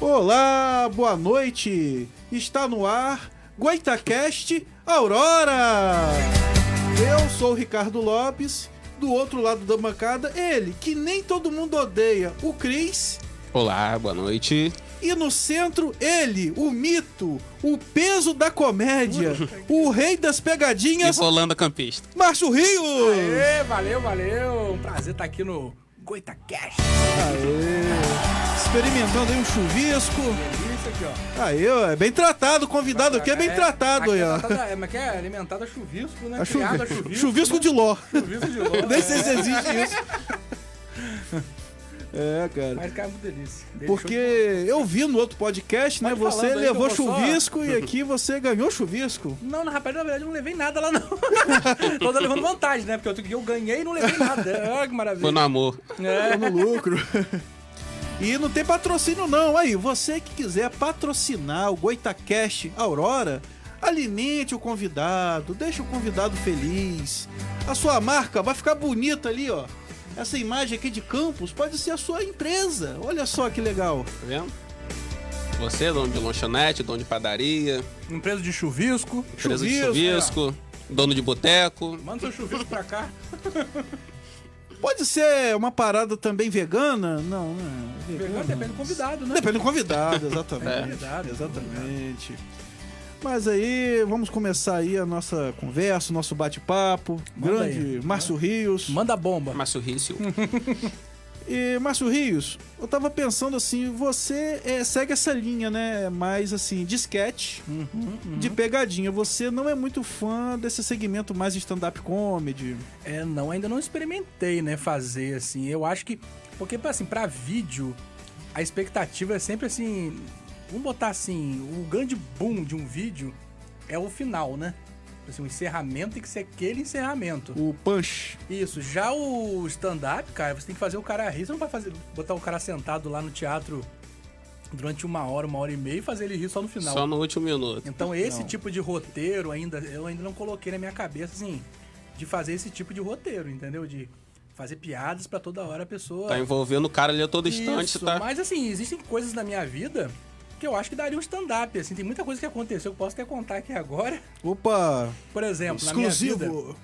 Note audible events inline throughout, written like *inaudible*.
Olá, boa noite. Está no ar Goitacast Aurora. Eu sou o Ricardo Lopes, do outro lado da bancada, ele que nem todo mundo odeia, o Cris. Olá, boa noite. E no centro, ele, o mito, o peso da comédia, o rei das pegadinhas, Isolando a campista. Márcio Rio! Aê, valeu, valeu. Um prazer estar aqui no Goitacast. Aê. Experimentando aí um chuvisco. Isso aqui, ó. Aí, ó, é bem tratado, o convidado aqui é bem tratado aqui aí, é ó. tratada- É, mas que é alimentada a chuvisco, né? A chuvi- Criada a chuvisco. Chuvisco de ló. né? Chuvisco de ló, *laughs* Nem sei é. se existe isso. *laughs* É, cara. Mas, cara, muito delícia. Deixa Porque eu- eu vi no outro podcast, né? Pode Você falando aí que levou eu vou só- chuvisco e aqui você ganhou chuvisco. Não, na rapaz, na verdade, eu não levei nada lá, não. *laughs* Tô levando vantagem, né? Porque outro dia eu ganhei e não levei nada. *laughs* Olha que maravilha. Foi no amor. Tá É. Tô no lucro. *laughs* E não tem patrocínio, não. Aí, você que quiser patrocinar o Goitacast Aurora, alimente o convidado, deixa o convidado feliz. A sua marca vai ficar bonita ali, ó. Essa imagem aqui de Campos pode ser a sua empresa. Olha só que legal. Tá vendo? Você, dono de lanchonete, dono de padaria, Empresa de chuvisco. é. empresa de Chuvisco, chuvisco, dono de boteco. Manda seu chuvisco pra cá. Pode ser uma parada também vegana? Não, não. é Pegando, Vegana. depende do convidado, né? Depende do convidado, exatamente. Convidado, exatamente. Mas aí, vamos começar aí a nossa conversa, o nosso bate-papo. Manda Grande aí. Márcio Rios. Manda bomba. Márcio Rício. *laughs* E, Márcio Rios, eu tava pensando assim, você eh, segue essa linha, né? Mais assim, de sketch, Uhum. de pegadinha. Você não é muito fã desse segmento mais de stand-up comedy. É, não, ainda não experimentei, né, fazer assim. Eu acho que porque assim, pra vídeo, a expectativa é sempre assim, vamos botar assim, o grande boom de um vídeo é o final, né? Assim, o encerramento tem que ser aquele encerramento. O punch. Isso, já o stand-up, cara, você tem que fazer o cara rir. Você não vai fazer, botar o cara sentado lá no teatro durante uma hora, uma hora e meia e fazer ele rir só no final. Só no último minuto. Então esse tipo de roteiro ainda, eu ainda não coloquei na minha cabeça, assim, de fazer esse tipo de roteiro, entendeu? De fazer piadas pra toda hora a pessoa. Tá envolvendo o cara ali a todo instante, Isso, tá? Mas assim, existem coisas na minha vida que eu acho que daria um stand-up, assim, tem muita coisa que aconteceu que eu posso até contar aqui agora. Opa! Por exemplo, na minha vida. exclusivo!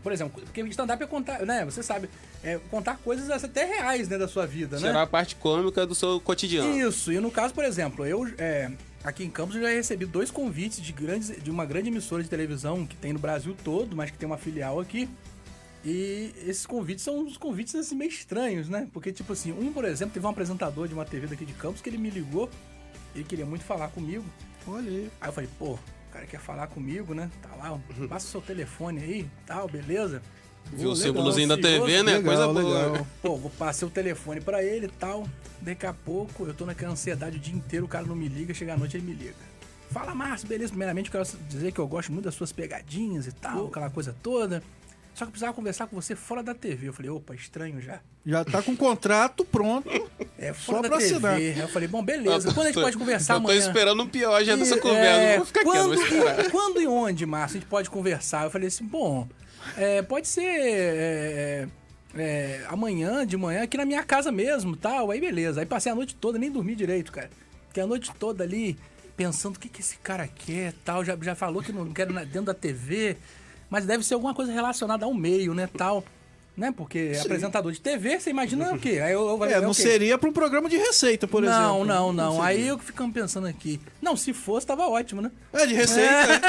Por exemplo, porque stand-up é contar, né? Você sabe, é contar coisas até reais, né, da sua vida, né? Será a parte cômica do seu cotidiano. Isso, e no caso, por exemplo, eu é, aqui em Campos eu já recebi dois convites de, grandes, de uma grande emissora de televisão que tem no Brasil todo, mas que tem uma filial aqui. E esses convites são uns convites assim, meio estranhos, né? Porque, tipo assim, um, por exemplo, teve um apresentador de uma TV daqui de Campos que ele me ligou, ele queria muito falar comigo. Olha aí. Aí eu falei, pô, o cara quer falar comigo, né? Tá lá, passa o seu telefone aí, tal, beleza. Pô, Viu o legal, símbolozinho da ansioso, TV, né? legal, Coisa boa. legal. Pô, vou passei o telefone pra ele e tal. Daqui a pouco eu tô naquela ansiedade o dia inteiro, o cara não me liga, chega à noite ele me liga. Fala, Márcio, beleza? Primeiramente, eu quero dizer que eu gosto muito das suas pegadinhas e tal, aquela coisa toda. Só que eu precisava conversar com você fora da TV. Eu falei, opa, estranho já. Já tá com o contrato pronto. É Só fora pra da TV. assinar. Aí Eu falei, bom, beleza. Quando a gente pode conversar Ah, eu tô amanhã? esperando o pior já dessa E, conversa. é, não vou ficar quieto, quando, vou esperar. e- quando e onde, Márcio, a gente pode conversar? Eu falei assim, bom, é, pode ser é, é, amanhã, de manhã, aqui na minha casa mesmo, tal. Aí beleza. Aí passei a noite toda, nem dormi direito, cara. Fiquei a noite toda ali pensando o que, que esse cara quer, tal. Já, já falou que não quer na- dentro da TV, mas deve ser alguma coisa relacionada ao meio, né, tal. Né? Porque apresentador de TV, você imagina o quê? Aí eu, eu, É, eu- não o quê? seria pra um programa de receita, por não, exemplo. não, não. seria. Aí eu que ficamos pensando aqui. Não, se fosse, tava ótimo, né? É, de receita. né?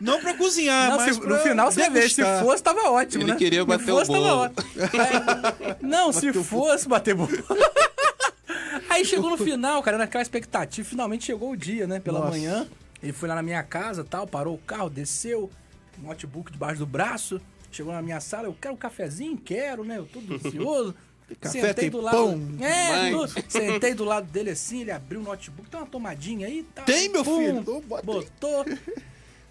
Não pra cozinhar, Não, mas se- pra no final você vê, se degustar. fosse, tava ótimo, Ele né? queria Se bater o fosse, tava bolo. ótimo. Aí, *laughs* não, um se fosse, bater bolo. *laughs* Aí chegou no final, cara, naquela expectativa, finalmente chegou o dia, né? Pela Nossa. manhã, ele foi lá na minha casa tal, parou o carro, desceu, um notebook debaixo do braço, chegou na minha sala, eu quero um cafezinho? Quero, né? Eu tô ansioso. *laughs* Café tem do lado. pão, é, mãe. do- sentei do lado dele assim, ele abriu o notebook, tem uma tomadinha aí, tá? Tem, meu filho? Então bota aí. Botou,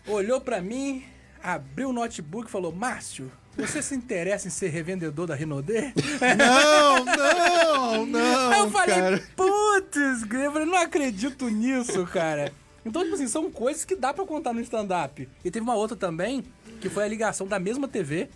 olhou pra mim, abriu o notebook e falou: Márcio, você se interessa em ser revendedor da Rinodê? *laughs* Não, não, não. Aí eu falei, cara. putz, grilo", eu falei, não acredito nisso, cara. Então, tipo assim, são coisas que dá pra contar no stand-up. E teve uma outra também, que foi a ligação da mesma TV.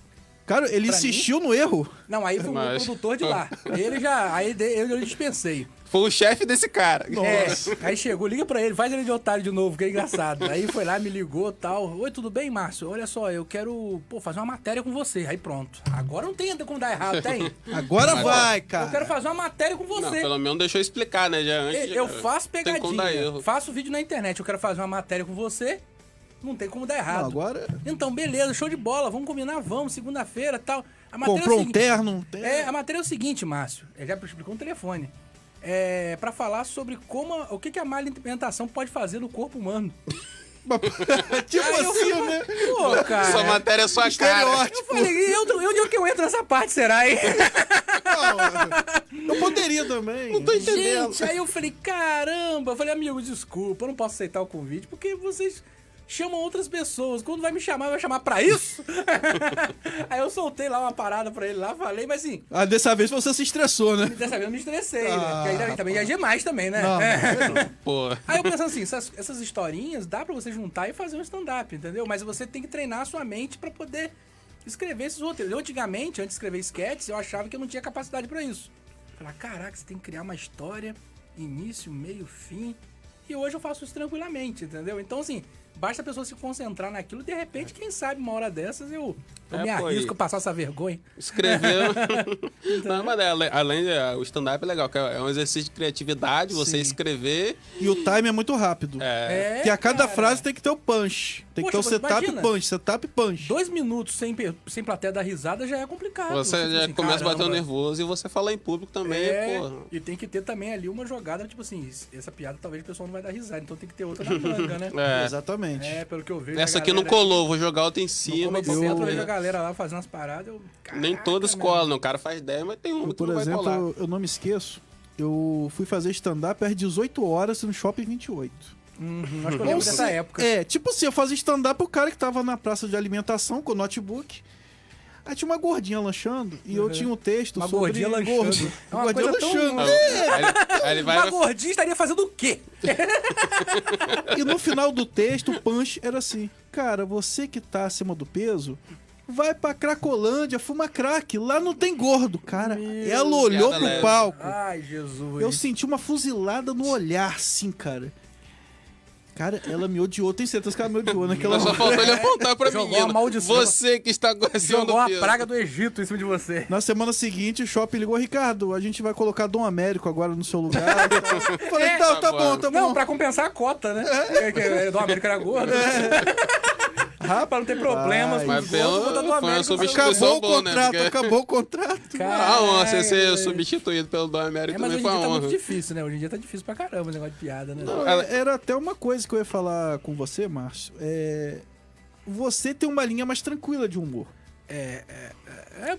Cara, ele Pra insistiu no erro. Não, aí foi Mas- o produtor de lá. Ele já. Aí de- eu, eu dispensei. Foi o chefe desse cara. É, aí chegou, liga pra ele, faz ele de otário de novo, que é engraçado. Aí foi lá, me ligou tal. Oi, tudo bem, Márcio? Olha só, eu quero pô, fazer uma matéria com você. Aí pronto. Agora não tem como dar errado, tem? Agora vai, cara. Eu quero fazer uma matéria com Não, você. pelo menos deixou eu explicar, né? Já antes. Eu faço Não Tem como dar pegadinha, erro. faço vídeo na internet, eu quero fazer uma matéria com você, não tem como dar errado. Não, agora Então, beleza, show de bola, vamos combinar, vamos, segunda-feira tal. A matéria comprou é o um seguinte, terno. um terno. é, a matéria é o seguinte, Márcio. Ele já explicou no telefone. É, pra falar sobre como a- o que, que a má alimentação pode fazer no corpo humano. *laughs* tipo Aí eu assim, fui- né? Pô, cara. Sua matéria é sua cara. Estereótipo. Eu falei, e eu- onde é que eu entro nessa parte, será, hein? Não, eu poderia também. Não tô entendendo. Gente, aí eu falei, caramba. Eu falei, amigo, desculpa, eu não posso aceitar o convite, porque vocês chamam outras pessoas. Quando vai me chamar, vai chamar pra isso? *laughs* aí eu soltei lá uma parada pra ele lá, falei, mas assim, Ah, dessa vez você se estressou, né? dessa vez eu me estressei, né? Ah, Porque aí também viajei mais também, né? Não, Pô. Aí eu pensando assim, essas, essas historinhas dá pra você juntar e fazer um stand-up, entendeu? Mas você tem que treinar a sua mente pra poder escrever esses roteiros. Eu, antigamente, antes de escrever sketches, eu achava que eu não tinha capacidade pra isso. Falar, caraca, você tem que criar uma história, início, meio, fim. E hoje eu faço isso tranquilamente, entendeu? Então, assim, basta a pessoa se concentrar naquilo, de repente, quem sabe, uma hora dessas, eu, eu É, me pô, arrisco e- a passar essa vergonha. Escreveu. Não, mas é, ale- além, de- o stand-up é legal, que é um exercício de criatividade, você Sim. escrever. E o time é muito rápido. É. Porque a cada cara. frase tem que ter o punch. Tem que Poxa, ter mas o setup e imagina. punch, setup e punch. Dois minutos sem, pe- sem plateia da risada já é complicado. Você fica já assim, começa um batendo "Caramba". nervoso e você falar em público também, É, pô. e tem que ter também ali uma jogada, tipo assim, es- essa piada talvez o pessoal não vai dar risada, então tem que ter outra na manga, né? *laughs* É. Exatamente. É, pelo que eu vejo. Essa a aqui não galera- colou, vou jogar outra em no cima. Comedy pô. Central, eu- eu vejo a galera lá fazendo as paradas, eu... Nem Caraca, todos meu. colam, não. O cara faz 10, mas tem um Eu, que por não exemplo, vai colar. eu, eu não me esqueço. Eu fui fazer stand-up às 18 horas no Shopping 28. Uhum, acho que eu lembro dessa época. É, tipo assim, eu fazia stand-up o cara que tava na praça de alimentação com o notebook. Aí tinha uma gordinha lanchando e eu tinha um texto Uhum. Uma sobre... gordinha lanchando. Gordinha, É uma gordinha coisa tão- lanchando. *laughs* É, Aí ele- aí ele vai. Uma gordinha estaria fazendo o quê? E no final do texto, o punch era assim: Cara, você que tá acima do peso, vai pra Cracolândia, fuma crack, lá não tem gordo. Cara, ela olhou piada pro leve. palco. Ai, Jesus. Eu senti uma fuzilada no olhar, sim, cara. Cara, ela me odiou. Tem certeza que ela me odiou naquela Só hora. *laughs* faltou ele apontar pra Jogou mim. a maldição. Você que está gozando Jogou a praga do Egito em cima de você. Na semana seguinte, o shopping ligou: Ricardo, a gente vai colocar Dom Américo agora no seu lugar. Eu Falei: Tá, tá bom, tá É. Não, bom. *laughs* pra compensar a cota, né? É. que é Do América era gordo. Ah, *laughs* pra não ter problemas. Mas com os gordos, pelo- vou botar do foi uma América, substituição. É. Acabou o São bom, né? contrato, Porque- acabou o contrato. Ah, honra, você Caraca, ser velho. substituído pelo Dom É, Américo mas hoje também em foi dia uma tá muito honra. difícil, né? Hoje em dia tá difícil pra caramba o negócio de piada, né? Não, é, Ela- Era até uma coisa que eu ia falar com você, Márcio. É, Você tem uma linha mais tranquila de humor. É,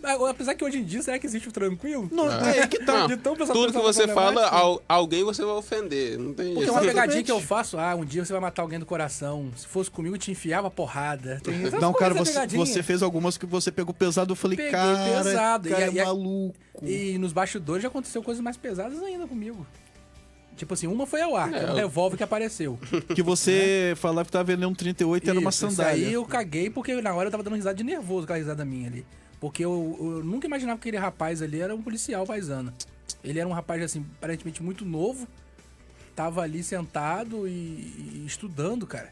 a- apesar que hoje em dia, será que existe o tranquilo? Não, é, aí que tá. De tão pessoal- Tudo que pessoal você fala, problemático. al- alguém você vai ofender. Não Tem tem jeito. uma Exatamente. pegadinha que eu faço. Ah, um dia você vai matar alguém do coração. Se fosse comigo, eu te enfiava porrada. Tem essas Não, cara, coisas, você, pegadinha. você fez algumas que você pegou pesado. Eu falei, Peguei cara, pesado. cara E a- e é a- maluco. E nos bastidores já aconteceu coisas mais pesadas ainda comigo. Tipo assim, uma foi ao ar, que era um eu- revólver que apareceu. Que *laughs* você falava que tava vendendo um 38 e era uma Né? Isso, isso sandália. Aí eu caguei porque na hora eu tava dando risada de nervoso com a risada minha ali. Porque eu, eu nunca imaginava que aquele rapaz ali era um policial paisano. Ele era um rapaz, assim, aparentemente muito novo. Tava ali sentado e, e estudando, cara.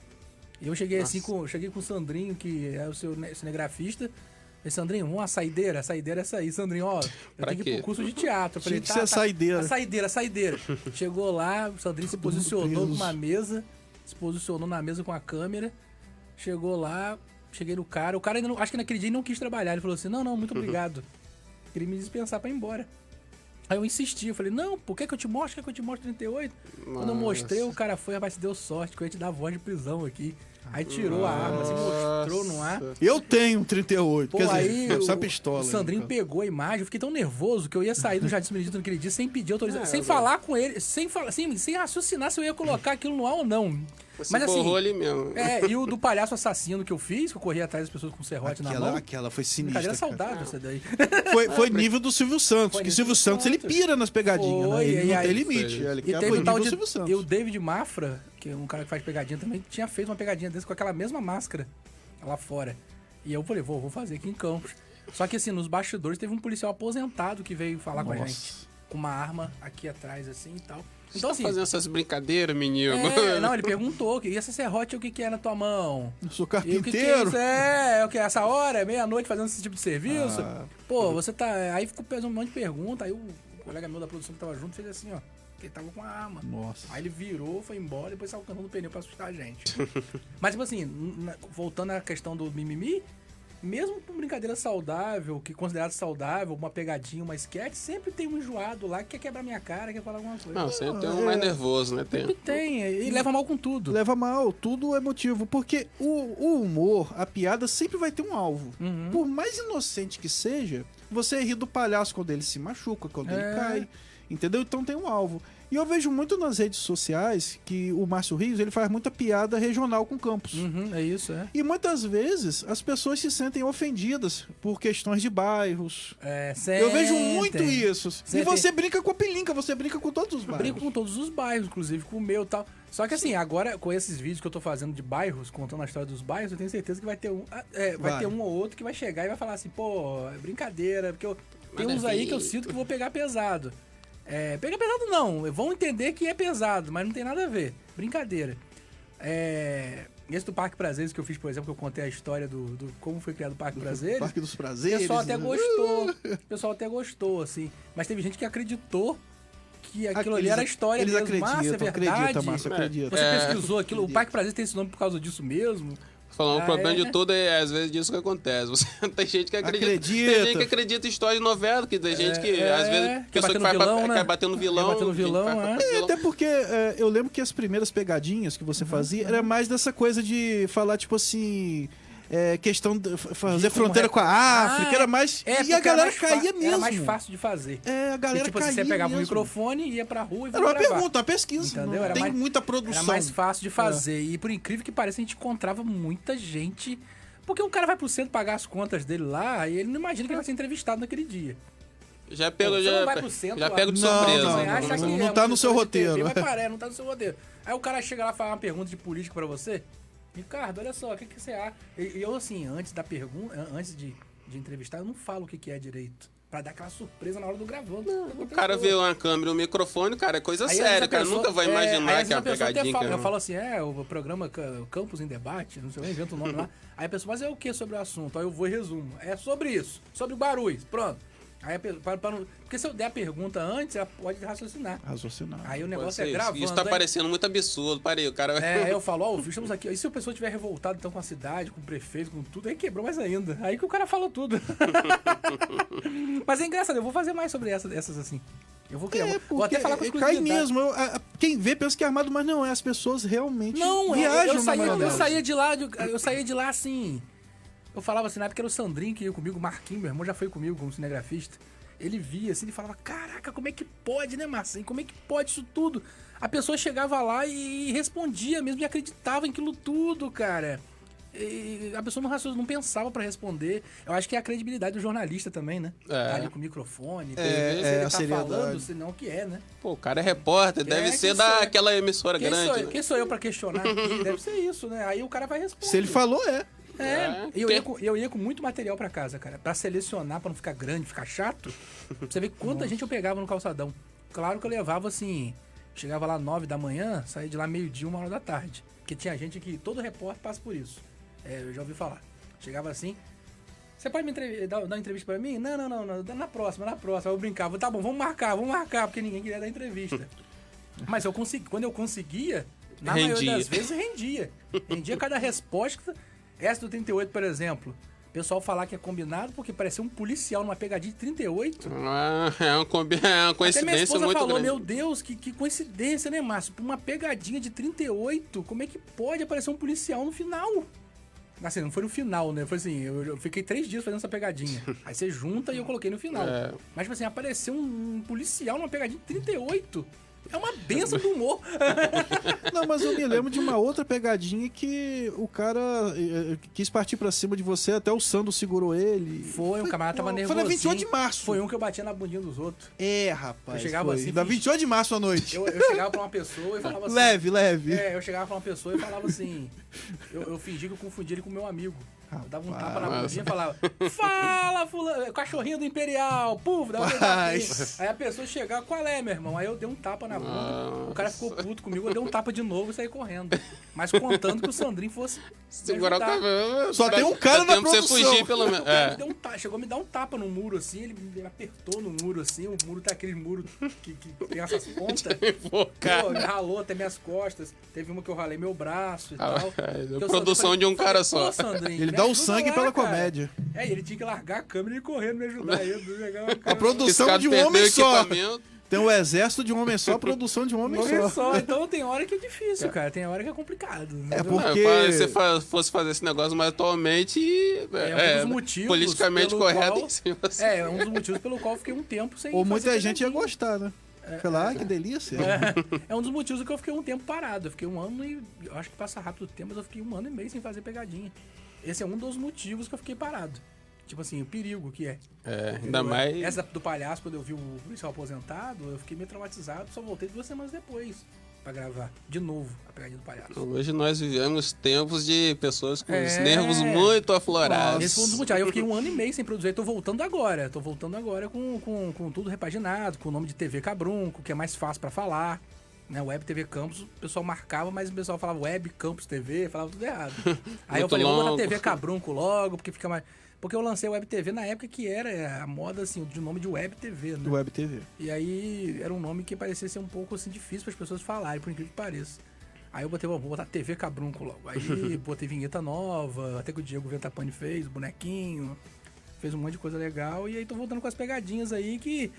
E eu cheguei assim com. Cheguei com o Sandrinho, que é o seu ne- cinegrafista. Falei, Sandrinho, vamos a saideira, a saideira é essa aí. Sandrinho, ó, eu Pra tenho que quê? ir pro curso de teatro. Eu Falei, "Tá, Tinha que ser a é saideira." A saideira, a saideira. Chegou lá, o Sandrinho se mundo posicionou com preso. uma mesa, se posicionou na mesa com a câmera. Chegou lá, cheguei no cara. O cara ainda não, acho que naquele dia ele não quis trabalhar. Ele falou assim: não, não, muito obrigado. Queria me dispensar pra ir embora. Aí eu insisti, eu falei, não, por que, que eu te mostro? Quer que eu te mostro 38? Quando eu mostrei, o cara foi, rapaz, se deu sorte, que eu ia te dar voz de prisão aqui. Aí tirou a arma, se mostrou no ar. Eu tenho um 38. Pô, quer dizer, aí só o- pistola. O né, Sandrinho no caso. pegou a imagem, eu fiquei tão nervoso que eu ia sair do Jardim São Benedito naquele dia sem pedir autorização, É, sem eu- falar com ele, sem, falar, sem, sem raciocinar se eu ia colocar aquilo no ar ou não. Você Mas assim, borrou ali mesmo. é, e o do palhaço assassino que eu fiz, que eu corri atrás das pessoas com serrote na Aquela, mão. aquela foi Brincadeira sinistra. cara. saudável essa daí. Foi, foi nível do Silvio Santos. Foi que nível Silvio do Santos, ele Santos. pira nas pegadinhas, né? Foi, Ele e não aí- tem limite. Ele E quer- teve foi um tal nível de. Silvio Santos. E o David Mafra, que é um cara que faz pegadinha também, tinha feito uma pegadinha desse com aquela mesma máscara lá fora. E eu falei, vou, vou fazer aqui em Campos. Só que assim, nos bastidores teve um policial aposentado que veio falar com a Nossa. gente. Com uma arma aqui atrás, assim e tal. Vocês tá Então estão assim. fazendo essas brincadeiras, menino? É, não, ele perguntou, e essa serrote o que que é na tua mão? Eu sou E o que, que é carpinteiro. isso? É, é o que? Essa hora, é meia-noite fazendo esse tipo de serviço? Ah. Pô, você tá. Aí ficou pesando um monte de pergunta, aí o colega meu da produção que tava junto fez assim, ó. que Ele tava com a arma. Nossa. Aí ele virou, foi embora, depois saiu cantando o pneu pra assustar a gente. Mas, tipo assim, na- voltando à questão do mimimi, mesmo com brincadeira saudável, que é considerado saudável, uma pegadinha, uma sketch, sempre tem um enjoado lá que quer quebrar minha cara, quer falar alguma coisa. Não, Ah, sempre tem um é. mais nervoso, né? Tem. *laughs* Sempre tem, e leva mal com tudo. Leva mal, tudo é motivo. Porque o, o humor, a piada, sempre vai ter um alvo. Uhum. Por mais inocente que seja, você é ri do palhaço quando ele se machuca, quando É. ele cai. Entendeu? Então tem um alvo. E eu vejo muito nas redes sociais que o Márcio Rios ele faz muita piada regional com Campos. Uhum, é isso, é. E muitas vezes as pessoas se sentem ofendidas por questões de bairros. É, Eu sempre. vejo muito isso. Sentem. E você brinca com a pelinca, você brinca com todos os Eu bairros. brinco com todos os bairros, inclusive com o meu e tal. Só que assim, agora com esses vídeos que eu tô fazendo de bairros, contando a história dos bairros, eu tenho certeza que vai ter um, ah, é, vai, Vai. ter um ou outro que vai chegar e vai falar assim, pô, é brincadeira, porque eu, tem Nada uns a aí ver. que eu sinto que eu vou pegar pesado. É, pegar pesado não, vão entender que é pesado, mas não tem nada a ver. Brincadeira. É, esse do Parque Prazeres que eu fiz, por exemplo, que eu contei a história do, do como foi criado o *laughs* Parque Prazeres. Parque dos O Prazeres. pessoal até né? gostou. *laughs* O pessoal até gostou, assim. Mas teve gente que acreditou que aquilo ali Eles- era história Eles mesmo. acreditam, Márcio, é verdade. acredita, Márcio, É. acredita. Você É. pesquisou aquilo. O Parque Prazer tem esse nome por causa disso mesmo. Falando, Ah, o um problema é? de tudo é, às vezes, disso que acontece. Você, *laughs* tem gente que acredita, Acredita. Tem gente que acredita em história de novela, que tem gente que, é, às vezes, quer pessoa bater que no vai vilão, né? pra, quer bater no Quer vilão. bater no gente que vilão, vai pra- é. É, Até porque é, eu lembro que as primeiras pegadinhas que Uhum. você fazia era mais dessa coisa de falar, tipo assim. é, questão de f- fazer como fronteira é- com a África, Ah, era mais. É, e porque a era galera mais fa- caía mesmo. Era mais fácil de fazer. É, a Porque, galera tipo, caía. assim, você pegava o mesmo. microfone e ia pra rua e Era uma gravar. pergunta, uma pesquisa. Entendeu? Não Era tem mais- muita Era produção. É. mais fácil de fazer. E por incrível que pareça, a gente encontrava muita gente. Porque o cara vai pro centro pagar as contas dele lá e ele não imagina que ele vai ser entrevistado naquele dia. Já pego, Você não já, vai pro centro, já lá. pego de Não, surpresa. não, Você não, acha que não é tá uma no seu pessoa de roteiro. né? TV, mas parece, não tá no seu roteiro. Aí o cara chega lá e faz uma pergunta de política pra você. Ricardo, olha só, o que, que você acha? E e eu, assim, antes da pergunta, an- antes de, de entrevistar, eu não falo o que, que é direito. Pra dar aquela surpresa na hora do gravando. O cara vê uma câmera, um microfone, cara, é coisa séria. O cara nunca vai imaginar que é uma pegadinha. Fala, né? cara. eu falo assim, é, o programa Ca- Campus em Debate, não sei, eu invento o um *laughs* nome lá. Aí a pessoa, mas é o que sobre o assunto? Aí eu vou e resumo. É sobre isso, sobre Guarulhos, pronto. Aí a pe- pra- pra não- porque se eu der a pergunta antes, ela pode *laughs* raciocinar. Raciocinar. Aí o Pode negócio ser é isso. gravando. Isso tá né? parecendo muito absurdo. Parei, o cara. É, aí eu falo, ó, estamos aqui. E se o pessoal estiver revoltado então com a cidade, com o prefeito, com tudo, aí quebrou mais ainda. Aí que o cara falou *laughs* tudo. Mas é engraçado, eu vou fazer mais sobre essa- essas assim. Eu vou criar. É, vou- vou porque até falar com é, os cai mesmo. Eu- a- a- quem vê pensa que é armado, mas não é. As pessoas realmente Não, é, viajam eu, eu, na saía, eu maionese. saía de lá, de- eu saía de lá assim. Eu falava assim, na época era o Sandrinho que ia comigo, o Marquinho, meu irmão já foi comigo como cinegrafista. Ele via assim, ele falava: Caraca, como é que pode, né, Marcinho? Como é que pode isso tudo? A pessoa chegava lá e respondia mesmo e acreditava em aquilo tudo, cara. E a pessoa não, raciocin- não pensava pra responder. Eu acho que é a credibilidade do jornalista também, né? *laughs* É. Tá ali com o microfone, É, entendeu? se é, ele tá a seriedade. falando, senão o que é, né? Pô, o cara é repórter, Quem deve é que ser sou eu? daquela emissora Quem grande. sou, eu? né? quem sou eu pra *laughs* questionar aqui? Deve ser isso, né? Aí o cara vai responder. Se ele falou, é. É, É, e eu, que- ia com, eu ia com muito material pra casa, cara. Pra selecionar, pra não ficar grande, ficar chato. Pra você ver quanta gente eu pegava no calçadão. Claro que eu levava assim. Chegava lá nove da manhã, saía de lá meio-dia, uma hora da tarde. Porque tinha gente que. Todo repórter passa por isso. É, eu já ouvi falar. Chegava assim. Você pode me entrev- dar, dar uma entrevista pra mim? Não, não, não, não, dá Na próxima, na próxima. Aí Eu brincava, tá bom, vamos marcar, vamos marcar, porque ninguém queria dar entrevista. Mas eu consegui, quando eu conseguia, na maioria Rendia. das vezes rendia. Rendia cada resposta. Essa do 38, por exemplo. O pessoal falar que é combinado porque parecia um policial numa pegadinha de 38. Ah, é uma, combi- é uma Até minha coincidência esposa muito falou, grande. meu Deus, que, que coincidência, né, Márcio? Pra uma pegadinha de 38, como é que pode aparecer um policial no final? Assim, não foi no final, né? Foi assim, eu, eu fiquei três dias fazendo essa *laughs* pegadinha. Aí você junta e eu coloquei no final. É. Mas, tipo assim, apareceu um, um policial numa pegadinha de 38. É *laughs* uma benção do humor. Não, mas eu me lembro de uma outra pegadinha que o cara eh, eh, quis partir pra cima de você, até o Sandro segurou ele. Foi, o camarada tava Foi nervoso. na 28 de março. Foi um que eu batia na bundinha dos outros. É, rapaz. Eu chegava foi. assim, Da bicho. 28 um de março à noite. Eu, eu chegava pra uma pessoa e falava assim... Leve, leve. É, eu chegava pra uma pessoa e falava assim. Eu, eu fingi que eu confundi ele com meu amigo. Eu dava um tapa na bundinha e falava: Fala, fulano, é, cachorrinho do Imperial, puf, dava um Rapaz. Aí a pessoa chegava, qual é, meu irmão? Aí eu dei um tapa na bunda, o cara ficou puto comigo, eu dei um tapa de novo e saí correndo. Mas contando que o Sandrinho fosse. me Segurar o ajudar. cabelo. Só dá- tem um cara dá na tempo pra você produção. fugir, pelo menos. O cara me É. deu um ta- Chegou a me dar um tapa no muro assim, ele me apertou no muro assim, o muro tá aquele muro que, que tem *laughs* essas pontas. Pô, Enfocar. ralou até minhas costas. Teve uma que eu ralei meu braço e Ah, tal. *laughs* é, Que eu produção só- de um falei, cara "Pô, só." Sandrinho, Ele me dá o ajuda sangue lá, pela cara." comédia. É, ele tinha que largar a câmera e correr me É. ajudar. Eu, pegar *laughs* uma *laughs* A câmera. produção de um perdeu homem o só. equipamento. Tem um exército de um homem só, a produção de um homem Olha só. *laughs* só, então tem hora que é difícil, cara. Tem hora que é complicado. né? É Não, porque. eu falei, se fa- fosse fazer esse negócio, mas atualmente. É, um É, dos motivos politicamente pelo correto qual- em cima. assim. É, é um dos motivos pelo qual eu fiquei um tempo sem. Ou fazer É. muita gente ia pegadinha. gostar, né? Sei lá, ah, que delícia. É um dos motivos que eu fiquei um tempo parado. Eu fiquei um ano e. eu acho que passa rápido o tempo, mas eu fiquei um ano e meio sem fazer pegadinha. Esse é um dos motivos que eu fiquei parado. Tipo assim, o perigo que é. É, ainda Eu- mais. Essa do palhaço, quando eu vi o policial aposentado, eu fiquei meio traumatizado, só voltei duas semanas depois pra gravar. De novo, a pegadinha do palhaço. Então, Hoje nós vivemos tempos de pessoas com os É. nervos muito aflorados. Esse foi um dos motivos. Aí eu fiquei um ano e meio sem produzir, tô voltando agora. Tô voltando agora com, com, com tudo repaginado, com o nome de TV Cabrunco, que é mais fácil pra falar. Né, Web TV Campos, o pessoal marcava, mas o pessoal falava Web Campus TV, falava tudo *laughs* errado. Aí eu Muito falei, vou botar longo. *laughs* TV Cabrunco logo, porque fica mais. Porque eu lancei Web TV na época que era a moda, assim, de nome de Web TV, né? Do Web TV. E aí era um nome que parecia ser um pouco assim difícil para as pessoas falarem, por incrível que pareça. Aí eu botei, "Bom, vou botar TV Cabrunco logo. *laughs* Aí botei vinheta nova, até que o Diego Ventapani fez, bonequinho, fez um monte de coisa legal. E aí tô voltando com as pegadinhas aí que.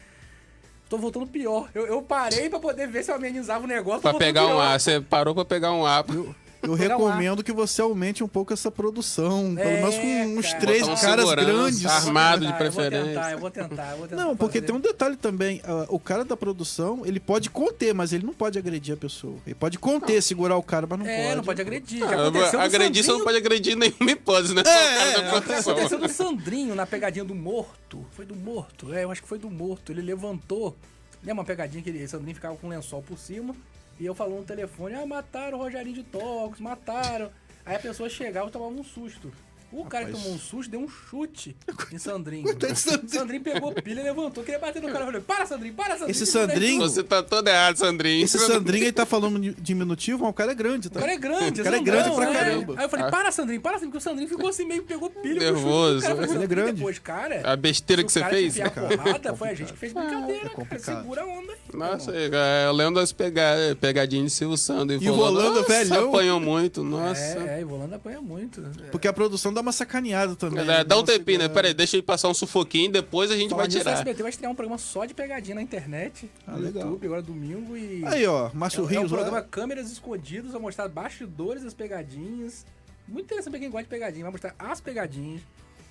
Tô voltando pior. Eu, eu parei pra poder ver se eu amenizava o negócio. Pra tô voltando pegar um pior. ar. Você parou pra pegar um ar. Eu Pegar um ar. recomendo que você aumente um pouco essa produção. É, pelo menos com uns cara. três Botar um caras segurança, grandes. arma- armado Ah, de eu vou tentar, preferência. Eu vou tentar, eu vou tentar. Não, porque fazer. tem um detalhe também. ah, o cara da produção, ele pode conter, mas ele não pode agredir a pessoa. Ele pode conter, segurar o cara, mas não É, pode. não pode agredir. Já aconteceu um do Ah, Agredir, você não Sandrinho pode agredir em nenhuma hipótese, É, né? Só É, o cara da produção. Aconteceu do Sandrinho na pegadinha do morto. Foi do morto, é, eu acho que foi do morto. Ele levantou. Lembra uma pegadinha que ele, Sandrinho ficava com um lençol por cima. E eu falando no telefone, ah, mataram o Rogerinho de Togos, mataram. Aí a pessoa chegava e tomava um susto. O cara que Rapaz. tomou um susto deu um chute em Sandrinho. Coitado de Sandrinho. Sandrinho pegou pilha, levantou, queria bater no cara. Eu falei, para, Sandrinho, para, Sandrinho. Esse que você tá Sandrinho- indo." Você tá todo errado, Sandrinho. Esse Sandrinho, ele tá falando de diminutivo, mas o cara é grande, O tá? cara é grande, O cara é Sandrão, grande pra né? caramba. Aí eu falei, Ah. para, Sandrinho, para, Sandrinho, porque o Sandrinho ficou assim meio, pegou pilha. pegou chute. Nervoso. O cara falou, Ele é "Sandrinho, grande. Depois, cara, A besteira que Se o você cara fez? te enfiar cara. é porrada, foi a gente que fez brincadeira, cara. complicado. Segura a onda aí. Nossa, irmão. é, eu lembro das pega- pegadinhas de Silvio Sando. E o Rolando Nossa, velhão. apanhou muito, nossa. É, é, e o Holanda apanha muito. É. Porque a produção dá uma sacaneada também. É, dá um Nossa, tempinho, né? cara. Pera aí, deixa ele passar um sufoquinho, depois a gente Falar vai nisso, o tirar. SBT vai estrear um programa só de pegadinha na internet, Ah, no legal. YouTube, agora domingo e... Aí, ó, Márcio é, é um Rios. programa ó. câmeras escondidas, vai mostrar bastidores das pegadinhas. Muito interessante pra quem gosta de pegadinha, vai mostrar as pegadinhas,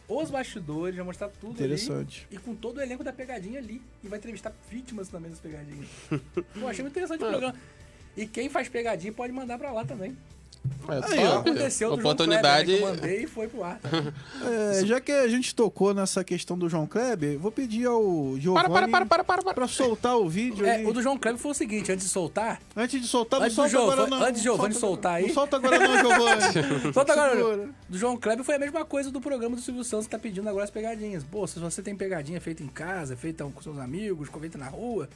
os bastidores, vai mostrar tudo ali. Interessante. E com todo o elenco da pegadinha ali. E vai entrevistar vítimas também das *laughs* pegadinhas. Eu achei muito interessante o programa. E quem faz pegadinha pode mandar pra lá também. É, Aí, ó. top. Aconteceu do João Oportunidade. Kleber, né, que eu mandei e foi pro ar. *laughs* É, já que a gente tocou nessa questão do João Kleber, vou pedir ao Giovanni Para, para, para, para, para, para. pra soltar o vídeo. É, aí. o do João Kleber foi o seguinte, antes de soltar, Antes de soltar, Antes do não solta Giovanni- agora não. antes de Giovanni Solta- soltar aí. Não solta agora *laughs* não, Giovanni. Solta agora. Segura. do João Kleber foi a mesma coisa do programa do Silvio Santos que tá pedindo agora as pegadinhas. Pô, se você tem pegadinha feita em casa, feita com seus amigos, feita na rua,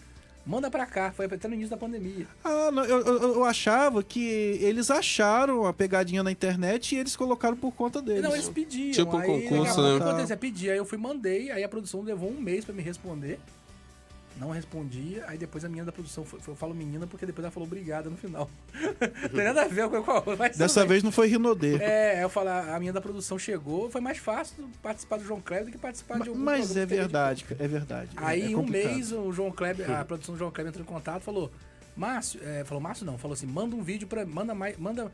manda pra cá. Foi até no início da pandemia. Ah, não, eu, eu- eu achava que eles acharam a pegadinha na internet e eles colocaram por conta deles. Não, eles pediam. Tipo um aí, daqui a concurso, pouco, né? quando eles iam pedir, aí eu fui mandei, aí a produção levou um mês pra me responder. Não respondia, aí depois a menina da produção, foi, foi- eu falo menina porque depois ela falou obrigada no final. tem nada a ver com a com a outra. mas tudo Dessa bem. vez não foi Rinodê. É, eu falo, a minha da produção chegou, foi mais fácil participar do João Kleber do que participar de Ma- algum programa Mas é que tenha de verdade, cara, é verdade. É- Aí, é um complicado. mês, o João Kleber, a produção do João Kleber entrou em contato e falou: Márcio, é, falou, Márcio não, falou assim: manda um vídeo pra. Manda mais. Manda,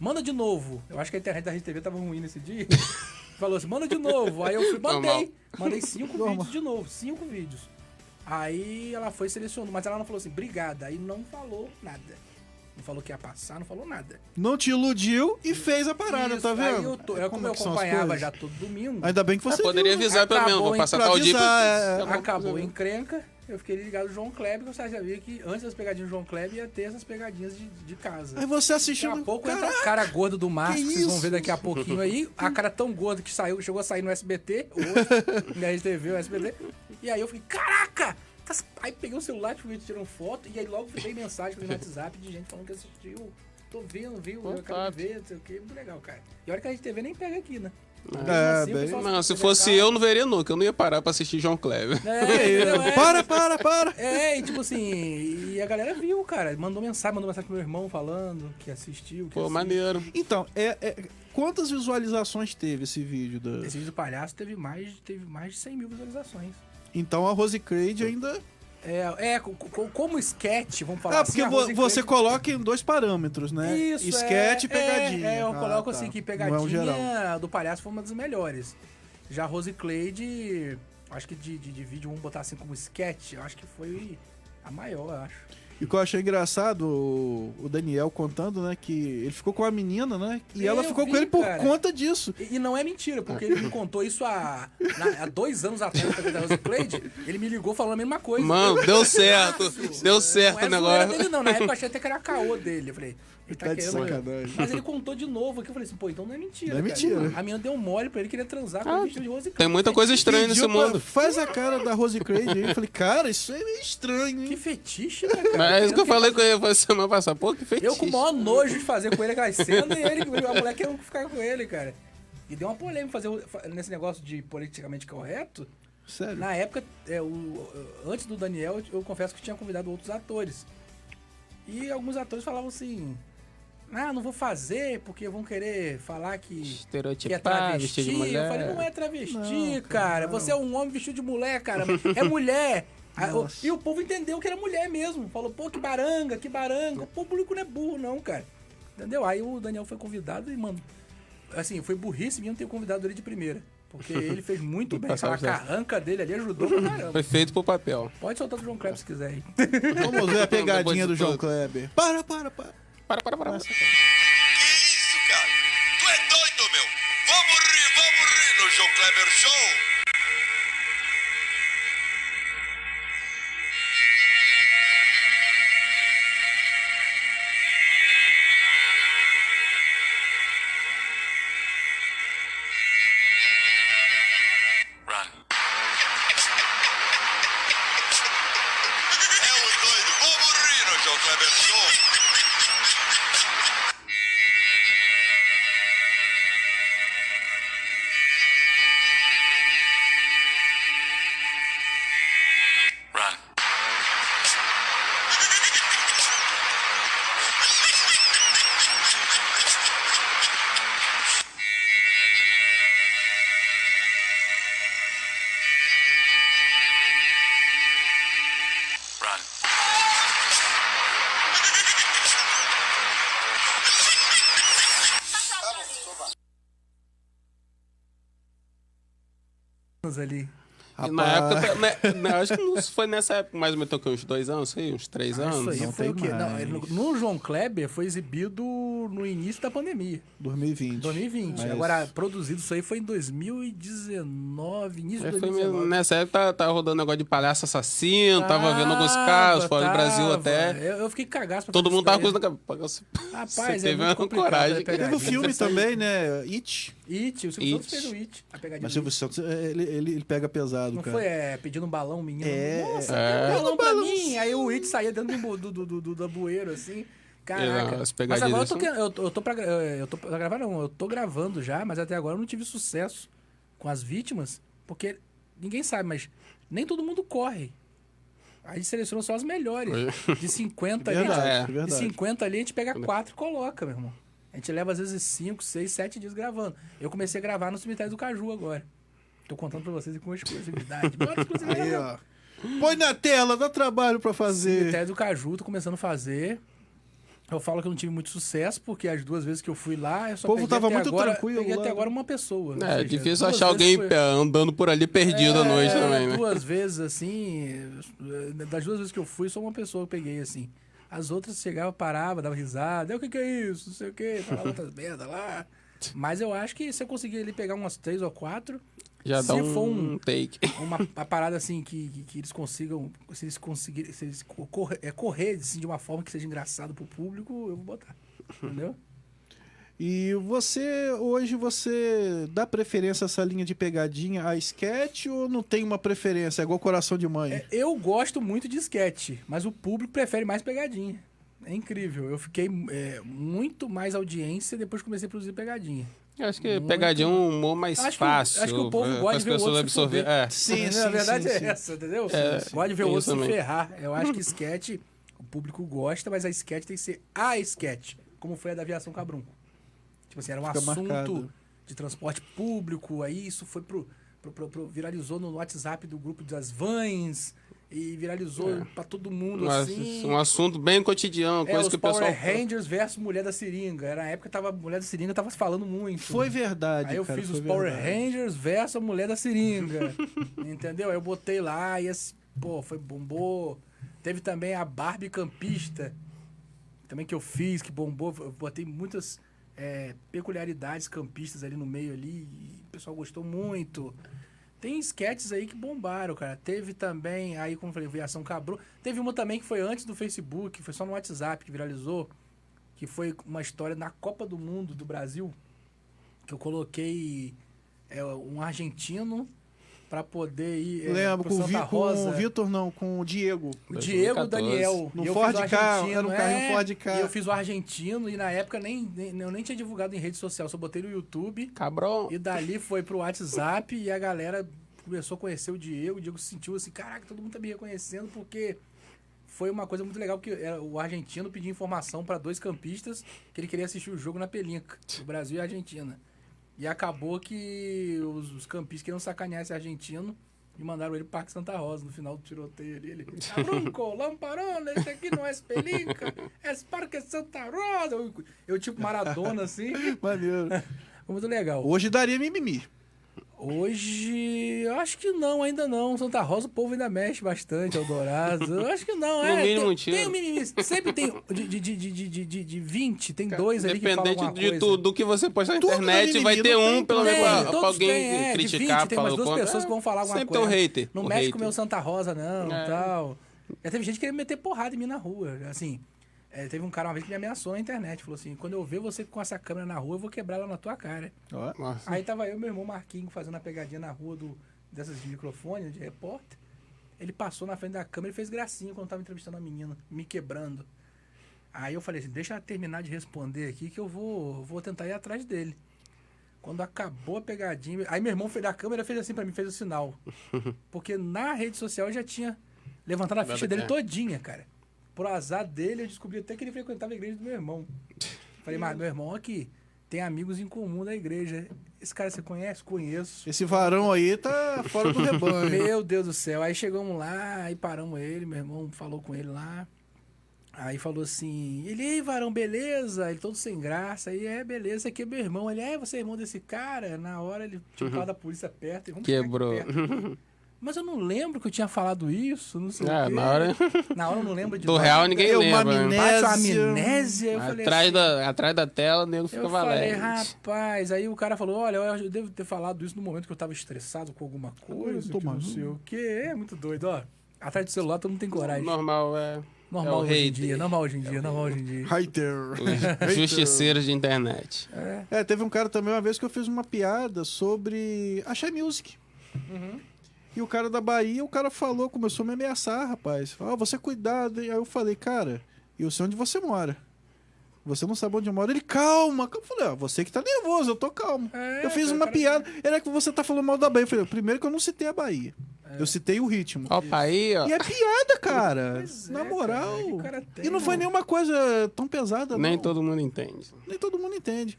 manda de novo. Eu acho que a internet da RedeTV tava ruim nesse dia. *laughs* falou assim: manda de novo. Aí eu fui, Normal. mandei. Mandei cinco vídeos de novo, cinco vídeos. Aí ela foi e selecionou, mas ela não falou assim, obrigada. Aí não falou nada. Não falou que ia passar, não falou nada. Não te iludiu e fez a parada, Isso, tá vendo? Aí eu tô- eu- como eu é que são as acompanhava coisas? já todo domingo, Ainda bem que você É, poderia viu, né? avisar pelo menos, Acabou, vou hein? passar Pra tal dia. avisar, é- Acabou. acabou a encrenca. Eu fiquei ligado no João Kleber, que eu já sabia que antes das pegadinhas do João Kleber ia ter essas pegadinhas de, de casa. Aí você assistiu. Daqui a pouco Caraca, entra o cara gordo do Márcio, que que vocês vão isso? ver daqui a pouquinho aí. A cara tão gorda que saiu, chegou a sair no SBT, hoje, *laughs* na RedeTV, o SBT. E aí eu falei, caraca! Tá- Aí peguei o celular, tipo, tirando foto, e aí logo veio mensagem no WhatsApp de gente falando que assistiu. Tô vendo, viu? Eu acabo de ver, não sei o que. Muito legal, cara. E olha que a RedeTV nem pega aqui, né? Mesmo É, assim, o bem- pessoal Não, se pega fosse carro. eu, não veria nunca. Eu não ia parar pra assistir João Kleber. É, entendeu? É, Para, para, para! É, e tipo assim, e a galera viu, cara. Mandou mensagem, mandou mensagem pro meu irmão falando que assistiu. Que Pô, assiste. maneiro. Então, é, é- quantas visualizações teve esse vídeo? Da... Esse vídeo do palhaço teve mais, teve mais de 100 mil visualizações. Então a Rose Craig ainda. É, é co- co- como sketch, vamos falar Ah, assim. porque a vo- Rose você Craig- coloca em dois parâmetros, né? Isso, Sketch é, e pegadinha. É, é, eu Ah, coloco tá. assim que Não é um geral. pegadinha do palhaço foi uma das melhores. Já a Rose Cleide, acho que de, de, de vídeo, vamos botar assim como sketch, eu acho que foi a maior, eu acho. E o que eu achei engraçado, o- o Daniel contando, né? Que ele ficou com a menina, né? E Eu ela ficou vi, com ele por cara. conta disso. E, e não é mentira, porque ele me contou isso há, na- há dois anos atrás, quando eu da Rose Cleide, ele me ligou falando a mesma coisa. "Ah, Mano, deu certo. deu certo o não é zoeira negócio. Dele, não, na época eu achei até que era caô dele. Eu falei, ele tá, Tá de querendo. sacanagem. Mas ele contou de novo aqui. Eu falei assim, pô, então não é mentira. Não é cara. mentira. A menina deu mole pra ele queria transar com Ah, o vestido de Rose Tem muita coisa estranha nesse Pediu pra- mundo. Faz a cara da Rose Craig aí. Eu *laughs* falei, cara, isso é meio estranho, Que hein? fetiche, né, cara? Mas é isso que eu Querendo falei com ele *laughs* foi semana passada. Pô, que feitiço. Eu com o maior nojo de fazer com ele aquela cena e ele, a mulher quer ficar com ele, cara. E deu uma polêmica fazer o- fa- nesse negócio de politicamente correto. Sério. Na época, é, o- antes do Daniel, eu confesso que tinha convidado outros atores. E alguns atores falavam assim: Ah, não vou fazer porque vão querer falar que, que é *laughs* Estereotipado, travesti. vestido de Eu mulher. falei: Não é travesti, Não, cara. cara, Você é um homem vestido de mulher, cara. É *laughs* mulher. A- o- Nossa. E o povo entendeu que era mulher mesmo. Falou: Pô, que baranga, que baranga. O público não é burro, não, cara. Entendeu? Aí o Daniel foi convidado e, mano, assim, foi burrice minha não ter convidado ele de primeira. Porque ele fez muito bem. Aquela Passagem. carranca dele ali ajudou pra caramba. Foi feito pro papel. Pode soltar do João Kleber se quiser aí. Vamos ver a Depois pegadinha de do João tudo. Kleber. Para, para, para. Para, para, para. Que isso, cara? Tu é doido, meu? Vamos rir, vamos rir no João Kleber Show! Run. É os doidos, vamos rir no João Kleber Show! Run. Run. ali. E Na época, né, né, acho que não foi nessa época, mais ou menos, que uns dois anos, sei, uns três Ah, É Isso anos. aí não foi tem o quê? mais. Não, ele- no João Kleber foi exibido no início da pandemia, 2020. 2020. Mas- Agora, produzido isso aí foi em 2019, início Aí de foi mesmo, 2019. nessa época tava, tava rodando negócio de palhaço assassino, tava vendo alguns casos, fora do Brasil Ah, tava. até. Eu, eu fiquei cagaço pra Todo fazer mundo tava com isso isso na cabeça. Rapaz, Você é teve muito uma complicado, né, coragem. pegar cara. Teve o filme Isso aí. também, né? It. daí. It, o Silvio Santos It. fez o It, a pegadinha Mas o do Silvio It. Santos, é, ele, ele, ele pega pesado, Não cara. foi é, pedindo um balão, menino? É. Nossa, É. pediu um balão pra Balão. mim. Aí o It saía dentro do, do, do, do, do, do bueiro, assim. Caraca. É, as mas pegadinhas agora eu tô, são- querendo- eu, tô- eu tô pra, gra- eu tô pra gravar, não. Eu tô gravando já, mas até agora eu não tive sucesso com as vítimas, porque ninguém sabe, mas nem todo mundo corre. A gente seleciona só as melhores. De *laughs* 50 ali, a gente- Verdade, É. verdade. de 50 ali, a gente pega 4 e coloca, meu irmão. A gente leva às vezes 5, 6, 7 dias gravando. Eu comecei a gravar no cemitério do Caju agora. Tô contando pra vocês com exclusividade. *laughs* Bora exclusividade. Aí, ó. Põe na tela, dá trabalho pra fazer. Cemitério do Caju, tô começando a fazer. Eu falo que eu não tive muito sucesso, porque as duas vezes que eu fui lá, eu só O povo peguei tava até muito agora, tranquilo peguei lá, até né? agora uma pessoa. ou É, seja, difícil duas achar vezes alguém foi- pe- andando por ali perdido à noite É, também, né? Duas vezes, assim, eh, das duas vezes que eu fui, só uma pessoa eu peguei, assim. As outras chegava, parava, dava risada, "É, o que que é isso, não sei o *laughs* que, falava outras merda lá. Mas eu acho que se eu conseguir ali pegar umas três ou quatro, Já Se dá um, for um- take. *laughs* uma, uma parada assim que, que, que eles consigam, se eles conseguirem, se eles co- corre- é, correr assim, de uma forma que seja engraçado pro público, eu vou botar. Entendeu? E você, hoje, você dá preferência a essa linha de pegadinha a sketch ou não tem uma preferência? É igual coração de mãe. É, eu gosto muito de sketch, mas o público prefere mais pegadinha. É incrível. Eu fiquei é, muito mais audiência depois que comecei a produzir pegadinha. Eu acho que pegadinha é um humor mais Acho que o- fácil. acho que o povo pra- gosta de pra as ver o pessoas outro se absorver. fuder. É. Sim, Na verdade é sim. essa, entendeu? É, sim. Gosta de ver o Tem outro isso se também. ferrar. Eu acho *laughs* que sketch, o público gosta, mas a sketch tem que ser a sketch, como foi a da aviação Cabrum. Tipo assim, era um Fica assunto marcado. de transporte público, aí isso foi pro, pro, pro- pro- viralizou no WhatsApp do grupo das vans e viralizou É. pra todo mundo Um, ass- assim. um assunto bem cotidiano, é, coisa os que o Power pessoal. Rangers versus Mulher da Seringa. Era a época que tava, Mulher da Seringa tava se falando muito. né? Foi verdade, Aí eu cara, fiz foi os Power verdade. Rangers versus a Mulher da Seringa. *laughs* entendeu? Aí eu botei lá e esse, pô, foi bombou. Teve também a Barbie Campista, também que eu fiz, que bombou. Eu botei muitas é, peculiaridades campistas ali no meio ali. E o pessoal gostou muito. Tem sketches aí que bombaram, cara. Teve também, aí como eu falei, Viação Cabru. Teve uma também que foi antes do Facebook, foi só no WhatsApp que viralizou. Que foi uma história na Copa do Mundo do Brasil que eu coloquei é, um argentino pra poder ir é, Lembro, pro com o, Santa Vi, com Rosa. o Vitor, não, com o Diego. O Diego 2014. Daniel. No E eu Ford fiz o Ka, argentino, era um carrinho é, Ford Ka. E eu fiz o argentino e na época nem, nem- eu nem tinha divulgado em rede social, só botei no YouTube. Cabrão. E dali foi pro WhatsApp e a galera começou a conhecer o Diego. O Diego sentiu assim, caraca, todo mundo tá me reconhecendo porque foi uma coisa muito legal, porque era- o argentino pediu informação para dois campistas que ele queria assistir o jogo na pelinca, do Brasil e Argentina. E acabou que os, os campistas queriam sacanear esse argentino e mandaram ele pro Parque Santa Rosa no final do tiroteio ali. Ele, Brunco, Lamparona, esse aqui não é pelinca, é Parque Santa Rosa. Eu, eu tipo *laughs* Maradona, assim. *laughs* Maneiro. Foi muito legal. Hoje daria mimimi. Hoje, eu acho que não, ainda não. Santa Rosa, o povo ainda mexe bastante, Eldorado. Eu acho que não, No é. mínimo tem, um tiro. tem um mimimi. Sempre tem de, de, de, de, de, de, de 20, tem dois ali que falam Dependente alguma de coisa. tudo do que você postar na Tudo internet, no vai mimimi, ter não um, tem pelo pra Tem, menos, pra, pra É, todos alguém têm, é, de 20, criticar, tem falar umas o duas contra. pessoas que vão falar alguma Sempre coisa. tem o hater. Não o mexe com hater. o meu Santa Rosa, não, É. tal. Já teve gente querendo meter porrada em mim na rua, assim... é, teve um cara uma vez que me ameaçou na internet, falou assim, quando eu ver você com essa câmera na rua, eu vou quebrar ela na tua cara. Ó. Nossa. Aí tava eu e meu irmão Marquinho fazendo a pegadinha na rua do, dessas de microfone, de repórter. Ele passou na frente da câmera e fez gracinha quando tava entrevistando a menina, me quebrando. Aí eu falei assim, deixa eu terminar de responder aqui que eu vou, vou tentar ir atrás dele. Quando acabou a pegadinha, aí meu irmão foi da câmera fez assim pra mim, fez o sinal. Porque na rede social eu já tinha levantado a Nada ficha que dele é. todinha, cara. Por azar dele, eu descobri até que ele frequentava a igreja do meu irmão. Falei, mas meu irmão aqui tem amigos em comum da igreja. Esse cara você conhece? Conheço. Esse varão aí tá fora *laughs* do rebanho. Meu Deus do céu. Aí chegamos lá, aí paramos ele, meu irmão falou com ele lá. Aí falou assim, ele, ei, varão, beleza? Ele todo sem graça. Aí, é, beleza, esse aqui é meu irmão. Ele, é, você é irmão desse cara? Na hora ele tinha o carro da polícia perto. e vamos ficar aqui Quebrou. perto. Mas eu não lembro que eu tinha falado isso, não sei o É, quê. na hora- Na hora eu não lembro de Do nada. real ninguém Eu, lembra. né? maminé. Bate uma amnésia, eu falei Atrás, assim, da, atrás da tela, o nego fica eu falei, valendo. rapaz, aí o cara falou, olha, eu devo ter falado isso no momento que eu tava estressado com alguma coisa, tô que não maluco. sei o que, é muito doido, ó. Atrás do celular todo mundo tem coragem. Normal, é. normal é o hoje em hater. dia, normal hoje em dia, normal hoje em dia. Hater. Os justiceiros de internet. É, teve um cara também uma vez que eu fiz uma piada sobre a Shy Music. Uhum. E o cara da Bahia, o cara falou, começou a me ameaçar, rapaz. Falou, ah, você cuidado. E aí eu falei, cara, eu sei onde você mora. Você não sabe onde eu moro. Ele, calma. Eu falei, ah, você que tá nervoso, eu tô calmo. É, eu fiz cara, uma cara- piada. Era que você tá falando mal da Bahia. Eu falei, primeiro que eu não citei a Bahia. É. Eu citei o ritmo. Opa, aí, ó. E é piada, cara. Pois é, Na cara, moral. que cara e tem, não foi mano? nenhuma coisa tão pesada, Nem não. todo mundo entende. né? Nem todo mundo entende.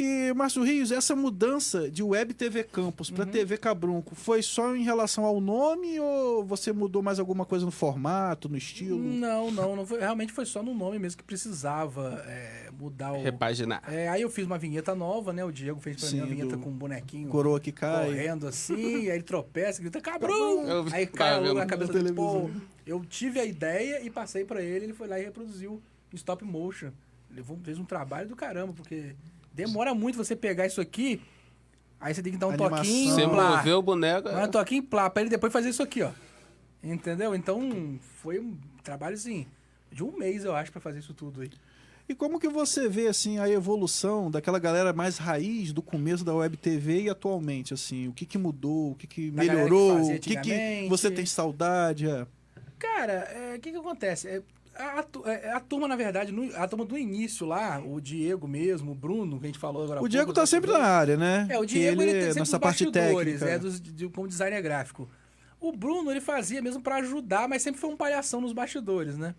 E, Márcio Rios, essa mudança de Web TV Campus Uhum. para TV Cabrunco foi só em relação ao nome ou você mudou mais alguma coisa no formato, no estilo? Não, não, não foi, realmente foi só no nome mesmo que precisava é, mudar o... Repaginar. É, aí eu fiz uma vinheta nova, né, o Diego fez pra mim Sim, uma vinheta do- com um bonequinho Coroa que cai. correndo assim, aí ele tropeça, grita, cabrão! Eu vi- Aí tava cai o vendo na na cabeça dele, pô, televisão. eu tive a ideia e passei pra ele, ele foi lá e reproduziu em stop motion. Levou, fez um trabalho do caramba, porque demora muito você pegar isso aqui Aí você tem que dar um Animação. toquinho. Você plá. moveu o boneco. Dá um toquinho, plá, pra ele depois fazer isso aqui, ó. Entendeu? Então, foi um trabalho, assim, de um mês, eu acho, pra fazer isso tudo aí. E como que você vê assim a evolução daquela galera mais raiz do começo da Web TV e atualmente assim, o que que mudou, o que que Da galera que melhorou, fazia o que que antigamente. você tem saudade? é. Cara, é, o que que acontece? É, a, tu- é, a turma, na verdade, no- a turma do início lá, o Diego mesmo, o Bruno, que a gente falou agora há O pouco, Diego tá os sempre na bastidores. área, né? É, o Que Diego, ele, tem sempre nessa os parte bastidores, técnica. é, dos, de, como designer gráfico. O Bruno, ele fazia mesmo pra ajudar, mas sempre foi um palhação nos bastidores, né?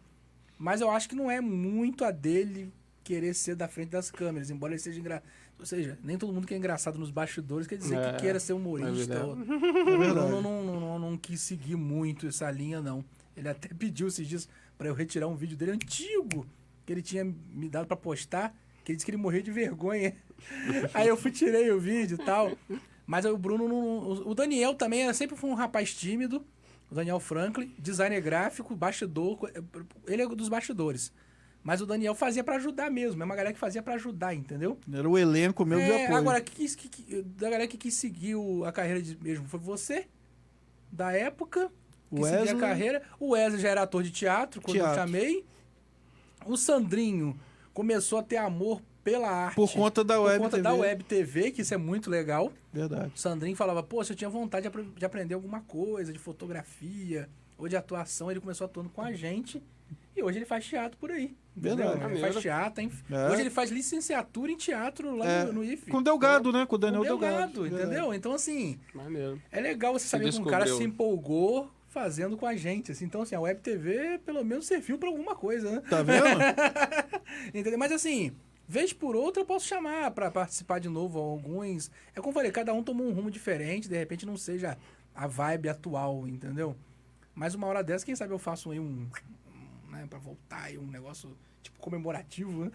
Mas eu acho que não é muito a dele querer ser da frente das câmeras, embora ele seja engraçado. Ou seja, nem todo mundo que é engraçado nos bastidores quer dizer É, que queira ser é humorista. verdade. ou- o Bruno não, não, não, não quis seguir muito essa linha, não. Ele até *laughs* pediu esses dias pra eu retirar um vídeo dele antigo que ele tinha me dado pra postar, que ele disse que ele morreu de vergonha. *laughs* Aí eu fui tirei o vídeo e tal. Mas aí o Bruno não. não- O Daniel também era- sempre foi um rapaz tímido. O Daniel Franklin, designer gráfico, bastidor. co- Ele é dos bastidores. Mas o Daniel fazia pra ajudar mesmo. É uma galera que fazia pra ajudar, entendeu? Era o elenco mesmo de É, apoio. Agora, que, quis- que, que- da galera que quis seguir o- a carreira de mesmo, foi você, da época, que seguia Wesley. a carreira. O Wesley já era ator de teatro, quando eu Teatro. chamei. O Sandrinho começou a ter amor pela arte. Por conta da Web Por conta TV. da Web TV, que isso é muito legal. Verdade. O Sandrinho falava, poxa, eu tinha vontade de apre- de aprender alguma coisa, de fotografia ou de atuação. Ele começou atuando com a gente e hoje ele faz teatro por aí. entendeu? Verdade. Ele faz Maneiro. teatro, hein? É. Hoje ele faz licenciatura em teatro lá É, no, no IF. Com o Delgado, né? Com o Daniel Com Delgado, Delgado. É. entendeu? Então, assim, Maneiro. é legal você Se saber que um cara descobriu. se empolgou fazendo com a gente. assim. Então, assim, a Web TV pelo menos serviu pra alguma coisa, né? Tá vendo? *laughs* Entendeu? Mas assim, vez por outra eu posso chamar pra participar de novo alguns. É como eu falei, cada um tomou um rumo diferente, de repente não seja a vibe atual, entendeu? Mas uma hora dessa, quem sabe eu faço aí um. Né, pra voltar aí, um negócio tipo comemorativo, né?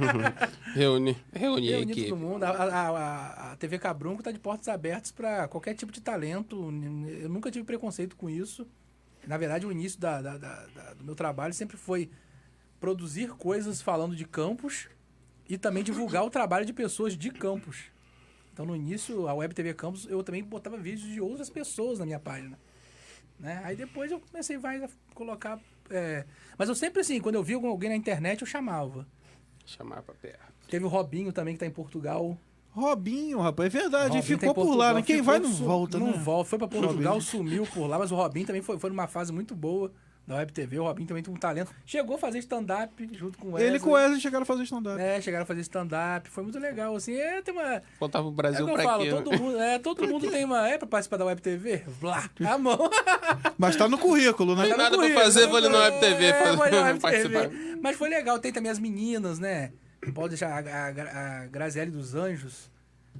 *laughs* Reúne. Reúne a Reunir equipe. todo mundo. A, a- a- a TV Cabrunco tá de portas abertas para qualquer tipo de talento. Eu nunca tive preconceito com isso. Na verdade, o início da- da- da- da- do meu trabalho sempre foi produzir coisas falando de campos e também divulgar o trabalho de pessoas de campos. Então, no início, a Web TV Campos, eu também botava vídeos de outras pessoas na minha página. Né? Aí depois eu comecei vai, a colocar. é, Mas eu sempre, assim, quando eu via alguém na internet, eu chamava. Chamar pra perto. Teve o Robinho também, que tá em Portugal. Robinho, rapaz, é verdade. Robinho ele tá em ficou por Portugal, lá, né? Quem ficou vai não su- volta, não né? volta. Foi pra Portugal, É Robinho. sumiu por lá, mas o Robin também foi, foi numa fase muito boa da Web TV. O Robin também tem um talento. Chegou a fazer stand-up junto com o Wesley. Ele com o Wesley chegaram a fazer stand-up. É, chegaram a fazer stand-up. Foi muito legal, assim. É, tem uma... Voltava pro É o Brasil que eu pra falo, quê? todo né? mundo, é, todo mundo tem uma... É pra participar da Web TV? Blá, a mão. *laughs* Mas tá no currículo, né? Tem nada pra Currículo, fazer, né? vou ali na Web TV. É, fazer- vou ali na Web TV. participar. Mas foi legal, tem também as meninas, né? Não Pode deixar a, a, a Graziele dos Anjos,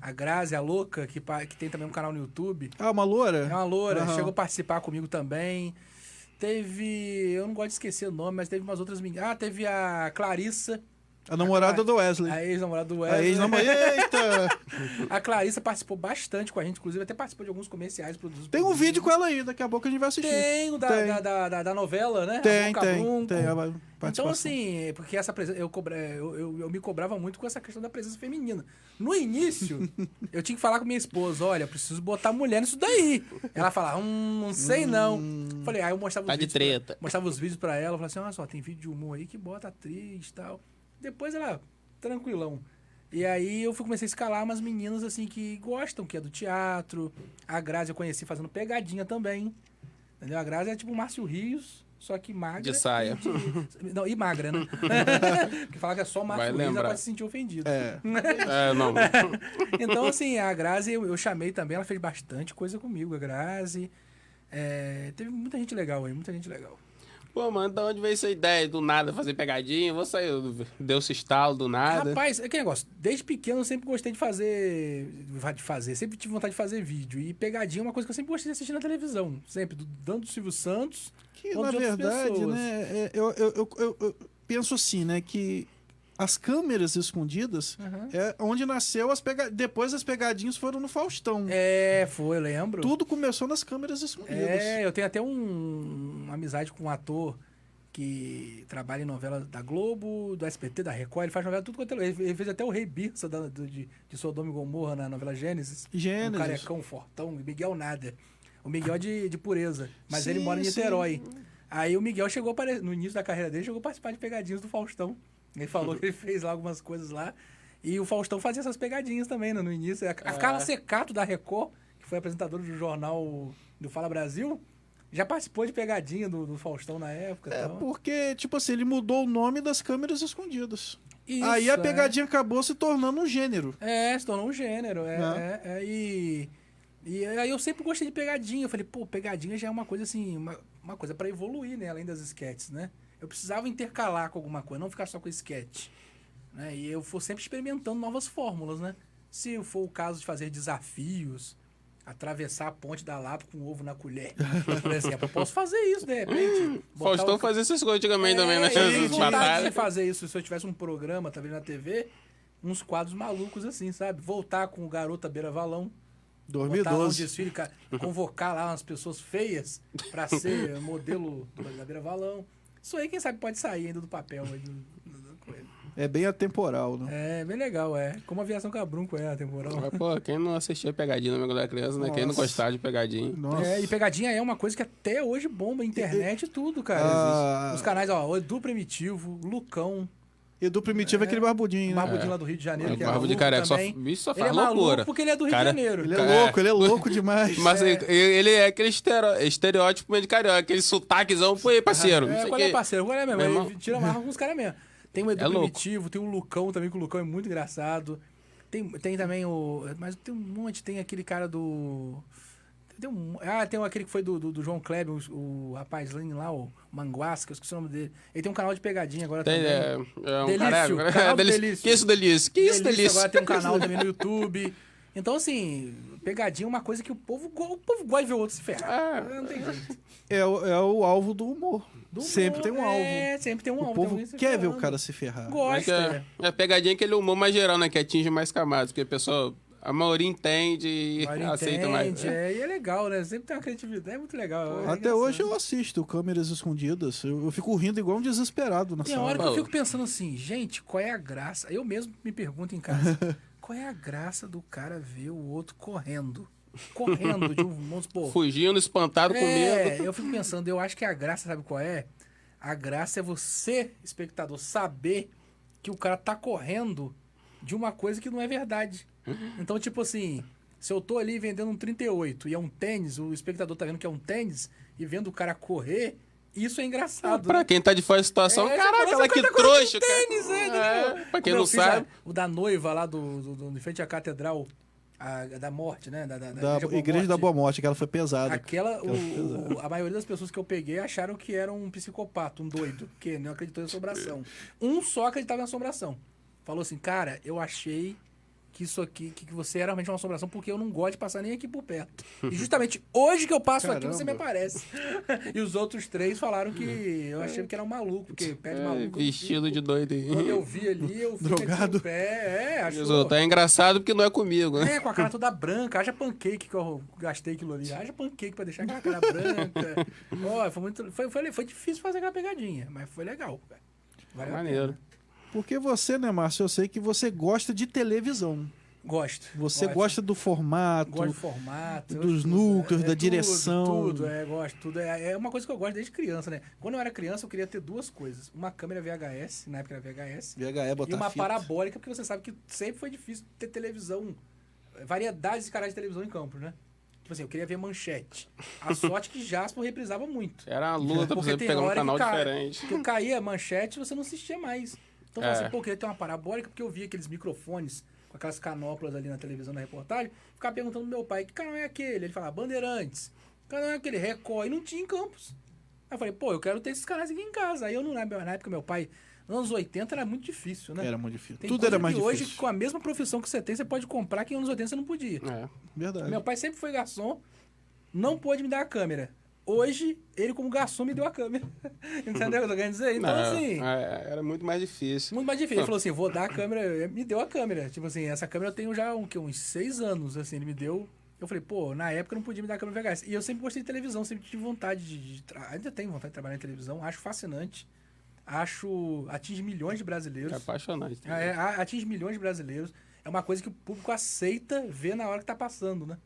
a Grazi, a louca, que, pa- que tem também um canal no YouTube. Ah, uma loura? É uma loura, Aham. chegou a participar comigo também. Teve. Eu não gosto de esquecer o nome, mas teve umas outras meninas. Ah, teve a Clarissa, A namorada do Wesley. a ex-namorada do A Wesley. ex-namorada. Eita! *laughs* A Clarissa participou bastante com a gente, inclusive, até participou de alguns comerciais produzidos. Tem um por- vídeo com ela aí, daqui a pouco a gente vai assistir. Tem o da, Tem. Da, da, da- da novela, né? A Tem, Boca tem, Bronco. tem. a Então, participação. assim, é porque essa presença. Eu, cobra, é, eu, eu, eu me cobrava muito com essa questão da presença feminina. No início, eu tinha que falar com minha esposa: olha, preciso botar mulher nisso daí. Ela falava: hum, não sei não. Falei, aí eu mostrava Tá os de vídeos. pra- treta. mostrava os vídeos pra ela, falava assim: olha só, tem vídeo de humor aí que bota atriz e tal. Depois ela, tranquilão. E aí eu fui, comecei a escalar umas meninas assim que gostam, que é do teatro. A Grazi eu conheci fazendo pegadinha também. Entendeu? A Grazi é tipo o Márcio Rios, só que magra. De saia. e de- *laughs* não, e magra, *laughs* né? Porque falar que é só Vai Márcio Rios, lembrar. ela pode se sentir ofendida. É. É, não. *laughs* Então, assim, a Grazi eu, eu chamei também, ela fez bastante coisa comigo, a Grazi. É, teve muita gente legal aí, muita gente legal. *laughs* Pô, mano, da onde veio essa ideia? Do nada fazer pegadinha? Vou sair. Deu esse estalo do Ah, né? nada. Rapaz, é que negócio. Desde pequeno eu sempre gostei de fazer. De fazer. Sempre tive vontade de fazer vídeo. E pegadinha é uma coisa que eu sempre gostei de assistir na televisão. Sempre. Do, tanto do Silvio Santos. Que, ou na de outras verdade, pessoas. né, é, eu, eu, eu, eu- eu penso assim, né, que as câmeras escondidas é onde nasceu as pegadinhas. Depois as pegadinhas foram no Faustão. É, foi, eu lembro. Tudo começou nas câmeras escondidas. É, eu tenho até um, uma amizade com um ator que trabalha em novela da Globo, do SPT, da Record, ele faz novela tudo quanto é. Ele ele fez até o Rei Birsa da- do- de, de Sodoma e Gomorra na novela Gênesis. Gênesis. Um carecão, fortão, e Miguel nada. O Miguel de, de pureza, mas Sim, ele mora em sim. Niterói. Aí o Miguel chegou, a apare- no início da carreira dele, chegou a participar de pegadinhas do Faustão. Ele falou que ele fez lá algumas coisas lá. E o Faustão fazia essas pegadinhas também, né, no início. A, a Carla Secato, da Record, que foi apresentadora do jornal do Fala Brasil, já participou de pegadinha do, do Faustão na época. É então. porque, tipo assim, ele mudou o nome das câmeras escondidas. Isso, Aí a é. pegadinha acabou se tornando um gênero. É, se tornou um gênero. É, Né? é, é, e, e aí eu sempre gostei de pegadinha. Eu falei, pô, pegadinha já é uma coisa assim, uma, uma coisa pra evoluir, né? Além das sketches, né? Eu precisava intercalar com alguma coisa, não ficar só com sketch. Né? E eu for sempre experimentando novas fórmulas, né? Se for o caso de fazer desafios, atravessar a ponte da lata com o ovo na colher, por exemplo, eu posso fazer isso de repente. botar Faustão o- fazia essas coisas antigamente também, né? é, eu tenho Essas vontade de batalhas. fazer isso se eu tivesse um programa, talvez na TV, uns quadros malucos assim, sabe? Voltar com o Garota Beira Valão. botar lá um 2012. desfile, ca- convocar lá umas pessoas feias pra *laughs* ser modelo do- da Beira Valão. Isso aí, quem sabe, pode sair ainda do papel. aí do- do- da coisa. É bem atemporal, né? É, bem legal, é. Como a Aviação Cabrunco é a temporal. Mas, pô, quem não assistia pegadinha na minha criança, né? Quem não Nossa. gostava de pegadinha. Nossa. É, e pegadinha é uma coisa que até hoje bomba, internet e tudo, cara. Ah. Os canais, ó, o Edu Primitivo, Lucão, E do primitivo é aquele barbudinho, né? Barbudinho lá do Rio de Janeiro, É, que é Barba de maluco careca, só, também. bicho, só Ele faz é maluco loucura. porque ele é do Rio Cara, de Janeiro. Ele é Cara, louco, ele é louco demais. Mas ele, ele é aquele estereo- estereótipo meio de carioca, aquele sotaquezão. Foi, parceiro. não É, sei qual o é quê. parceiro? Qual é mesmo? Meu Ele irmão. tira marra com os caras mesmo. Tem *laughs* o Edu É louco. Primitivo, tem o Lucão também, que o Lucão é muito engraçado. Tem, tem também o. Mas tem um monte, tem aquele cara do. Tem um, ah, tem aquele que foi do, do, do João Kleber, o, o rapaz lá, o Manguasca, eu esqueci o nome dele. Ele tem um canal de pegadinha agora Tem, também. é, é um Delício, careca. canal É, do delício. Delício. Que isso, delício? Que isso, delício? Agora *laughs* tem um canal também no YouTube. Então, assim, pegadinha é uma coisa que o povo, go- o povo gosta de ver o outro se ferrar. É. Não tem jeito. É, o- é o alvo do humor. Do sempre tem um humor, alvo. É, sempre tem um alvo. o tem povo alguém se quer ver o ferrando. cara se ferrar. Mas Gosta. é, é pegadinha é aquele humor mais geral, né? Que atinge mais camadas. Porque a pessoa, a maioria entende e Agora *laughs* aceita entende, mais. É, e é legal, né? Sempre tem uma criatividade, é muito legal. é Até engraçado. hoje eu assisto câmeras escondidas. Eu, eu fico rindo igual um desesperado na Tem sala. hora que eu Paulo. fico pensando assim, gente, qual é a graça? Eu mesmo me pergunto em casa, qual é a graça do cara ver o outro correndo? Correndo de um, vamos supor, Fugindo, espantado, com medo. É, eu fico pensando, eu acho que a graça, sabe qual é? A graça é você, espectador, saber que o cara tá correndo de uma coisa que não é verdade. Então, tipo assim, se eu tô ali vendendo um 38 e é um tênis, o espectador tá vendo que é um tênis e vendo o cara correr, isso é engraçado. Pra né? quem tá de fora da situação, É, caraca, você fala, ela "Esse que cara tá correndo de trouxa, cara. tênis, é, É, entendeu? pra quem Como não eu fiz a- sabe. o da noiva lá do, do, do- em frente à catedral a- da morte, né? Da, da, da Da Igreja, da Boa Morte, que ela foi pesada. Aquela, o- o- a maioria das pessoas que eu peguei acharam que era um psicopata, um doido, que não acreditou em assombração. Um só acreditava em assombração. Falou assim, cara, eu achei que isso aqui, que que você era realmente uma assombração, porque eu não gosto de passar nem aqui por perto. E justamente hoje que eu passo aqui, você me Caramba. aparece. e os outros três falaram que eu achei que era um maluco, porque pé de É, maluco. vestido de doido. aí. Quando eu *laughs* vi ali, eu fui Drogado. meti o pé, é, Os achou. outros, É engraçado porque não é comigo, né? É, com a cara toda branca. Haja pancake que eu gastei aquilo ali. Haja pancake pra deixar aquela cara *laughs* branca. Ó, foi, muito, foi, foi, foi difícil fazer aquela pegadinha, mas foi legal. cara. Valeu a Maneiro. Porque você, né, Márcio? Eu sei que você gosta de televisão. pena. Gosto. Você gosto. gosta do formato. Gosto do formato. dos gosto- é, núcleos, da tudo, direção. Tudo, é, gosto, tudo. É, é uma coisa que eu gosto desde criança, né? Quando eu era criança, eu queria ter duas coisas. Uma câmera VHS, na época era VHS. VHE, é botar e uma fita. parabólica, porque você sabe que sempre foi difícil ter televisão, variedades de canais de televisão em campo, né? Tipo assim, eu queria ver manchete. A *laughs* sorte é que Jasper reprisava muito. *laughs* Era uma É, luta pra você pegar um canal ca- diferente. que caía manchete você não assistia mais. Então eu É. falava assim, pô, eu queria ter uma parabólica, porque eu via aqueles microfones com aquelas canóplas ali na televisão, na reportagem, ficava perguntando pro meu pai, que canal é aquele? Ele falava, Bandeirantes. Que canal é aquele? Record. E não tinha em Campos. Aí eu falei, pô, eu quero ter esses canais aqui em casa. Aí eu não lembro, na época meu pai, nos anos 80 era muito difícil, né? Era muito difícil. Tem Tudo coisa era mais que difícil. hoje, com a mesma profissão que você tem, você pode comprar que nos anos 80 você não podia. É. Verdade. Meu pai sempre foi garçom, não pôde me dar a câmera. Hoje, ele como garçom me deu a câmera. *laughs* Entendeu o que eu tô querendo dizer? Então, Não, assim, é, era muito mais difícil. muito mais difícil. Ele falou assim, *laughs* vou dar a câmera, me deu a câmera. Tipo assim, essa câmera eu tenho já um, que, uns seis anos, assim, ele me deu. Eu Eu falei, pô, na época não podia me dar câmera VHS. E eu sempre gostei de televisão, sempre tive vontade de. de tra- Ainda tenho vontade de trabalhar em televisão, acho fascinante. Acho. atinge milhões de É brasileiros. apaixonante. né? Ah, é, a- atinge milhões de brasileiros. É uma coisa que o público aceita ver na hora que tá passando, né?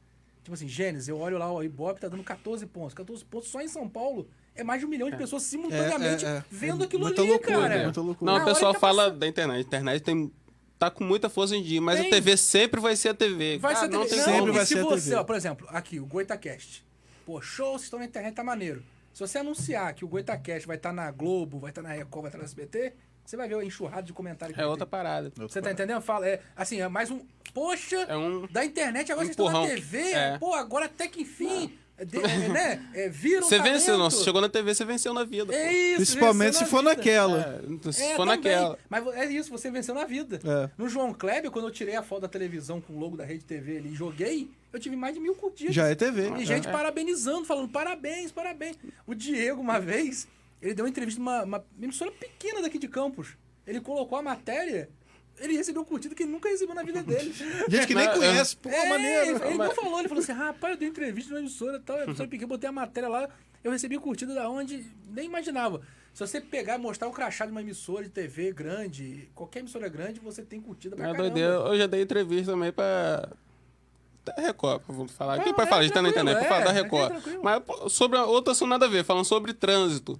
Tipo assim, Gênesis, eu olho lá, o Ibope tá dando 14 pontos. 14 pontos só em São Paulo é mais de um milhão de pessoas simultaneamente É, é, é. vendo É aquilo muita ali, loucura, cara. né? Muita loucura. Na Não, o hora pessoal que tá fala da internet. internet tem, tá com muita força em dia, mas Tem. a TV sempre vai ser a TV. Vai Ah, ser a não TV. tem Sempre como. e vai se ser a você, TV. ó, por exemplo, aqui, o GoitaCast. Pô, show, vocês estão na internet, tá maneiro. Se você anunciar que o GoitaCast vai estar na Globo, vai estar na Record, vai estar na SBT, você vai ver o enxurrado de comentário que É vai outra ter. parada. Você tá entendendo? Fala, é, assim, é mais um. Poxa, É um- da internet, agora um vocês estão na empurrão. TV. É. Pô, agora até que enfim. de- é, né? É, vira um *laughs* Você venceu, talento. nossa, chegou na TV, você venceu na vida. É pô. isso, Principalmente venceu se na for vida. naquela. É, então, se É, for também. naquela. Mas é isso, você venceu na vida. É. No João Kleber, quando eu tirei a foto da televisão com o logo da Rede TV ali e joguei, eu tive mais de mil curtidas. Já é TV. E gente parabenizando, falando parabéns, parabéns. O Diego, uma vez, ele deu uma entrevista numa uma emissora pequena daqui de Campos. Ele colocou a matéria, ele recebeu curtida que ele nunca recebeu na vida dele. *laughs* Gente que nem Não, é. conhece. Pô, É, maneiro. Ele, ele não Mas- falou, ele falou assim: rapaz, eu dei entrevista na emissora e tal, a emissora pequena, botei a matéria lá, eu recebi curtida da onde nem imaginava. Se você pegar e mostrar o crachá de uma emissora de TV grande, qualquer emissora grande, você tem curtida pra É caramba. doideira. Eu já dei entrevista também pra. Da Record, vamos falar. Aqui Não, pode é falar, a gente tá na tranquilo, internet, pode é, falar da é Record. tranquilo. Mas pô, sobre a- outro assunto nada a ver, falando sobre trânsito.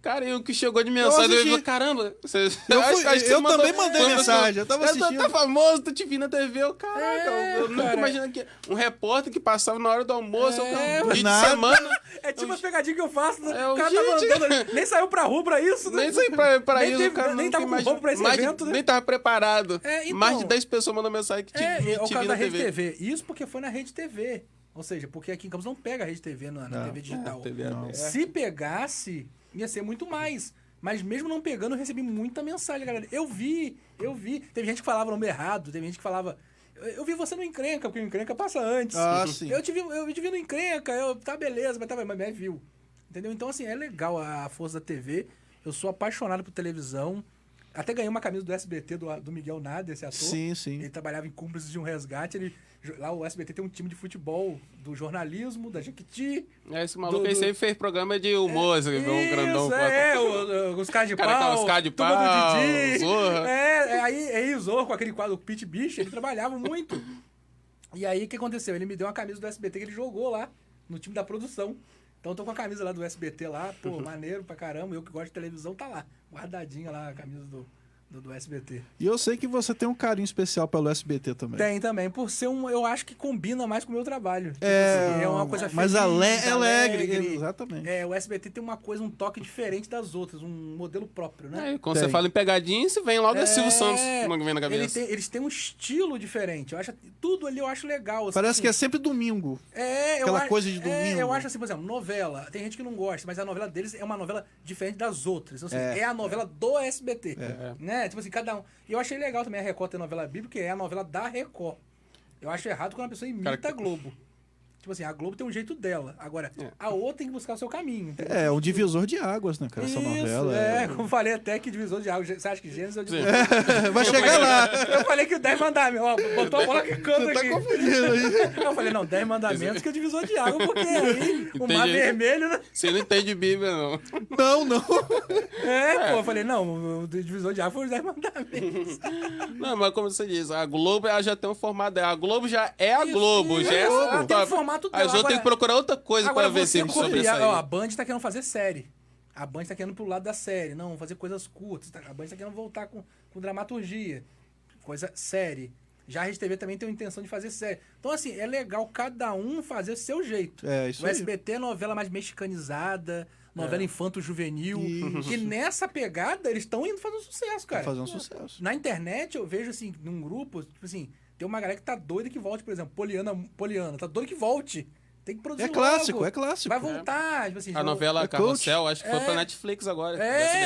Cara, e o que chegou de mensagem? Eu assisti. falei, caramba, *laughs* você, Eu fui- eu também mandei foi- mensagem, eu tava tá- assistindo. Tá famoso, tu te vi na TV, eu, caraca, É, eu, eu nunca cara. imaginei que um repórter que passava na hora do almoço, eu, É, um dia nada. de semana, *laughs* É tipo a pegadinha que eu faço, né? É, o cara gente. tava andando ali, nem saiu pra rua pra isso, né? nem saí pra, pra Nem isso, teve- cara, nem nunca tava com imagina- roupa pra esse mais de- evento, né? Nem tava preparado. É, então. mais de 10 pessoas mandam mensagem que te, É, é, é o te vi caso da na Rede TV. Isso porque foi na Rede TV. Ou seja, porque aqui em Campos não pega a Rede TV na, na TV digital. TV aberta. Se pegasse, ia ser muito mais. Mas mesmo não pegando, eu recebi muita mensagem, galera. Eu vi, eu vi. Teve gente que falava o nome errado, teve gente que falava. "Eu- Eu vi você no encrenca, porque o encrenca passa antes. Ah, sim. Eu te vi, eu te vi no encrenca, eu, tá beleza, mas tá bem, mas me viu. Entendeu? Então, assim, é legal a força da TV. Eu sou apaixonado por televisão. Até ganhei uma camisa do SBT do, do Miguel Nada, esse ator. Sim, sim. Ele trabalhava em cúmplices de um resgate. Ele, lá o SBT tem um time de futebol, do jornalismo, da Jequiti. É, esse maluco Do- aí do- sempre fez programa de humor, você viu um grandão Isso, foda. é, o- o- os caras de Cara, pau, tá, os caras de turma do pau, Didi. Zorra. É, é, aí, aí o Zorra com aquele quadro, o Pit Bicho, ele trabalhava muito. E aí, o que aconteceu? Ele me deu uma camisa do SBT que ele jogou lá, no time da produção. Então, eu tô com a camisa lá do SBT lá, pô, maneiro pra caramba. Eu que gosto de televisão, tá lá, guardadinha lá a camisa do, do, do SBT. E eu sei que você tem um carinho especial pelo SBT também. Tem também, por ser um, eu acho que combina mais com o meu trabalho. Tipo É, assim, é uma coisa mais ale- alegre, alegre. exatamente. É, o SBT tem uma coisa, um toque diferente das outras, um modelo próprio, né? É, quando Tem. você fala em pegadinha, você vem logo é... Silvio Santos, É, não vem ele na cabeça. tem- eles têm um estilo diferente. Eu acho, tudo ali eu acho legal. assim, Parece que é sempre domingo. é, eu aquela acho- coisa de É, eu domingo. acho assim, por exemplo, novela. Tem gente que não gosta, mas a novela deles é uma novela diferente das outras. Ou seja, é, É. a novela do SBT. É. Né? Tipo assim, cada um. E eu achei legal também a Record ter novela bíblica, que é a novela da Record. Eu acho errado quando a pessoa imita Cara, a Globo. Tipo assim, a Globo tem um jeito dela. Agora, É. a outra tem que buscar o seu caminho. entendeu? É, um divisor de águas, né, cara? Essa novela. é, é- como falei até que divisor de água. Você acha que Gênesis é o divisor? Vai chegar lá. Eu falei que o 10 mandamentos, ó, botou a bola que canta Você tá aqui. confundindo aí. Eu falei, não, 10 mandamentos que é o divisor de água, porque aí o mar Entendi. vermelho, né? Você não entende Bíblia, não. Não, não. É, pô, eu falei, não, o divisor de água foi os 10 mandamentos. Não, mas como você diz, a Globo ela já tem um formato dela. A Globo já é a Isso, Globo, isso, já é ela essa tem um top. formato dela. As outras Agora- têm que procurar outra coisa Agora pra ver você se sobre isso copiar. aí. Ó, a Band tá querendo fazer série. A Band tá querendo pro lado da série. Não, fazer coisas curtas. tá? A Band tá querendo voltar com, com dramaturgia. Coisa série. Já a Rede TV também tem a intenção de fazer série. Então, assim, é legal cada um fazer o seu jeito. É, isso o aí. É. SBT é novela mais mexicanizada, novela infanto-juvenil. E nessa pegada, eles estão indo fazer um sucesso, cara. Fazer um sucesso. Na internet eu vejo assim, num grupo, tipo assim, tem uma galera que tá doida que volte, por exemplo, Poliana, Poliana, tá doida que volte. Tem que produzir É clássico, logo. é clássico. Vai voltar, tipo assim, A já- É novela coach. Carrossel, acho que foi É. pra Netflix agora. É,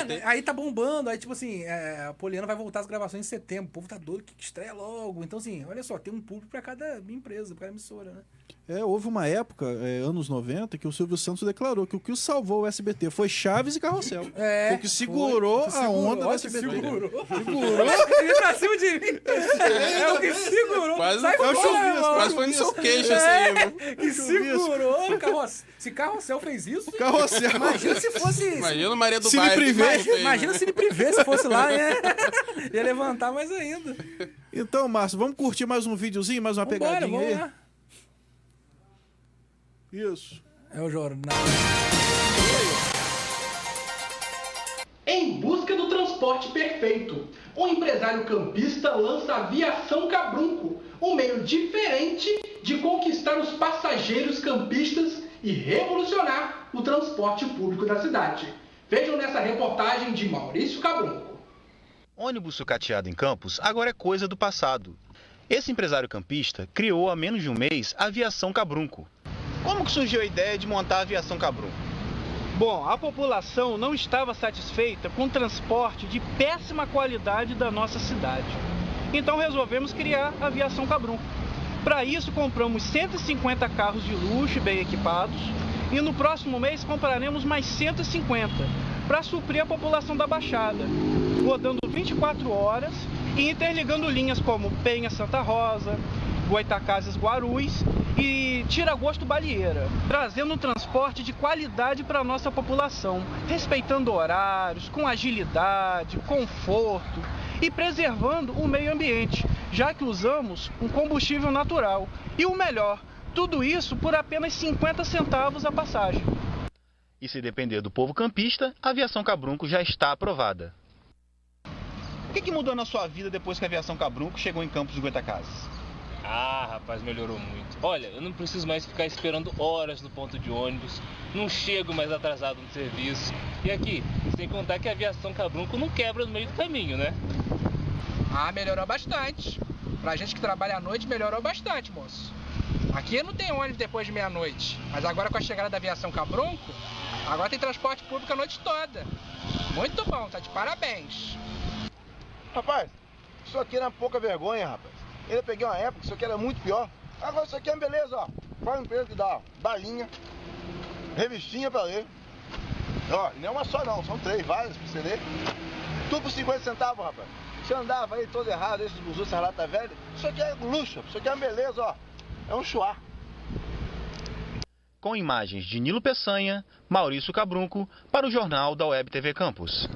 do SBT. aí tá bombando, aí tipo assim, é, a Poliana vai voltar às gravações em *laughs* setembro, o povo tá doido que estreia logo. Então assim, olha só, tem um público pra cada empresa, pra cada emissora, né? É, houve uma época, é, anos 90, que o Silvio Santos declarou que o que o salvou o SBT foi Chaves e Carrossel. É, foi o que segurou foi, foi a segurou, onda do olha que SBT. segurou. Segurou. Ele pra cima de mim. É o que segurou. Quase, Sai quase, um fora, chovi, irmão. quase foi no seu queixo, assim. É, irmão. *laughs* que Chuvisco. segurou. Carroce... Se Carrossel fez isso, Carrossel. imagina se fosse... Imagina Maria do Cine Bairro. Privé. que fez, Imagina, né? imagina se ele privê se fosse lá, né? *laughs* Ia levantar mais um. ainda. Então, Márcio, vamos curtir mais um videozinho, mais uma Vambora, pegadinha vamos aí? lá. Isso. É o jornal. Em busca do transporte perfeito, um empresário campista lança a Aviação Cabrunco, um meio diferente de conquistar os passageiros campistas e revolucionar o transporte público da cidade. Vejam nessa reportagem de Maurício Cabrunco. Ônibus sucateado em Campos agora é coisa do passado. Esse empresário campista criou há menos de um mês a Aviação Cabrunco. Como que surgiu a ideia de montar a Aviação Cabrunco? Bom, a população não estava satisfeita com o transporte de péssima qualidade da nossa cidade. Então resolvemos criar a Aviação Cabrum. Para isso, compramos 150 carros de luxo bem equipados e no próximo mês compraremos mais 150 para suprir a população da Baixada, rodando 24 horas e interligando linhas como Penha Santa Rosa, Goitacazes Guarulhos e Tiragosto Balieira, trazendo um transporte de qualidade para a nossa população, respeitando horários, com agilidade, conforto e preservando o meio ambiente, já que usamos um combustível natural. E o melhor, tudo isso por apenas 50 centavos a passagem. E se depender do povo campista, a Aviação Cabrunco já está aprovada. O que, que mudou na sua vida depois que a Aviação Cabrunco chegou em Campos do Goitacazes? Ah, rapaz, melhorou muito. Olha, eu não preciso mais ficar esperando horas no ponto de ônibus, não chego mais atrasado no serviço. E aqui, sem contar que a aviação Cabrunco não quebra no meio do caminho, né? Ah, melhorou bastante. Pra gente que trabalha à noite, melhorou bastante, moço. Aqui não tem ônibus depois de meia-noite, mas agora com a chegada da aviação Cabronco, agora tem transporte público a noite toda. Muito bom, tá de parabéns. Rapaz, isso aqui era pouca vergonha, rapaz. Eu peguei uma época que isso aqui era muito pior. Agora isso aqui é uma beleza, ó. Qual a empresa que dá? ó, Balinha, revistinha pra ler. Ó, e não é uma só não, são três, várias pra você ler. Tudo por 50 centavos, rapaz. Você andava aí todo errado, esses buzus, essa lata velha. Isso aqui é luxo, isso aqui é uma beleza, ó. É um chuá. Com imagens de Nilo Peçanha, Maurício Cabrunco, para o Jornal da Web TV Campos.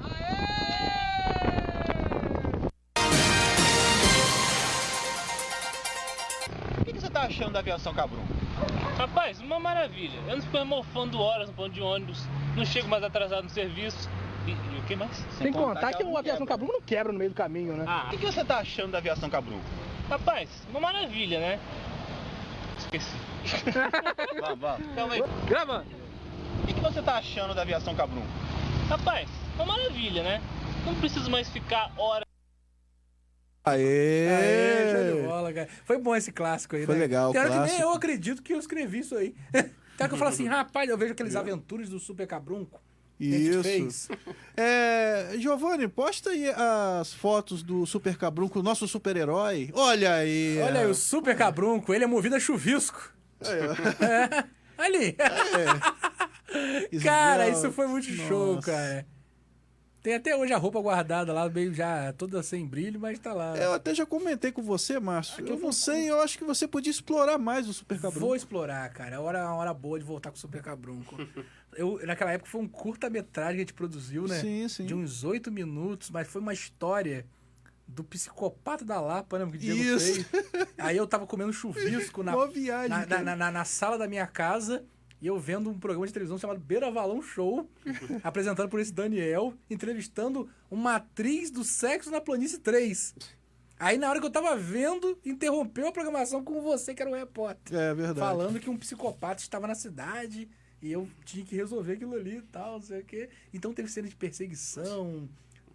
O que, que você está achando da Aviação Cabrunco? Rapaz, uma maravilha. Eu não fico mais mofando horas no ponto de ônibus, não chego mais atrasado no serviço. E, e o que mais? Sem contar que ela o não aviação quebra. Cabrum não quebra no meio do caminho, né? O Ah, que, que você está achando da Aviação Cabrunco? rapaz, uma maravilha, né? Esqueci. *laughs* Vamos, vamos. Calma aí. Gravando. O que, que você tá está achando da Aviação Cabrunco? Rapaz, uma maravilha, né? Não preciso mais ficar horas. Aê! Aê, show de bola, cara. Foi bom esse clássico aí, Foi né? legal, Tem hora que nem clássico. eu acredito que eu escrevi isso aí. *laughs* Até que eu falo assim, rapaz, eu vejo aqueles aventuras do Super Cabrunco. que a gente Isso. fez. É, Giovanni, posta aí as fotos do Super Cabrunco, o nosso super-herói. Olha aí. Olha aí, o Super Cabrunco, ele é movido a chuvisco. *laughs* É. Ali. É. Cara, Esmalte. isso foi muito show, Nossa. cara. Tem até hoje a roupa guardada lá, meio já toda sem brilho, mas tá lá. É, Eu até já comentei com você, Ah, Márcio. eu não sei, eu acho que você podia explorar mais o Super Cabrunco. Vou explorar, cara. É hora, uma hora boa de voltar com o Super *laughs* Cabrunco. Eu, naquela época foi um curta-metragem que a gente produziu, né? Sim, sim. De uns oito minutos, mas foi uma história do psicopata da Lapa, né? Que o Diego Isso. fez. Aí eu tava comendo *laughs* chuvisco na, Mó viagem, na, cara. na- na- na sala da minha casa e eu vendo um programa de televisão chamado Beira Valão *laughs* Show, apresentado por esse Daniel, entrevistando uma atriz do sexo na Planície 3. Aí na hora que eu tava vendo, interrompeu a programação com você, que era o repórter. É verdade. Falando que um psicopata estava na cidade e eu tinha que resolver aquilo ali e tal, não sei o quê. Então teve cena de perseguição,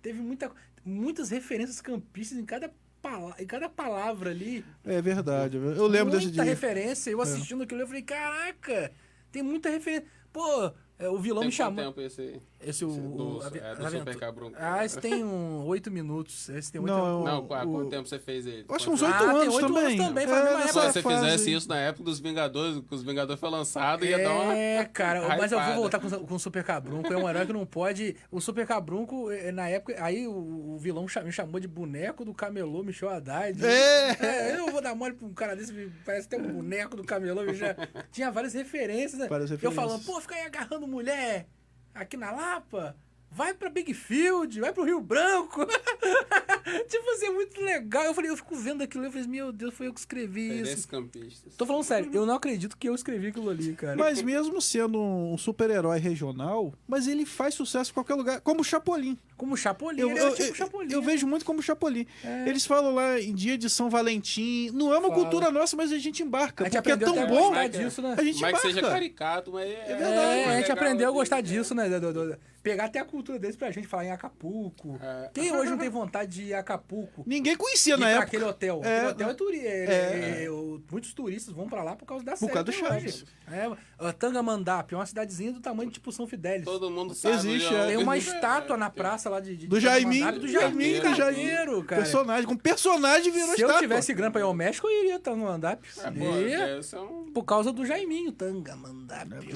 teve muita, muitas referências campistas em cada, pala- em cada palavra ali. É verdade. Eu lembro muita desse dia. É. referência. Eu assistindo aquilo, eu falei, caraca, tem muita referência. Pô, é, o vilão Tem me quanto chamou. tempo esse... Esse o. Do- o- é, do a- a- Super aventura. Cabrunco. Ah, esse tem um oito minutos. Esse tem oito Não, minutos. o- Não, há o- quanto tempo você fez ele? Eu acho que Quanto uns tempo? oito Ah, tem anos oito também. É, anos também, foi a mesma nessa Se época. você fase. fizesse isso na época dos Vingadores, que os Vingadores foi lançado, ia dar uma... É, *laughs* cara, mas eu vou hypada. voltar com, o- com o Super Cabrunco. É um herói que não pode. O Super Cabrunco, eh, na época. Aí o, o vilão cha- me chamou de boneco do camelô Michel Haddad. É. eu não vou dar mole pra um cara desse que parece até um boneco do camelô. Michel. Tinha várias referências, né? Várias Eu referências. falando, pô, fica aí agarrando mulher aqui na Lapa. Vai pra Big Field, vai pro Rio Branco. *laughs* tipo assim, é muito legal. Eu falei, eu fico vendo aquilo. Eu falei, meu Deus, foi eu que escrevi Perder esses isso. campistas. Tô falando sério, eu não acredito que eu escrevi aquilo ali, cara. Mas mesmo sendo um super-herói regional, mas ele faz sucesso em qualquer lugar, como o Chapolin. Como o Chapolin, Eu, ele eu- era tipo eu- Chapolin. É. eu vejo muito como Chapolin. Eles falam lá em dia de São Valentim. Não é uma Fala. cultura nossa, mas a gente embarca. A gente porque é aprendeu até tão a bom. gostar disso, né? A gente Mas que embarca. seja caricato, mas... É, É, verdade, a gente legal, aprendeu a né? gostar disso, né? do- do- do- Pegar até a cultura deles pra gente falar em Acapulco. É. Quem hoje não tem vontade de ir a Acapulco? Ninguém conhecia ir na pra época. aquele hotel. É. Aquele hotel é turista. É. muitos turistas vão pra lá por causa da Por série. causa do até hoje. Chaves. É, ó, Tangamandap é uma cidadezinha do tamanho de tipo São Fidélis. Todo mundo sabe. Existe, já- é. Tem uma É, estátua na praça lá de, de Do Tangamandap, Jaiminho. Do Jaiminho, Carneiro, Carneiro, cara. Personagem. Com personagem virou Se eu estátua. tivesse grana pra ir ao México, eu iria a Tangamandap. É, pô, Ia. é, são... Por causa do Jaiminho, tanga mandapio.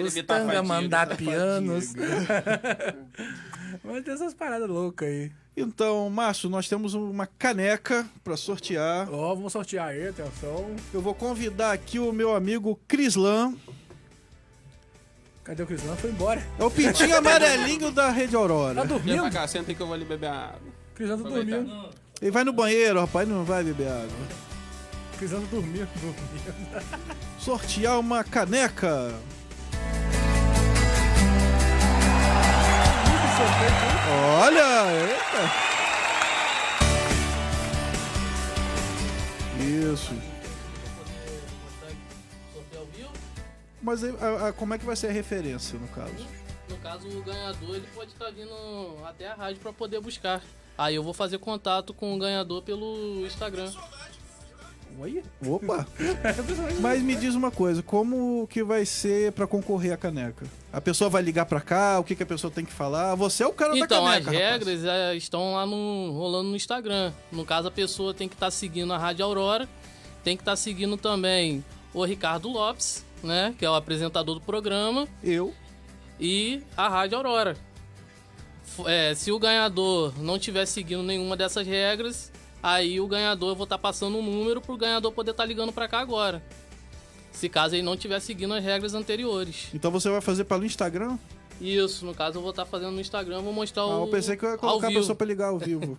Os Evitar a tanga fadiga. mandapianos. *laughs* Mas tem essas paradas loucas aí. Então, Márcio, nós temos uma caneca pra sortear. Ó, vamos sortear aí, atenção. Eu vou convidar aqui o meu amigo Crislan. Cadê o Cristiano? Foi embora. É o pintinho amarelinho da Rede Tá Aurora. Vem pra dormindo? cá, senta aí que eu vou ali beber água. O Cristiano tá Aproveitar. dormindo. Ele vai no banheiro, rapaz, não vai beber água. O Cristiano dormiu, dormiu. Sortear uma caneca. Olha! Eita. Isso. sorteio ao vivo. Mas aí, a- a- como é que vai ser a referência, no caso? No caso, o ganhador ele pode estar vindo até a rádio para poder buscar. Aí eu vou fazer contato com o ganhador pelo Instagram. Olha. Opa! Mas me diz uma coisa, como que vai ser pra concorrer à caneca? A pessoa vai ligar pra cá, o que, que a pessoa tem que falar? Você é o cara da Então, caneca, as rapaz. regras eh, estão lá no rolando no Instagram. No caso, a pessoa tem que estar seguindo a Rádio Aurora, tem que estar seguindo também o Ricardo Lopes, né, que é o apresentador do programa, Eu. e a Rádio Aurora. F- eh, se o ganhador não tiver seguindo nenhuma dessas regras, aí o ganhador eu vou estar passando um número pro ganhador poder estar ligando para cá agora. Se caso ele não tiver seguindo as regras anteriores. Então você vai fazer pelo Instagram? Isso, no caso eu vou estar fazendo no Instagram, vou mostrar Ah, o. eu pensei que eu ia Então, ao colocar a vivo. pessoa pra ligar ao vivo.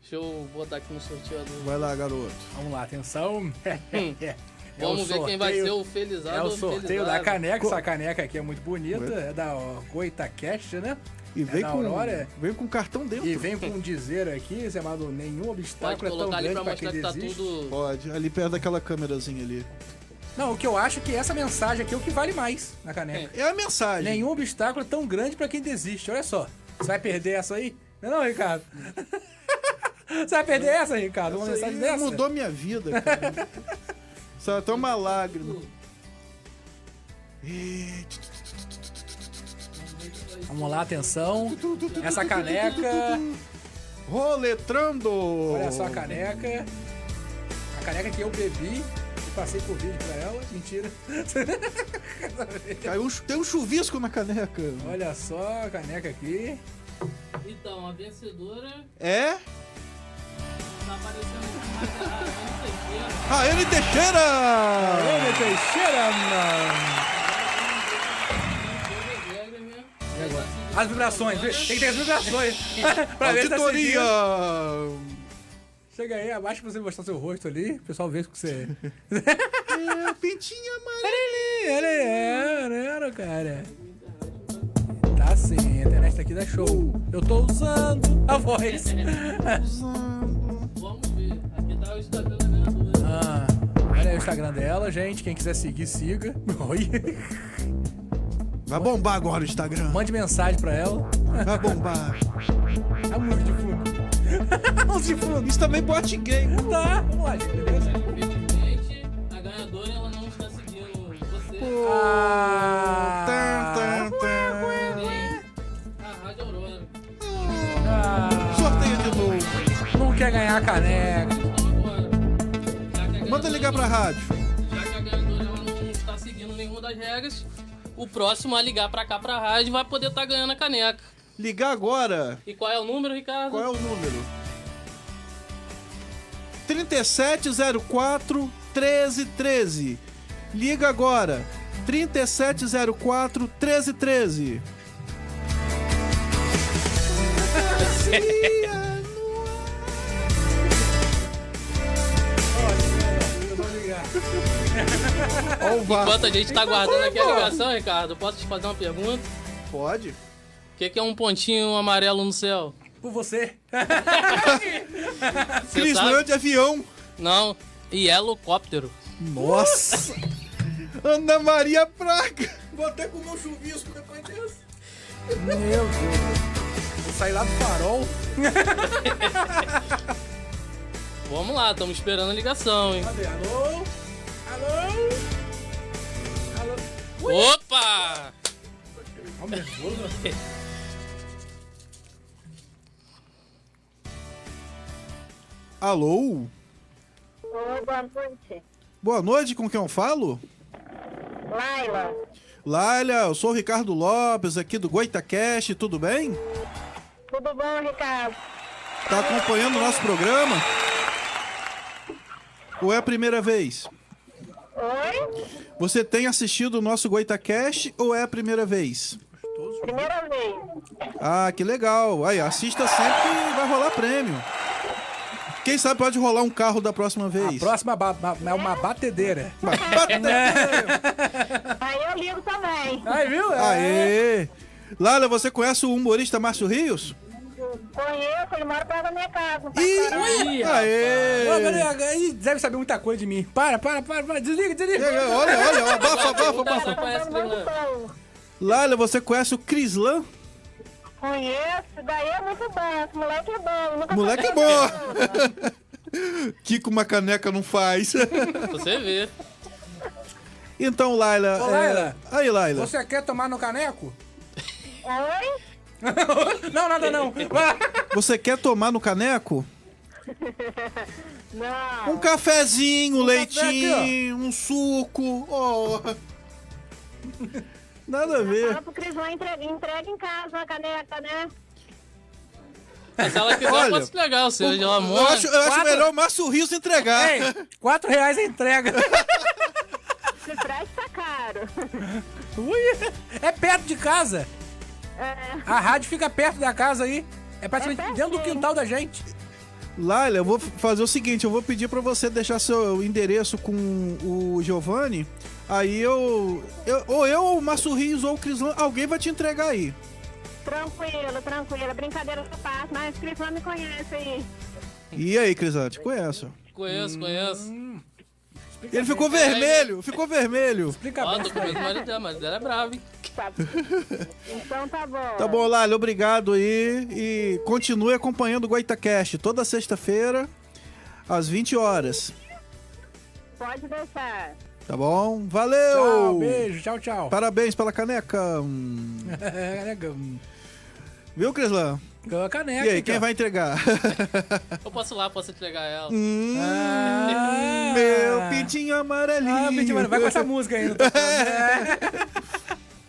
Deixa eu botar aqui no sorteador. Vai lá, garoto. Vamos lá, atenção. *laughs* É o Vamos ver quem vai sorteio. ser o felizado É o ou sorteio felizado. da caneca. Essa caneca aqui é muito bonita. É da ó, Goita Cash, né? E É vem da com Aurora. vem com cartão dentro. E vem com um dizer aqui, chamado Nenhum Pode Obstáculo é tão colocar ali grande pra pra mostrar quem que tá desiste. tudo. Pode, ali perto daquela câmerazinha ali. Não, o que eu acho é que essa mensagem aqui é o que vale mais na caneca. É a mensagem. Nenhum obstáculo é tão grande pra quem desiste. Olha só. Você vai perder essa aí? Não, é não Ricardo. *laughs* Você vai perder essa, Ricardo? Uma Isso aí mensagem dessa? mudou minha vida, cara. Só até uma lágrima. Vamos lá, atenção. Essa caneca. Roletrando! Olha só a caneca. A caneca que eu bebi e passei por vídeo pra ela. Mentira. Caiu um chu- tem um chuvisco na caneca. Olha só a caneca aqui. Então, a vencedora É? tá aparecendo aqui mais errada, não sei o quê. Raiane Teixeira! Olha, Teixeira, mano. As vibrações. Tem que ter as vibrações. *laughs* pra ver se tá Auditoria! seguindo. Chega aí, abaixa pra você mostrar seu rosto ali. O pessoal vê o que você é. É, pintinha amarela. Ele, ele era, era, cara. Tá sim, a internet daqui dá show. Eu tô usando a voz. Vamos ver. Aqui tá o Instagram da ganhadora. Ah, olha aí o Instagram dela, gente. Quem quiser seguir, siga. *laughs* Oi. Vai bombar agora o Instagram. Mande mensagem pra ela. Vai bombar. A música É um de fundo. *laughs* Vamos de fundo. Isso também bote gay. Tá, vamos lá, gente, beleza? Infelizmente, a ganhadora ela não está seguindo você. Pô, Ah, caneca. Manda ligar pra rádio. Já que a ganhadora ela não está seguindo nenhuma das regras, o próximo a ligar pra cá pra rádio vai poder estar ganhando a caneca. Ligar agora. E qual é o número, Ricardo? Qual é o número? 3704 1313. Liga agora. 3704 1313. Ó o VAR. Enquanto a gente tá Então aguardando vai, aqui a pô. ligação, Ricardo, posso te fazer uma pergunta? Pode. O que, que é um pontinho amarelo no céu? Por você. *laughs* Você Crislã sabe? é de avião. Não, e é helicóptero. *laughs* Nossa. Ana Maria Praga. Vou até comer um chuvisco depois disso. Meu Deus. Vou sair lá do farol. *laughs* Vamos lá, estamos esperando a ligação, hein? Cadê? Alô? Alô? Opa! Ó, Tá nervoso. né? Alô? Olá, boa noite. Boa noite, com quem eu falo? Laila, Laila, eu sou o Ricardo Lopes, aqui do Goitacast, tudo bem? tudo bom, Ricardo? *laughs* Tá acompanhando o nosso programa? Ou é a primeira vez? Oi? Você tem assistido o nosso Goitacast ou é a primeira vez? é Primeira vez. Ah, que legal. Aí, assista sempre que vai rolar prêmio. Quem sabe pode rolar um carro da próxima A vez. próxima ba- ba- é uma batedeira. Aí eu ligo também. Aí, viu? É. Aê! Laila, você conhece o humorista Márcio Rios? Conheço, ele mora perto da minha casa. tá Ih! Ô, Aê! galera, aí deve saber muita coisa de mim. Para, para, para, para. desliga, desliga. Olha, olha, ó, abafa, tá abafa, Pergunta abafa. se conhece o Crislan. Laila, você conhece o Crislan? Conheço, daí é muito bom. Esse moleque é bom. Nunca Moleque é falei bom! *laughs* que com uma caneca não faz. *laughs* Você vê. *laughs* então, Laila. Ô, é- Laila. Aí, Laila. Você *laughs* quer tomar no caneco? Oi? Não, nada não. *laughs* Você quer tomar no caneco? *laughs* Não. Um cafezinho, um café aqui, ó. leitinho, um suco. ó. *laughs* Nada a ver. Fala pro Cris lá entrega, entrega em casa uma caneca, né? Mas se ela quiser, Olha, pode se pegar o seu. Eu Ela mora. acho, eu acho Quatro. melhor o Márcio Rios entregar. Ei, quatro reais a *laughs* entrega. Se traz, tá caro. *laughs* Ui, é perto de casa. É, A rádio fica perto da casa aí. É praticamente É dentro do pertinho. quintal da gente. *laughs* Laila, eu vou f- fazer o seguinte, eu vou pedir pra você deixar seu endereço com o Giovanni. Aí eu, eu- ou eu, ou o Márcio Rios, ou o Crislan, alguém vai te entregar aí. tranquilo, tranquilo. Brincadeira da parte, mas o Cris lá me conhece aí. E aí, Crislan, te conheço. Conheço, conheço. Ele ficou vermelho, ficou vermelho. Explica Ó, bem. tô com medo do marido dela, mas ela é brava, hein? Tá. Então tá bom. Tá bom, Lali, obrigado aí. E continue acompanhando o Goitacast toda sexta-feira, às 20 horas. Pode deixar. Tá bom? Valeu! Tchau, beijo, tchau, tchau. Parabéns *laughs* pela caneca. Hum. Caneca. Viu, Crislan? Ganhou a caneca. então. E aí, aqui, quem ó. vai entregar? Eu posso ir lá, posso entregar ela. Hum, Ah. Meu pintinho amarelinho. Ah, Pitty, mano, vai com essa música ainda. Tá falando. É. *laughs*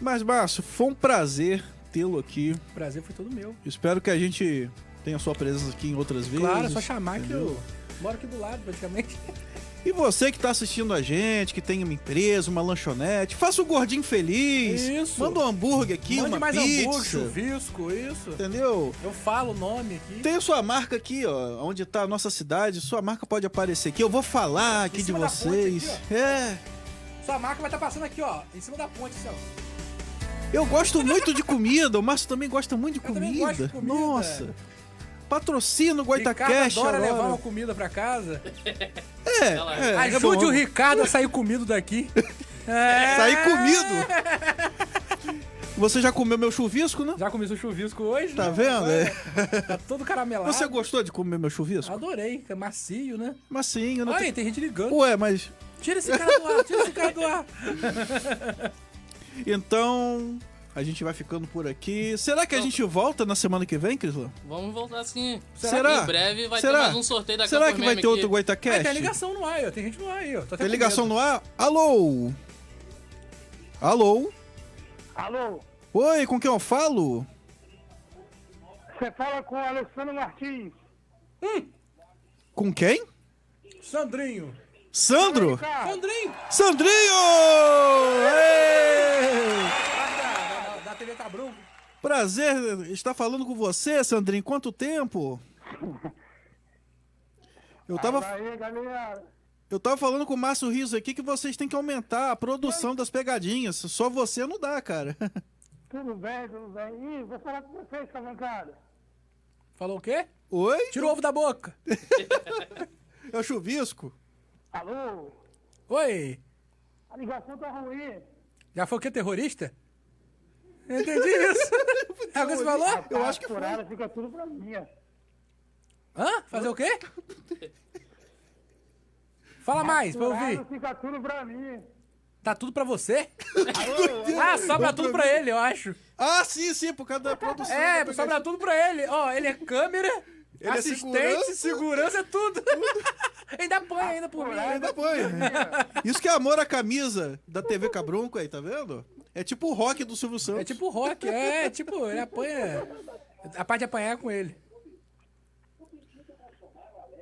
Mas, Márcio, foi um prazer tê-lo aqui. O prazer foi todo meu. Espero que a gente tenha sua presença aqui em outras vezes. Claro, é só chamar que entendeu? eu moro aqui do lado, praticamente. E você que tá assistindo a gente, que tem uma empresa, uma lanchonete, faça o gordinho feliz. Isso. Manda um hambúrguer aqui, Mande uma mais pizza. hambúrguer, chuvisco, isso. Entendeu? Eu falo o nome aqui. Tem a sua marca aqui, ó, onde tá a nossa cidade, sua marca pode aparecer aqui. Eu vou falar aqui de cima da ponte vocês. aqui, é. Sua marca vai estar passando aqui, ó, em cima da ponte, Celso. Eu gosto muito de comida, o Márcio também gosta muito de Eu comida. também gosto de comida. Nossa. Patrocina o Ricardo Guaitacash adora agora. levar uma comida pra casa. *laughs* É, é, Ajude o Ricardo. Ricardo a sair comido daqui. É. *laughs* Sair comido. Você já comeu meu chuvisco, né? Já começou o chuvisco hoje. Tá né? vendo? É. Tá todo caramelado. Você gostou de comer meu chuvisco? Adorei, é macio, né? Mas sim, eu não Olha, tem gente tenho- ligando. Ué, mas. Tira esse cara do ar, tira esse cara do ar. *laughs* Então. A gente vai ficando por aqui. Será que a gente volta na semana que vem, Crislan? Vamos voltar sim. Será? Em breve vai Será? ter mais um sorteio da Será Campus que vai Meme ter outro aqui. Goitacast? Aí tem ligação no ar, ó, tem gente no ar aí, ó. Tô até Tem com ligação medo. no ar? Alô? Alô? Alô, Oi, com quem eu falo? você fala com o Alessandro Martins. Com quem? Sandrinho. Sandro? Sandrinho! Sandrinho! Ê! Ah, Da, da- tá da TV Cabrão. Prazer estar falando com você, Sandrinho. Quanto tempo? Eu tava, Aí, galera, eu tava falando com o Márcio Riso aqui que vocês têm que aumentar a produção das pegadinhas. Só você não dá, cara. tudo bem, tudo bem? Ih, vou falar com vocês, cavancados. Falou o quê? Oi? Tira o ovo da boca. É o chuvisco? Alô, Oi. a ligação tá ruim. Já foi o quê? Terrorista? Eu entendi isso. *laughs* *laughs* é o que você falou? Eu acho que foi. Tá Fica tudo pra mim. Hã? Fazer o quê? Fala mais pra eu ouvir. Tá Fica tudo pra mim. Tá tudo pra você? ah, sobra tudo pra ele, eu acho. Ah, sim, sim, por causa da produção. né, É, da sobra tudo pra ele. Ó, ele é câmera, Ele é assistente, segurança. segurança, é tudo. *laughs* ainda apanha ainda por mim. Ainda apanha. *laughs* Isso que é amor à camisa da TV Cabrunco aí, tá vendo? É tipo o rock do Silvio Santos. É tipo o rock, é, tipo, ele apanha. A parte de apanhar é com ele.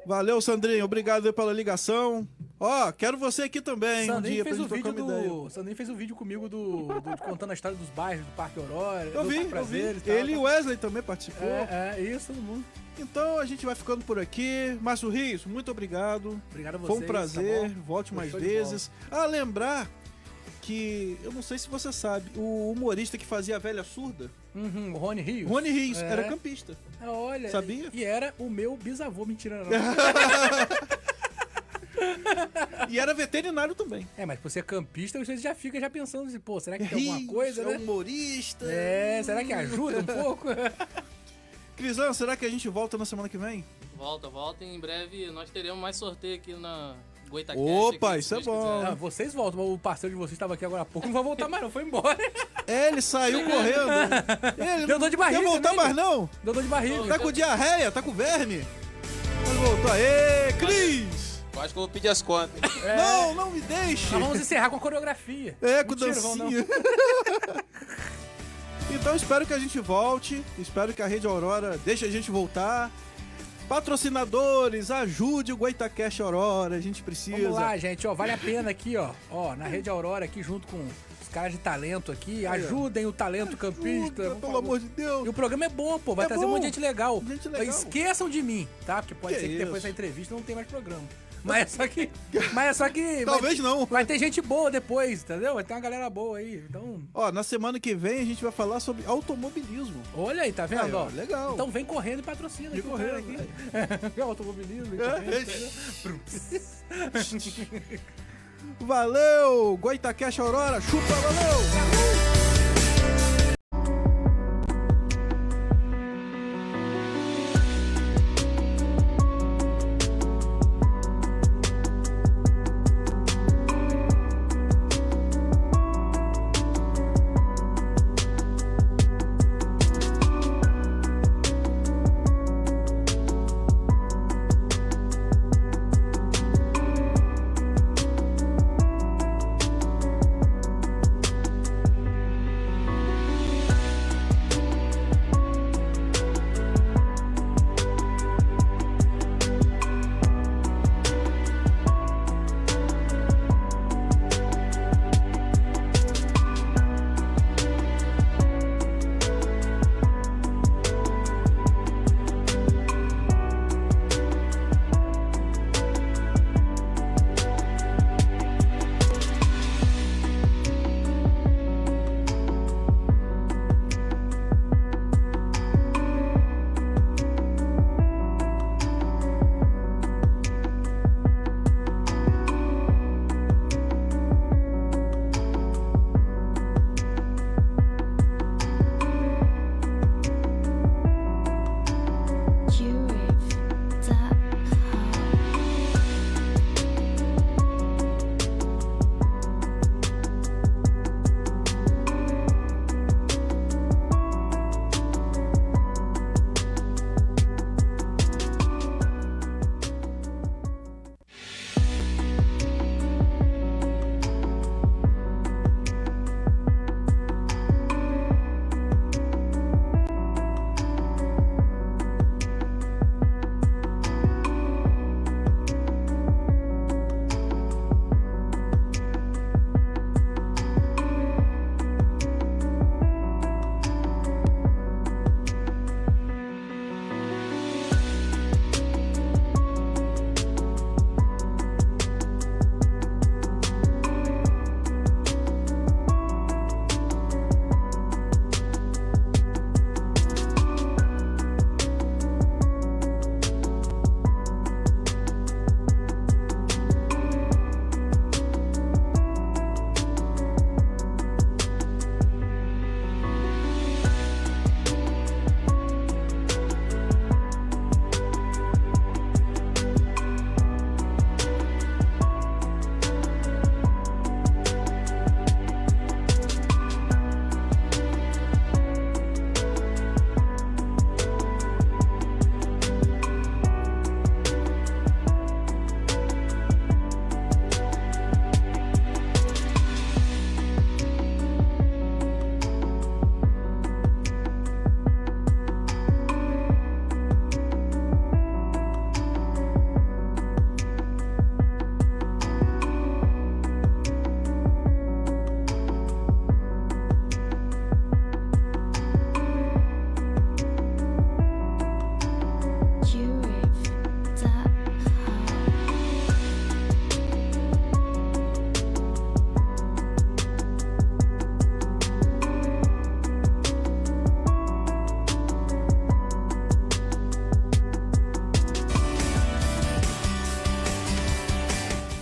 Valeu, Sandrinho. Obrigado aí pela ligação. Ó, quero você aqui também. um Sandrinho dia fez pra o gente vídeo trocar uma ideia. do. Sandrinho fez um vídeo comigo do, do- contando a história dos bairros, do Parque Aurora. Eu do vi, Parque eu vi. Prazeres e tal, Ele e tal. o Wesley também participou. É, é, isso, todo mundo. Então a gente vai ficando por aqui. Márcio Rios, muito obrigado. Obrigado a Foi um vocês, prazer. tá bom? Volte Foi mais show de vezes. Ah, lembrar que eu não sei se você sabe, o humorista que fazia a velha surda, Uhum, o Rony Rios. Rony Rios, É. era campista. Ah, Olha, Sabia? E era o meu bisavô, mentira não. *laughs* E era veterinário também. é, mas por ser campista, você já fica já pensando assim, pô, será que tem Rios, alguma coisa, é né? humorista. É, será que ajuda um *laughs* pouco? Crisan, será que a gente volta na semana que vem? Volta, volta. Em breve nós teremos mais sorteio aqui na Goitacast. Opa, aqui, se isso é Deus bom. quiser. Ah, vocês voltam, mas o parceiro de vocês estava aqui agora há pouco, não vai voltar mais não, foi embora. É, ele saiu correndo. *laughs* Ele Deu dor de barriga Quer voltar também, mais não? Deu dor de barriga. Tá com diarreia, tá com verme. Mas voltou. Aê, Cris! Eu acho que eu vou pedir as contas. É. Não, não me deixe. Nós vamos encerrar com a coreografia. É, com Mentira, vamos não. dancinha. então espero que a gente volte. Espero que a Rede Aurora deixe a gente voltar. Patrocinadores, ajude o Goitacast Aurora. A gente precisa. *laughs* Vamos lá, gente, ó, vale a pena aqui, ó, ó, na Rede Aurora aqui junto com os caras de talento aqui, ajudem o talento campista. É. Ajuda, por pelo favor. amor de Deus. E o programa é bom, pô, vai É trazer um bom. monte de gente legal. Gente legal. Esqueçam de mim, tá? Porque pode Que ser que isso. depois dessa entrevista não tenha mais programa. Mas é só *laughs* que mas é só que Talvez vai, não. Vai ter gente boa depois, entendeu? Vai ter uma galera boa aí. Então, Ó, na semana que vem a gente vai falar sobre automobilismo. olha aí, tá vendo, Aí, ó, ó? legal. Então vem correndo e patrocina Vem aqui o cara correndo, aqui. É *laughs* automobilismo, tá vendo? *laughs* É. *laughs* valeu! Goitacast Aurora, chupa, valeu!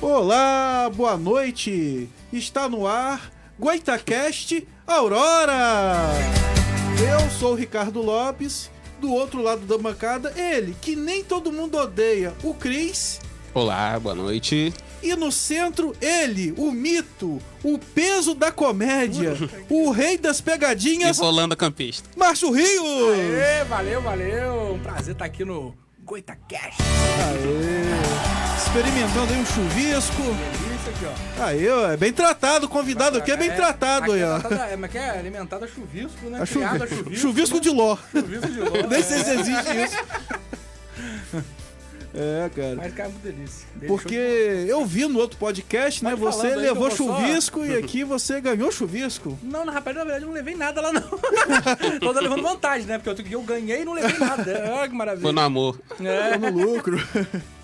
Olá, boa noite. Está no ar Goitacast Aurora. Eu sou o Ricardo Lopes, do outro lado da bancada, ele que nem todo mundo odeia, o Cris. Olá, boa noite. E no centro, ele, o mito, o peso da comédia, o rei das é pegadinhas, Isolando a campista. Márcio Rio! Aê, É, valeu, valeu. Um prazer estar aqui no Goitacast. Aê. Experimentando aí um chuvisco. Isso aqui, ó. Aí, ó, é bem tratado, o convidado aqui é bem tratado aí, ó. alimentada- É, mas que é alimentada a chuvisco, né? A chuvi- Criada a chuvisco. Chuvisco de ló. Chuvisco de *laughs* ló, Nem sei se é. existe isso. É, cara. Mas cara, é muito delícia. Porque eu vi no outro podcast, né? Pode Você falando aí que eu levou vou só- chuvisco *laughs* e aqui você ganhou chuvisco. Não, na rapaz, na verdade, eu não levei nada lá, não. *laughs* Tô levando vantagem, né? Porque outro dia eu ganhei e não levei *laughs* nada. Olha que maravilha. Foi no amor. É. no lucro. *laughs*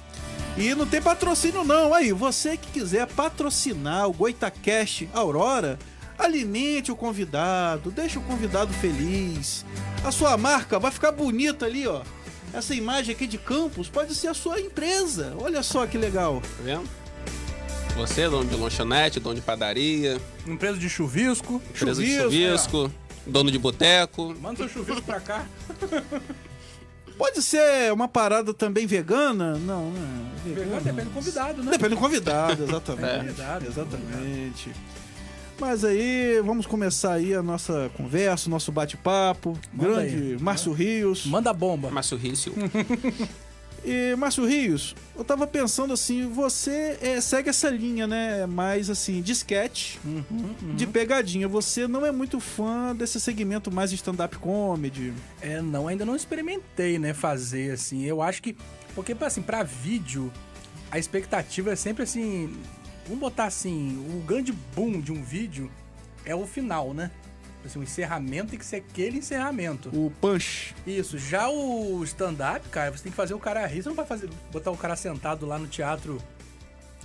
E não tem patrocínio não. Aí, você que quiser patrocinar o Goitacast Aurora, alimente o convidado, deixa o convidado feliz. A sua marca vai ficar bonita ali, ó. Essa imagem aqui de campus pode ser a sua empresa. Olha só que legal. Tá vendo? Você, dono de lanchonete, dono de padaria, Empresa de chuvisco. é. empresa de chuvisco, dono de boteco. Manda seu chuvisco pra cá. Pode ser uma parada também vegana? Não, não. é Vegano depende do convidado, né? Depende do convidado, Ah, exatamente. É. Convidado, exatamente. Mas aí, vamos começar aí a nossa conversa, o nosso bate-papo. Manda Grande Márcio Rios. Manda bomba. Márcio Rios. *laughs* e, Márcio Rios, eu tava pensando assim, você eh, segue essa linha, né? Mais assim, de sketch, de pegadinha. Você não é muito fã desse segmento mais de stand-up comedy. É, não, ainda não experimentei, né, fazer assim. Eu acho que porque assim, pra vídeo, a expectativa é sempre assim, vamos botar assim, o grande boom de um vídeo é o final, né? Assim, o encerramento tem que ser aquele encerramento. O punch. Isso, já o stand-up, cara, você tem que fazer o cara rir. Você não vai fazer, botar o cara sentado lá no teatro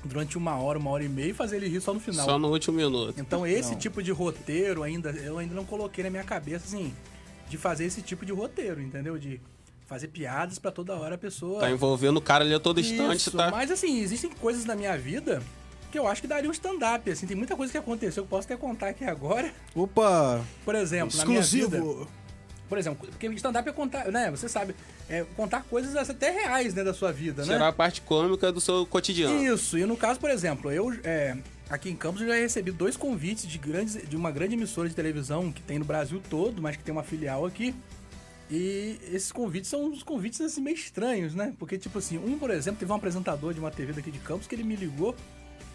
durante uma hora, uma hora e meia e fazer ele rir só no final. Só no último minuto. Então esse Não. tipo de roteiro ainda, eu ainda não coloquei na minha cabeça, assim, de fazer esse tipo de roteiro, entendeu? De fazer piadas pra toda hora a pessoa. Tá envolvendo o cara ali a todo instante, Isso, tá? Mas assim, existem coisas na minha vida que eu acho que daria um stand-up, assim, tem muita coisa que aconteceu que eu posso até contar aqui agora. Opa! Por exemplo, na minha vida. Exclusivo. Por exemplo, porque stand-up é contar, né? Você sabe, é contar coisas até reais, né, da sua vida, né? Será a parte cômica do seu cotidiano. Isso, e no caso, por exemplo, eu é, aqui em Campos eu já recebi dois convites de, grandes, de uma grande emissora de televisão que tem no Brasil todo, mas que tem uma filial aqui. E esses convites são uns convites assim, meio estranhos, né? Porque, tipo assim, um, por exemplo, teve um apresentador de uma TV daqui de Campos que ele me ligou,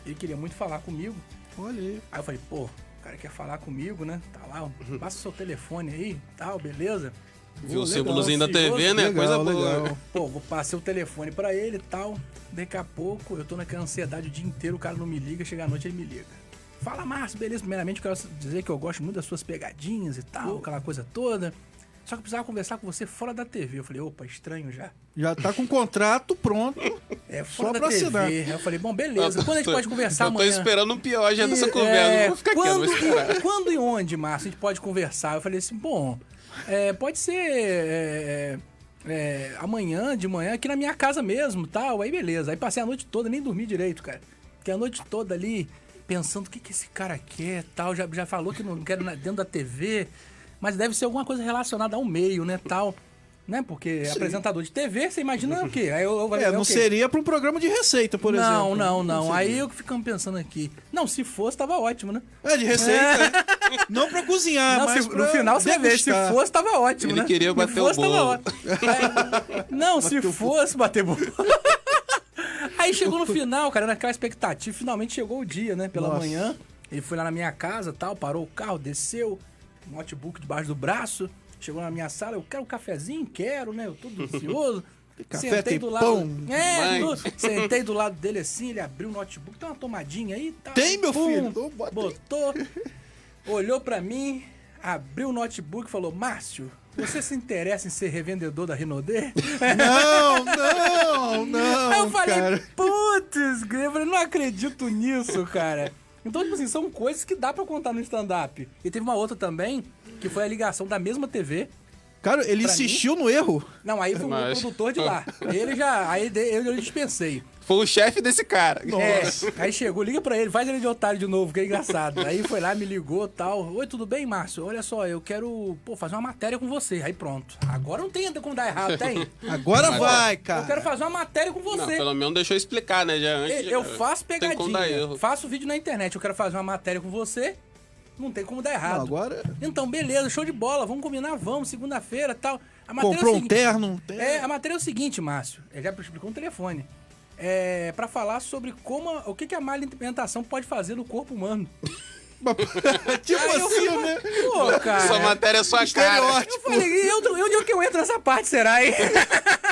ele queria muito falar comigo. Olha aí. Aí eu falei, pô, o cara quer falar comigo, né? Tá lá, ó, passa o seu telefone aí, tal, beleza. Pô, Viu o legal, símbolozinho da ansioso. TV, né? Legal, Coisa boa. legal. Pô, vou passar o telefone pra ele e tal. Daqui a pouco, eu tô naquela ansiedade o dia inteiro, o cara não me liga, chega à noite ele me liga. Fala, Márcio, beleza? Primeiramente, eu quero dizer que eu gosto muito das suas pegadinhas e tal, aquela coisa toda. Só que eu precisava conversar com você fora da TV. Eu falei, opa, estranho já. Já tá com o contrato pronto. É Só fora da pra TV. assinar. Aí Eu falei, bom, beleza. Quando a gente pode conversar eu Ah, tô amanhã? esperando o pior já dessa E, conversa. é, Não vou ficar quieto, quando, vou esperar. e- quando e onde, Márcio, a gente pode conversar? Eu falei assim, bom, é, pode ser é, é, amanhã, de manhã, aqui na minha casa mesmo, tal. Aí beleza. Aí passei a noite toda, nem dormi direito, cara. Fiquei a noite toda ali pensando o que, que esse cara quer tal. Já, já falou que não quer na- dentro da TV, mas deve ser alguma coisa relacionada ao meio, né, tal. Né? Porque Sim. apresentador de TV, você imagina o quê? Aí eu, eu- É, eu- não o quê? seria pra um programa de receita, por não, exemplo. Não, não, seria. Aí eu que ficamos pensando aqui. Não, se fosse, tava ótimo, né? É, de receita. Não pra cozinhar, Não, mas se- pra no final você vê, se degustar. fosse, tava ótimo, Ele né? queria Se bater o fosse, tava bolo. ótimo. É. *laughs* Não, se um fosse, bater bolo. *laughs* Aí chegou no final, cara, naquela expectativa, finalmente chegou o dia, né? Pela Nossa. manhã, ele foi lá na minha casa, tal, parou o carro, desceu, um notebook debaixo do braço, chegou na minha sala, eu quero um cafezinho, quero, né? Eu *laughs* todo ansioso. Café tem lado. pão, é, mãe. do- sentei do lado dele assim, ele abriu o notebook, tem uma tomadinha aí, tal. Tem, meu pum, filho. Botou, olhou pra mim, abriu o notebook e falou: Márcio, você se interessa em ser revendedor da Renaudet? *laughs* Não, não, não, Aí eu falei: cara. Putz, grilo", eu falei, não acredito nisso, cara. Então, tipo assim, são coisas que dá pra contar no stand-up. E teve uma outra também, que foi a ligação da mesma TV Cara, ele Pra insistiu no erro. Não, aí foi Mas- o produtor de lá. Aí ele já. Aí de- eu, eu dispensei. Foi o chefe desse cara. É, aí chegou, liga pra ele, faz ele de otário de novo, que é engraçado. Aí foi lá, me ligou tal. Oi, tudo bem, Márcio? Olha só, eu quero pô, fazer uma matéria com você. Aí pronto. Agora não tem como dar errado, tem? Agora vai, cara. Eu quero fazer uma matéria com Não, você. pelo menos deixou eu explicar, né? Já antes, Ei, eu faço não tem como dar pegadinha. erro. Faço vídeo na internet. Eu quero fazer uma matéria com você. Não tem como dar errado. Não, agora- Então, beleza, show de bola. Vamos combinar, vamos, segunda-feira tal. A matéria Comprou é o um seguinte- terno. É, a matéria é o seguinte, Márcio. Ele já explicou um telefone. É, pra falar sobre como a- o que, que a má alimentação pode fazer no corpo humano. *laughs* tipo assim, né? Pô, cara. Sua matéria é sua cara. Eu falei, e eu- e onde é que eu entro nessa parte, será, hein?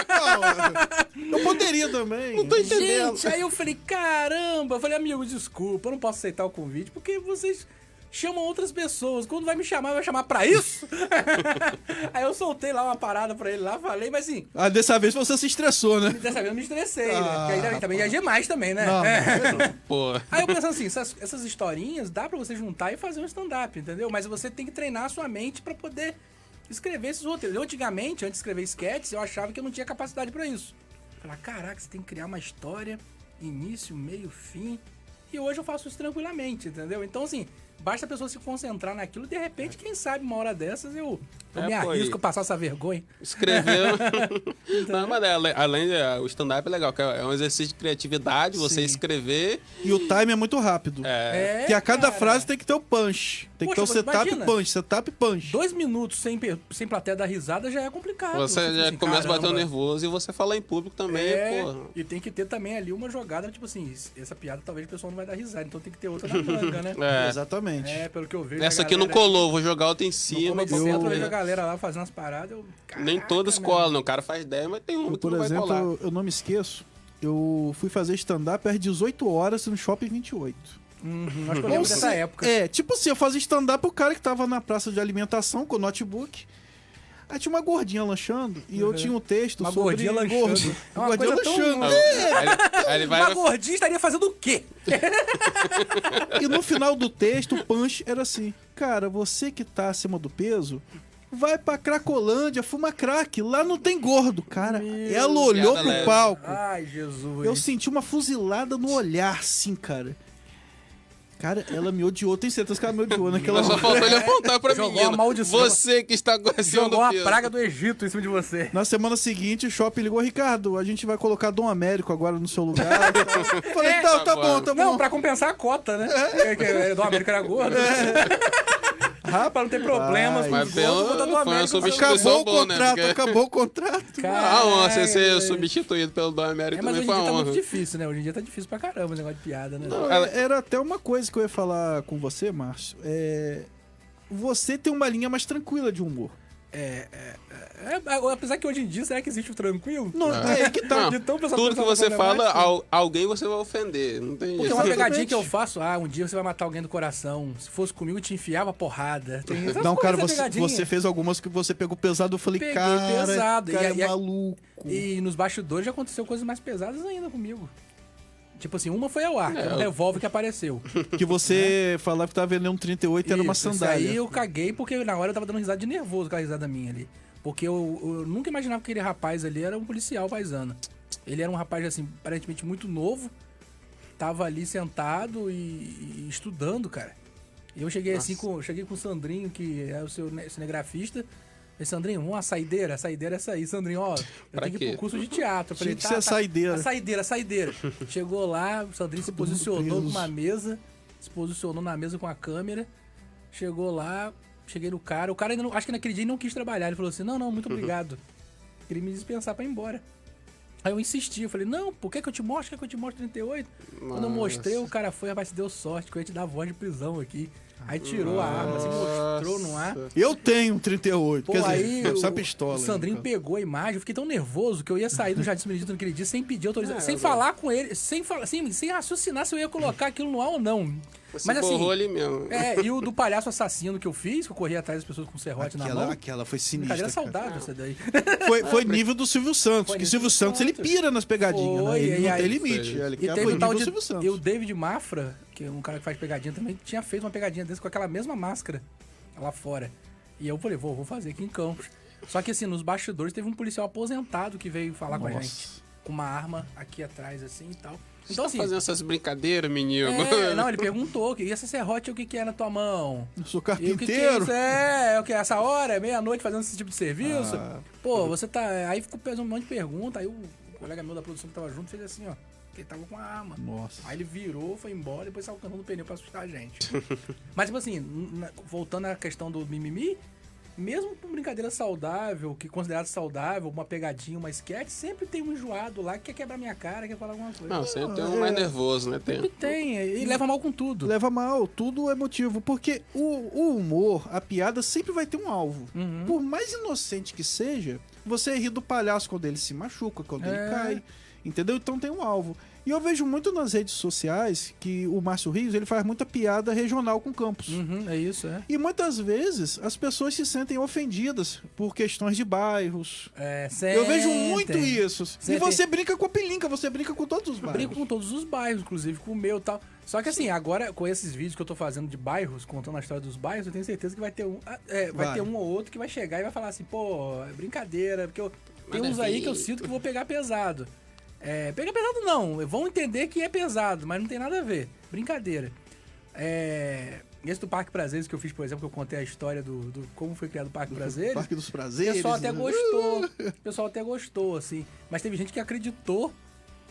*laughs* Eu poderia também. Não Gente, aí eu falei, caramba. Eu falei, amigo, desculpa, eu não posso aceitar o convite, porque vocês chamam outras pessoas. Quando vai me chamar, vai chamar pra isso? *laughs* aí eu soltei lá uma parada pra ele lá, falei, mas assim, Ah, dessa vez você se estressou, né? dessa vez eu me estressei, né? Ah, Porque aí também, também ia demais também, né? Não, Pô. Aí eu pensando assim, essas, essas historinhas dá pra você juntar e fazer um stand-up, entendeu? Mas você tem que treinar a sua mente pra poder escrever esses roteiros. Eu, antigamente, antes de escrever sketches, eu achava que eu não tinha capacidade pra isso. Falar, caraca, você tem que criar uma história, início, meio, fim. E hoje eu faço isso tranquilamente, entendeu? Então, assim, basta a pessoa se concentrar naquilo e, de repente, quem sabe, uma hora dessas eu, eu É, me pô, arrisco e- a Ah, passar essa vergonha. Escreveu. Não, mas é, ale- além, de- o stand-up é legal, que é um exercício de criatividade, você escrever. E o time é muito rápido. É. que a cada frase tem que ter o punch. Tem Poxa, que ter o setup e imagina. punch, setup e punch. Dois minutos sem, pe- sem plateia da risada já é complicado. Você fica já assim, começa a bater um o "Caramba". nervoso e você falar em público também, É, porra. e tem que ter também ali uma jogada, tipo assim, essa piada talvez o pessoal não vai dar risada, então tem que ter outra na manga, né? *laughs* É. Exatamente. É, pelo que eu vejo. Essa a aqui não galera- colou, vou jogar outra em cima. Comedy Central, eu porque vejo a galera lá fazendo as paradas, eu... Nem toda escola, não. O cara faz 10, mas tem uma Eu, que por não exemplo, vai colar. eu- eu não me esqueço. Eu fui fazer stand-up às 18 horas no Shopping 28. Uhum, acho que eu lembro Ou dessa se- época. É, tipo assim, eu fazia stand-up o cara que tava na praça de alimentação com o notebook. Aí tinha uma gordinha lanchando e eu Uhum. tinha um texto Uma sobre gordinha lanchando. gordo. É uma gordinha coisa tão- lanchando. Aí É. Aí ele vai. Uma gordinha estaria fazendo o quê? E no final do texto, o punch era assim: Cara, você que tá acima do peso, vai pra Cracolândia, fuma crack, lá não tem gordo. Cara, ela olhou Piada pro leve. palco. Ai, Jesus. Eu senti uma fuzilada no olhar, assim, cara. Cara, ela me odiou. Tem certeza que ela me odiou naquela Mas só *laughs* hora. faltou ele apontar pra Jogou mim. a maldição. Você que está gozando Jogou a praga do Egito em cima de você. Na semana seguinte, o shopping ligou, Ricardo, a gente vai colocar Dom Américo agora no seu lugar. Eu falei, É. tá, tá bom, tá Não, bom. pra *laughs* *laughs* compensar a cota, né? É. Que, é, do América era gordo. *laughs* Rapaz, não tem problemas com Mas os gordos, vou dar do pelo, foi uma América. substituição É. Acabou o boa, né? contrato, acabou o contrato. Ah, honra, você ser substituído pelo Dom Américo É, mas hoje também em foi dia uma tá muito honra. difícil, né? Hoje em dia tá difícil pra caramba o negócio de piada, né? Não, é- era até uma coisa que eu ia falar com você, Márcio. É, Você tem uma linha mais tranquila de humor. É, é, é, é, apesar que hoje em dia, será que existe o tranquilo? Não, é, é que tá. De tão pessoal- Tudo que pessoal você fala, problemático. al- alguém você vai ofender. Não tem assim. Porque é jeito. uma pegadinha que eu faço, ah, um dia você vai matar alguém do coração. Se fosse comigo, eu te enfiava porrada. Tem essas Não, cara, coisas, você, pegadinha. você fez algumas que você pegou pesado. Eu falei, Peguei cara, pesado. cara, e, e- é maluco. E nos bastidores já aconteceu coisas mais pesadas ainda comigo. Tipo assim, uma foi ao ar, que é É, um eu- revólver que apareceu. *laughs* Que você falava que tava vendendo um 38 e era Né? uma Isso, isso sandália. Aí eu caguei porque na hora eu tava dando risada de nervoso com a risada minha ali. Porque eu, eu nunca imaginava que aquele rapaz ali era um policial paisana. Ele era um rapaz, assim, aparentemente muito novo. Tava ali sentado e, e estudando, cara. E eu cheguei assim com. Cheguei com o Sandrinho, que é o seu ne- cinegrafista. Falei, Sandrinho, uma saideira? A saideira é essa aí. Sandrinho, ó, eu Pra tenho que ir quê? pro curso de teatro. Eu Falei, "Tá, Tinha que ser a saideira. A saideira, a saideira. Chegou lá, o Sandrinho se posicionou Deus. numa mesa, se posicionou na mesa com a câmera. Chegou lá, cheguei no cara. O cara ainda não, acho que naquele dia ele não quis trabalhar. Ele falou assim: não, não, muito obrigado. Queria me dispensar pra ir embora. Aí eu insisti, eu falei, não, por que, que eu te mostro? Quer que eu te mostro 38? Quando eu Nossa. mostrei, o cara foi, rapaz, se deu sorte, que eu ia te dar voz de prisão aqui. Aí tirou a arma, se mostrou no ar. Eu tenho um 38. Pô, quer aí dizer, só o- pistola. o né, Sandrinho no caso. pegou a imagem, eu fiquei tão nervoso que eu ia sair do Jardim São Benedito naquele dia sem pedir autorização, É, sem eu- falar com ele, sem, fala- sem, sem raciocinar se eu ia colocar aquilo no ar ou não. assim, Você borrou ali mesmo. É, e o do palhaço assassino que eu fiz, que eu corri atrás das pessoas com serrote na né? Aquela, mão. aquela foi Brincadeira sinistra. saudável cara. essa daí. Foi, foi nível do Silvio Ah, Santos. Foi que nível Silvio do Santos, ele Santos. pira nas pegadinhas, né? Foi, Ele e não aí- tem limite. Ele E quer teve foi o tal nível de, Silvio Santos. e o David Mafra, que é um cara que faz pegadinha também, tinha feito uma pegadinha desse com aquela mesma máscara lá fora. E eu falei, vou, vou fazer aqui em Campos. Só que assim, nos bastidores teve um policial aposentado que veio falar com a Nossa. gente. Com uma arma aqui atrás, assim e tal. Você Então, tá assim. fazendo essas brincadeiras, menino? É, não, ele perguntou, e essa serrote, o que que é na tua mão? Eu sou E o que que é isso? É, é o que? Essa hora, é meia-noite, fazendo esse tipo de serviço? Ah. Pô, você tá... Aí ficou fazendo um monte de pergunta, aí o colega meu da produção que tava junto fez assim, ó. que Ele tava com a arma. Nossa. Aí ele virou, foi embora, depois saiu cantando o pneu pra assustar a gente. Mas, tipo assim, na- voltando à questão do mimimi, mesmo com brincadeira saudável, que é considerado saudável, uma pegadinha, uma sketch, sempre tem um enjoado lá que quer quebrar minha cara, quer falar alguma coisa. *laughs* Não, Ah, sempre tem É. um mais é. nervoso, né? Tem. Tem, e leva mal com tudo. Leva mal, tudo é motivo. Porque o, o humor, a piada, sempre vai ter um alvo. Uhum. Por mais inocente que seja, você ri do palhaço quando ele se machuca, quando É. ele cai. Entendeu? Então tem um alvo. E eu vejo muito nas redes sociais que o Márcio Rios ele faz muita piada regional com Campos. é isso, é. E muitas vezes as pessoas se sentem ofendidas por questões de bairros. É, Eu vejo muito sentem. isso. E Sentem. você brinca com a pelinca, você brinca com todos os bairros. Brinco com todos os bairros, inclusive com o meu e tal. Só que assim, agora com esses vídeos que eu tô fazendo de bairros, contando a história dos bairros, eu tenho certeza que vai ter um, ah, é, vai Vai. ter um ou outro que vai chegar e vai falar assim, pô, é brincadeira, porque eu, tem Nada uns a aí ver. que eu sinto que eu vou pegar pesado. É, pegar pesado não, vão entender que é pesado, mas não tem nada a ver. Brincadeira. É, esse do Parque Prazeres que eu fiz, por exemplo, que eu contei a história do, do como foi criado o *laughs* Parque Prazeres. Parque dos O Prazeres, pessoal até né? *laughs* gostou. O pessoal até gostou, assim. Mas teve gente que acreditou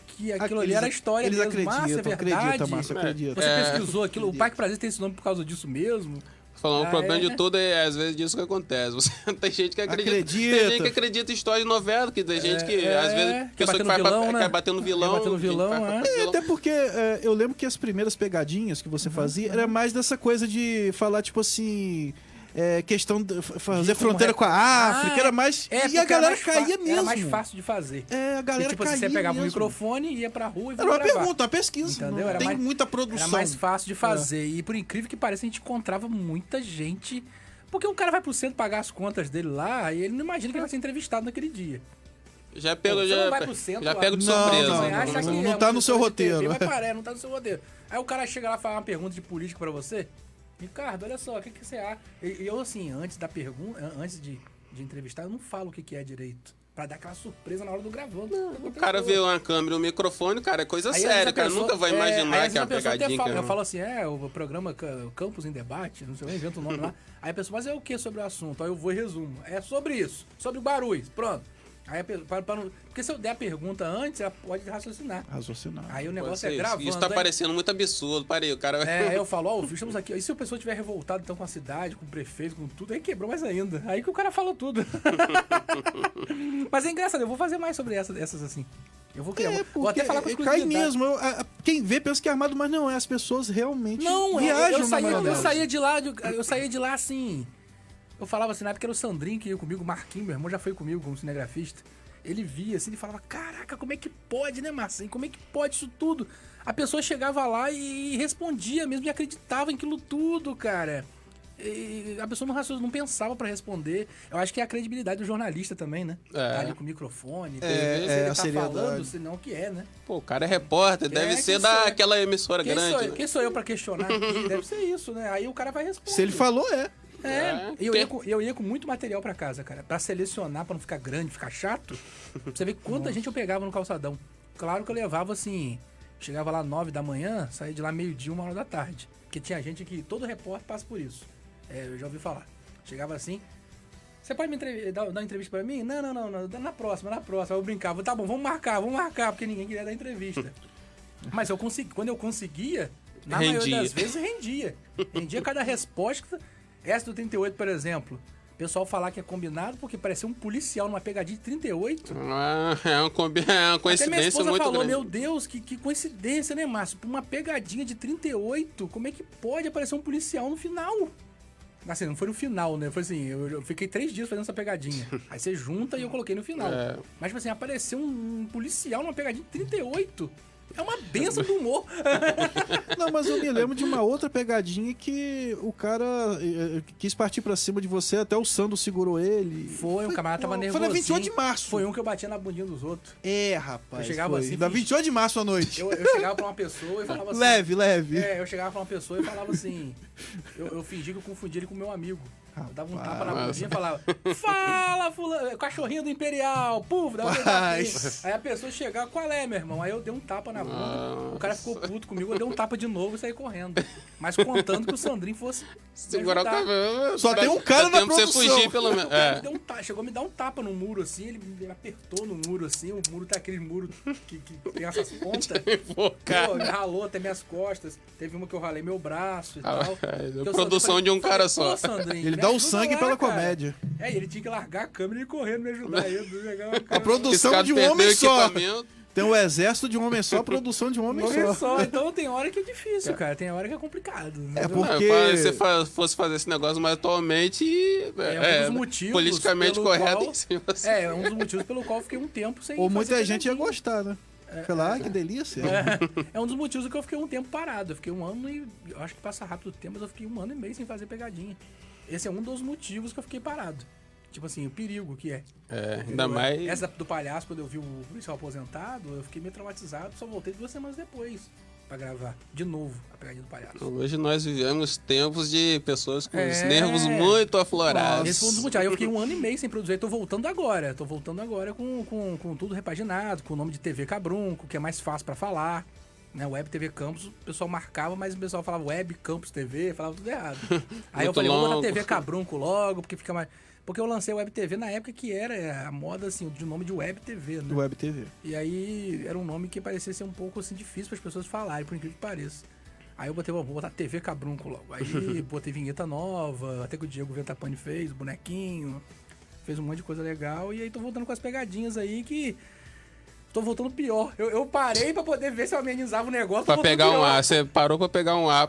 que aquilo ali Eles- era a história eles mesmo. Márcio, é acreditam, verdade. acredita, Márcio, É. acredita. Você É. pesquisou aquilo. O Parque Prazer tem esse nome por causa disso mesmo. Falando, Ah, o problema é? de tudo é, às vezes, disso que acontece. Você, *laughs* tem gente que acredita, Acredita. Tem gente que acredita em história de novela, que tem gente que, É, às vezes, quer pessoa bater que no vai vilão, pra, né? quer bater no vilão. Quer bater no gente que tá, vilão, vai- é. É, até porque é, eu lembro que as primeiras pegadinhas que Uhum. você fazia era mais dessa coisa de falar, tipo assim. é, questão de f- fazer como fronteira re- com a África, Ah, era mais. é, porque e a era galera mais fa- caía mesmo. Era mais fácil de fazer. É, a galera Porque, tipo, assim, Você caía pegava o mesmo. microfone, ia pra rua e Era vinha uma gravar. pergunta, uma pesquisa. Entendeu? Não Era tem mais, muita Era produção. É. mais fácil de fazer. E por incrível que pareça, a gente encontrava muita gente. Porque o cara vai pro centro pagar as contas dele lá e ele não imagina que ele vai ser entrevistado naquele dia. Já pego, Você não já, vai pro centro já lá. pego de Não, surpresa. não, Você acha que é não um tá no seu professor de TV, roteiro. mas parece, não tá no seu roteiro. Aí o cara chega lá e faz uma pergunta de política pra você. Ricardo, olha só, o que, que você acha? E e eu, assim, antes da pergunta, an- antes de, de entrevistar, eu não falo o que, que é direito. Pra dar aquela surpresa na hora do gravando. O cara vê uma câmera e um microfone, cara, é coisa séria. O cara nunca vai imaginar que é uma pegadinha. Fala, cara. eu falo assim, é, o programa Ca- Campus em Debate, não sei, eu invento o um nome lá. Aí a pessoa, mas é o que sobre o assunto? Aí eu vou e resumo. É sobre isso, sobre o Guarulhos, pronto. Aí a pe- pra- pra não- porque se eu der a pergunta antes, ela pode *laughs* raciocinar. Raciocinar. Aí o Pode negócio ser é isso. gravando. Isso tá aí- parecendo muito absurdo. Parei, o cara É, aí eu falo, ó, estamos aqui. E se o pessoal estiver revoltado então com a cidade, com o prefeito, com tudo, aí quebrou mais ainda. Aí que o cara falou *laughs* tudo. Mas é engraçado, eu vou fazer mais sobre essas, essas assim. Eu vou criar. É, vou- porque vou até falar com é, os cai mesmo. Eu- a- a- quem vê pensa que é armado, mas não é. As pessoas realmente Não, é, eu- viajam eu, na saía, eu maionese. saía de lá, de- eu saía de lá assim. Eu falava assim, na época era o Sandrinho que ia comigo, o Marquinho, meu irmão já foi comigo como cinegrafista. Ele via assim, ele falava: Caraca, como é que pode, né, Marcinho? Como é que pode isso tudo? A pessoa chegava lá e respondia mesmo e acreditava em aquilo tudo, cara. E a pessoa não, raciocinou, não pensava pra responder. Eu acho que é a credibilidade do jornalista também, né? *laughs* É. Tá ali com o microfone, É, tem que ver se é, ele a tá seriedade. falando, senão o que é, né? Pô, o cara é repórter, É, deve quem ser sou eu? daquela emissora Quem grande. sou, eu? né? Quem sou eu pra questionar aqui? Deve ser isso, né? Aí o cara vai responder. Se ele falou, é. É, e eu ia, com, eu ia com muito material pra casa, cara. Pra selecionar, pra não ficar grande, ficar chato. Pra você ver quanta gente eu pegava no calçadão. Claro que eu levava assim. Chegava lá nove da manhã, saía de lá meio-dia, uma hora da tarde. Porque tinha gente que. Todo repórter passa por isso. É, eu já ouvi falar. Chegava assim. Você pode me entrev- dar, dar uma entrevista pra mim? Não, não, não, não. dá Na próxima, na próxima. Aí Eu brincava. Tá bom, vamos marcar, vamos marcar, porque ninguém queria dar entrevista. Mas eu consegui, quando eu conseguia, na maioria Rendia. das vezes rendia. Rendia cada resposta. Essa do 38, por exemplo. O pessoal falar que é combinado porque parecia um policial numa pegadinha de 38. Ah, é, uma combi- é uma Até minha coincidência esposa muito falou, grande. meu Deus, que, que coincidência, né, Márcio? Pra Uma pegadinha de 38, como é que pode aparecer um policial no final? Assim, não foi no final, né? Foi assim, eu, eu fiquei três dias fazendo essa *laughs* pegadinha. Aí você junta e eu coloquei no final. É. Mas, tipo assim, apareceu um, um policial numa pegadinha de 38. É *laughs* uma benção do humor. Não, mas eu me lembro de uma outra pegadinha que o cara eh, eh, quis partir pra cima de você, até o Sandro segurou ele. Foi, o camarada tava nervoso. Foi na 28 de março. Foi um que eu batia na bundinha dos outros. É, rapaz. Eu chegava foi. assim, Na fiz- 28 de março à noite. Eu, eu chegava pra uma pessoa e falava assim. Leve, leve. É, eu chegava pra uma pessoa e falava assim: Eu, eu fingi que eu confundi ele com meu amigo. Eu dava um tapa na bundinha e falava: Fala, fulano! Cachorrinho do Imperial! Puf, dava um aqui. Mas- Aí a pessoa chegava, qual é, meu irmão? Aí eu dei um tapa na bunda, o cara ficou puto comigo, eu dei um tapa de novo e saí correndo. Mas contando que o Sandrinho fosse. me Segurar o ajudar. cabelo. Só Dá- tem um cara dá na tempo pra você produção. fugir, pelo menos. O cara É. me deu um ta- Chegou a me dar um tapa no muro assim, ele me apertou no muro assim, o muro tá aquele muro que, que tem essas *laughs* pontas. Tipo, cara. Pô, me ralou até minhas costas. Teve uma que eu ralei meu braço e Ah, tal. é, Que eu produção falei- de um cara falei, "Pô, só." Sandrinho, me Ele dá o ajuda sangue lá, pela cara." comédia. É, ele tinha que largar a câmera e ir correndo me ajudar. *laughs* aí, Eu pegar uma A câmera. produção de um homem só. Tem um exército de um homem só, a produção de um homem Olha só. só, *laughs* *laughs* então tem hora que é difícil, cara. Tem hora que é complicado. É Não, porque- eu falei, se fa- fosse fazer esse negócio, mas atualmente. É, É um dos motivos. Politicamente pelo correto qual- em cima. assim. É, é um dos motivos pelo qual eu fiquei um tempo sem. Ou fazer muita gente ia pegadinha. gostar, né? É, Sei lá, é. que delícia. *laughs* É, é um dos motivos que eu fiquei um tempo parado. Eu fiquei um ano e. Eu acho que passa rápido o tempo, mas eu fiquei um ano e meio sem fazer pegadinha. Esse é um dos motivos que eu fiquei parado. Tipo assim, o perigo que é. É, ainda Entendeu? mais. Essa do palhaço, quando eu vi o policial aposentado, eu fiquei meio traumatizado, só voltei duas semanas depois pra gravar. De novo, a pegadinha do palhaço. Hoje nós vivemos tempos de pessoas com os É. nervos muito Esse foi um dos aflorados. motivos. Aí eu fiquei um ano e meio sem produzir, aí tô voltando agora. Tô voltando agora com, com, com tudo repaginado, com o nome de TV Cabrunco, que é mais fácil pra falar. Né, Web TV Campus, o pessoal marcava, mas o pessoal falava Web Campus TV, falava tudo *laughs* errado. Aí eu Muito falei, vou botar longo. TV Cabrunco logo, porque fica mais. Porque eu lancei Web TV na época que era a moda, assim, de nome de Web TV, né? Web TV. E aí era um nome que parecia ser um pouco assim difícil para as pessoas falarem, por incrível que pareça. Aí eu botei, "Bom, vou botar TV Cabrunco logo. *laughs* Aí botei vinheta nova, até que o Diego Ventapani fez, bonequinho, fez um monte de coisa legal. E aí tô voltando com as pegadinhas aí que. Tô voltando pior. Eu, eu parei pra poder ver se eu amenizava o negócio. tô Pra voltando pegar um pior. ar. Você parou pra pegar um ar.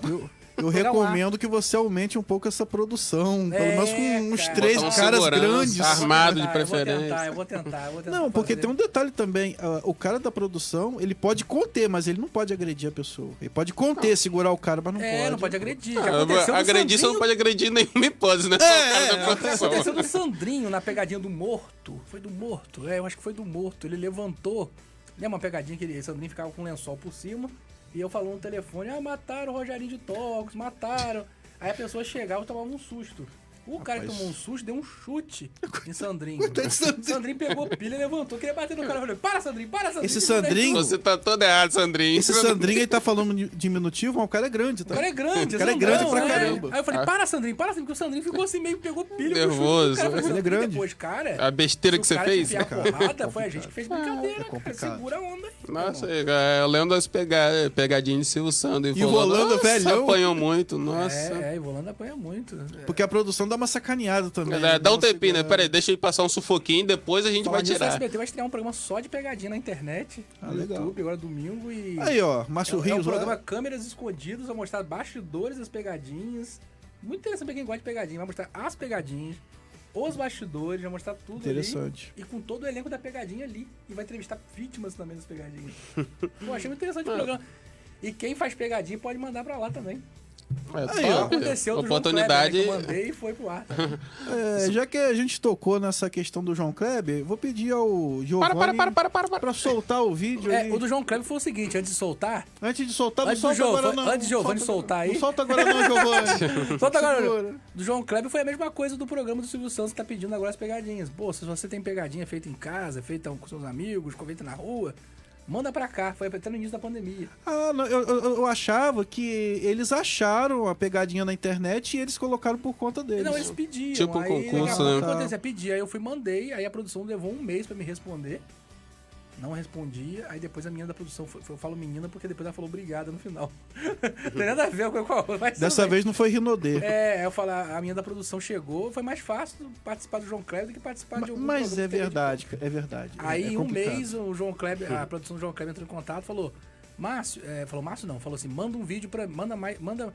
Eu recomendo que você aumente um pouco essa produção. É, pelo menos com uns cara. três Botar um caras segurança, grandes. armado de Ah, eu vou tentar, eu vou tentar, eu vou tentar. Não, porque tem um detalhe também. ah, o cara da produção, ele pode conter, mas ele não pode agredir a pessoa. Ele pode conter, segurar o cara, mas não É, pode. não pode agredir. Já aconteceu no Ah, agredir, você Sandrinho. É, não pode agredir em nenhuma hipótese, né? Só o cara da produção. Aconteceu do Sandrinho na pegadinha do morto. Foi do morto, é, eu acho que foi do morto. Ele levantou. Lembra uma pegadinha que ele, Sandrinho ficava com um lençol por cima. E eu falando no telefone: Ah, mataram o Rogerinho de Tocos, mataram. Aí a pessoa chegava e tomava um susto. O cara que Rapaz. tomou um susto deu um chute *laughs* em Sandrinho. Sandrinho pegou pilha, levantou, queria bater no cara. Eu falei: Para, Sandrinho, para, Sandrinho. Esse que não tem Sandrinho- chute." Você tá todo errado, Sandrinho. Esse Sandrinho, ele tá falando de- diminutivo, mas o cara é grande, tá? O cara é grande, O cara é Sandrão, grande pra né? caramba. Aí eu falei, para, Sandrinho, para, Sandrinho, porque o Sandrinho ficou assim, meio que pegou pilha. puxou, Nervoso. o cara falou, Ele é "Sandrinho, grande. Depois, cara, A besteira se que o você cara te fez, enfiar né, *laughs* a cara? porrada, foi a gente que fez brincadeira, cara. complicado. Segura a onda aí. Nossa, é, eu lembro das pega- pegadinhas de Silvio Santos. E o Volando nossa, velhão. apanhou muito, nossa. É, é, e o Volando apanha muito. É, Porque a produção dá uma sacaneada também. Galera, né? dá um Nossa, tempinho, né? cara. Pera aí, deixa ele passar um sufoquinho, depois a gente Falar vai nisso, O tirar. SBT vai estrear um programa só de pegadinha na internet, no Ah, legal. YouTube, agora domingo e... Aí, ó, Márcio é, É um Rios, programa ó. Câmeras Escondidas, vai mostrar bastidores das pegadinhas. Muito interessante pra quem gosta de pegadinha, vai mostrar as pegadinhas, os bastidores, vai mostrar tudo ali. Interessante. E com todo o elenco da pegadinha ali. E vai entrevistar vítimas também das pegadinhas. *laughs* Pô, achei muito interessante o programa. E quem faz pegadinha pode mandar pra lá também. É, Aí, ó. top. Aconteceu do João Oportunidade. Kleber, né, que eu mandei e foi pro ar. É, já que a gente tocou nessa questão do João Kleber, vou pedir ao Giovanni para, para, para, para, para. pra soltar o vídeo É, aí. o do João Kleber foi o seguinte, antes de soltar... Antes de soltar, Antes não do solta agora Giovanni, não. antes de Giovanni Solta- soltar aí. Não solta agora *laughs* não, Giovanni. Solta agora. Segura. Do João Kleber foi a mesma coisa do programa do Silvio Santos que tá pedindo agora as pegadinhas. Pô, se você tem pegadinha feita em casa, feita com seus amigos, feita na rua, manda pra cá. Foi até no início da pandemia. Ah, não, eu, eu- eu achava que eles acharam a pegadinha na internet e eles colocaram por conta deles. Não, eles pediam. Tipo um aí, concurso, daqui a pouco né? Acontece, eu assim, pedi, aí eu fui mandei, aí a produção levou um mês pra me responder. Não respondia, aí depois a menina da produção, foi, foi- eu falo menina porque depois ela falou obrigada no final. *laughs* não tem nada a ver com a outra. mas tudo Dessa bem. vez não foi Rinodê. É, eu falo, a minha da produção chegou, foi mais fácil participar do João Kleber do que participar de algum programa Mas é de TV de verdade, cara, é verdade. É- Aí é um complicado. mês o João Kleber, a produção do João Kleber entrou em contato, falou: "Márcio, é, falou Márcio não, falou assim: "Manda um vídeo pra manda mais, manda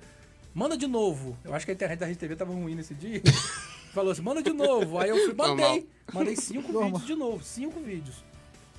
manda de novo". Eu acho que a internet da RedeTV tava ruim nesse dia. *laughs* falou assim: "Manda de novo". Aí eu fui, mandei, Normal. mandei cinco vídeos de novo, cinco vídeos.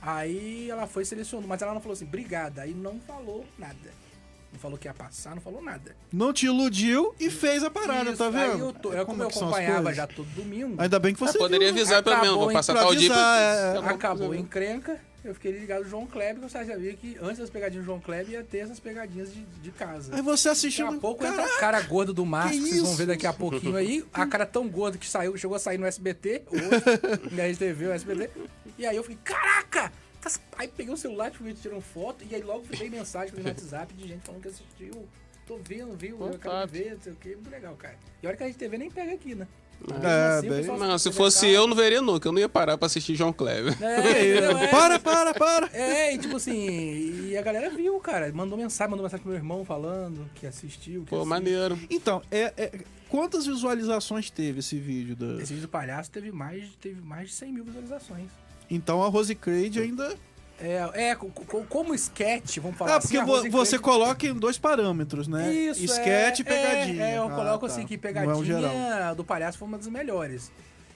Aí ela foi e selecionou, mas ela não falou assim: "Obrigada". Aí não falou nada. Não falou que ia passar, não falou nada. Não te iludiu e fez a parada, Isso, tá vendo? Aí eu tô, é como, é eu que são as acompanhava coisas? já todo domingo. Ainda bem que você poderia viu, né? avisar pelo menos, vou em- passar tal dia pra- avisar, é, é. Acabou em encrenca. Eu fiquei ligado no João Kleber, que eu já sabia que antes das pegadinhas do João Kleber ia ter essas pegadinhas de, de casa. Aí você assistiu. Daqui a pouco entra o cara gordo do Márcio, que, vocês vão ver daqui a pouquinho aí. A cara tão gordo que saiu, chegou a sair no SBT, *laughs* hoje, na RedeTV, o SBT. E aí eu fiquei, caraca! Tá- Aí peguei o celular, tipo, tirando foto, e aí logo fui mensagem no WhatsApp de gente falando que assistiu. Tô vendo, viu? Eu acabo de ver, não sei o que. Muito legal, cara. E olha que a RedeTV nem pega aqui, né? Mesmo É, assim, o bem- pessoal Não, se fica fosse eu, não veria nunca. Eu não ia parar pra assistir João Kleber. *laughs* entendeu? É. Para, para, para! É, e tipo assim, e a galera viu, cara. Mandou mensagem, mandou mensagem pro meu irmão falando que assistiu. Que assiste. Então, é, é- quantas visualizações teve esse vídeo? Da... Esse vídeo do palhaço teve mais, teve mais de 100 mil visualizações. Então a Rose Creed ainda. É, é co- co- como sketch, vamos falar Ah, assim. porque a vo- Rose você Craig- coloca em dois parâmetros, né? Isso, é, Sketch e pegadinha. É, é, eu Ah, coloco tá. assim que Não é um pegadinha geral. do palhaço foi uma das melhores.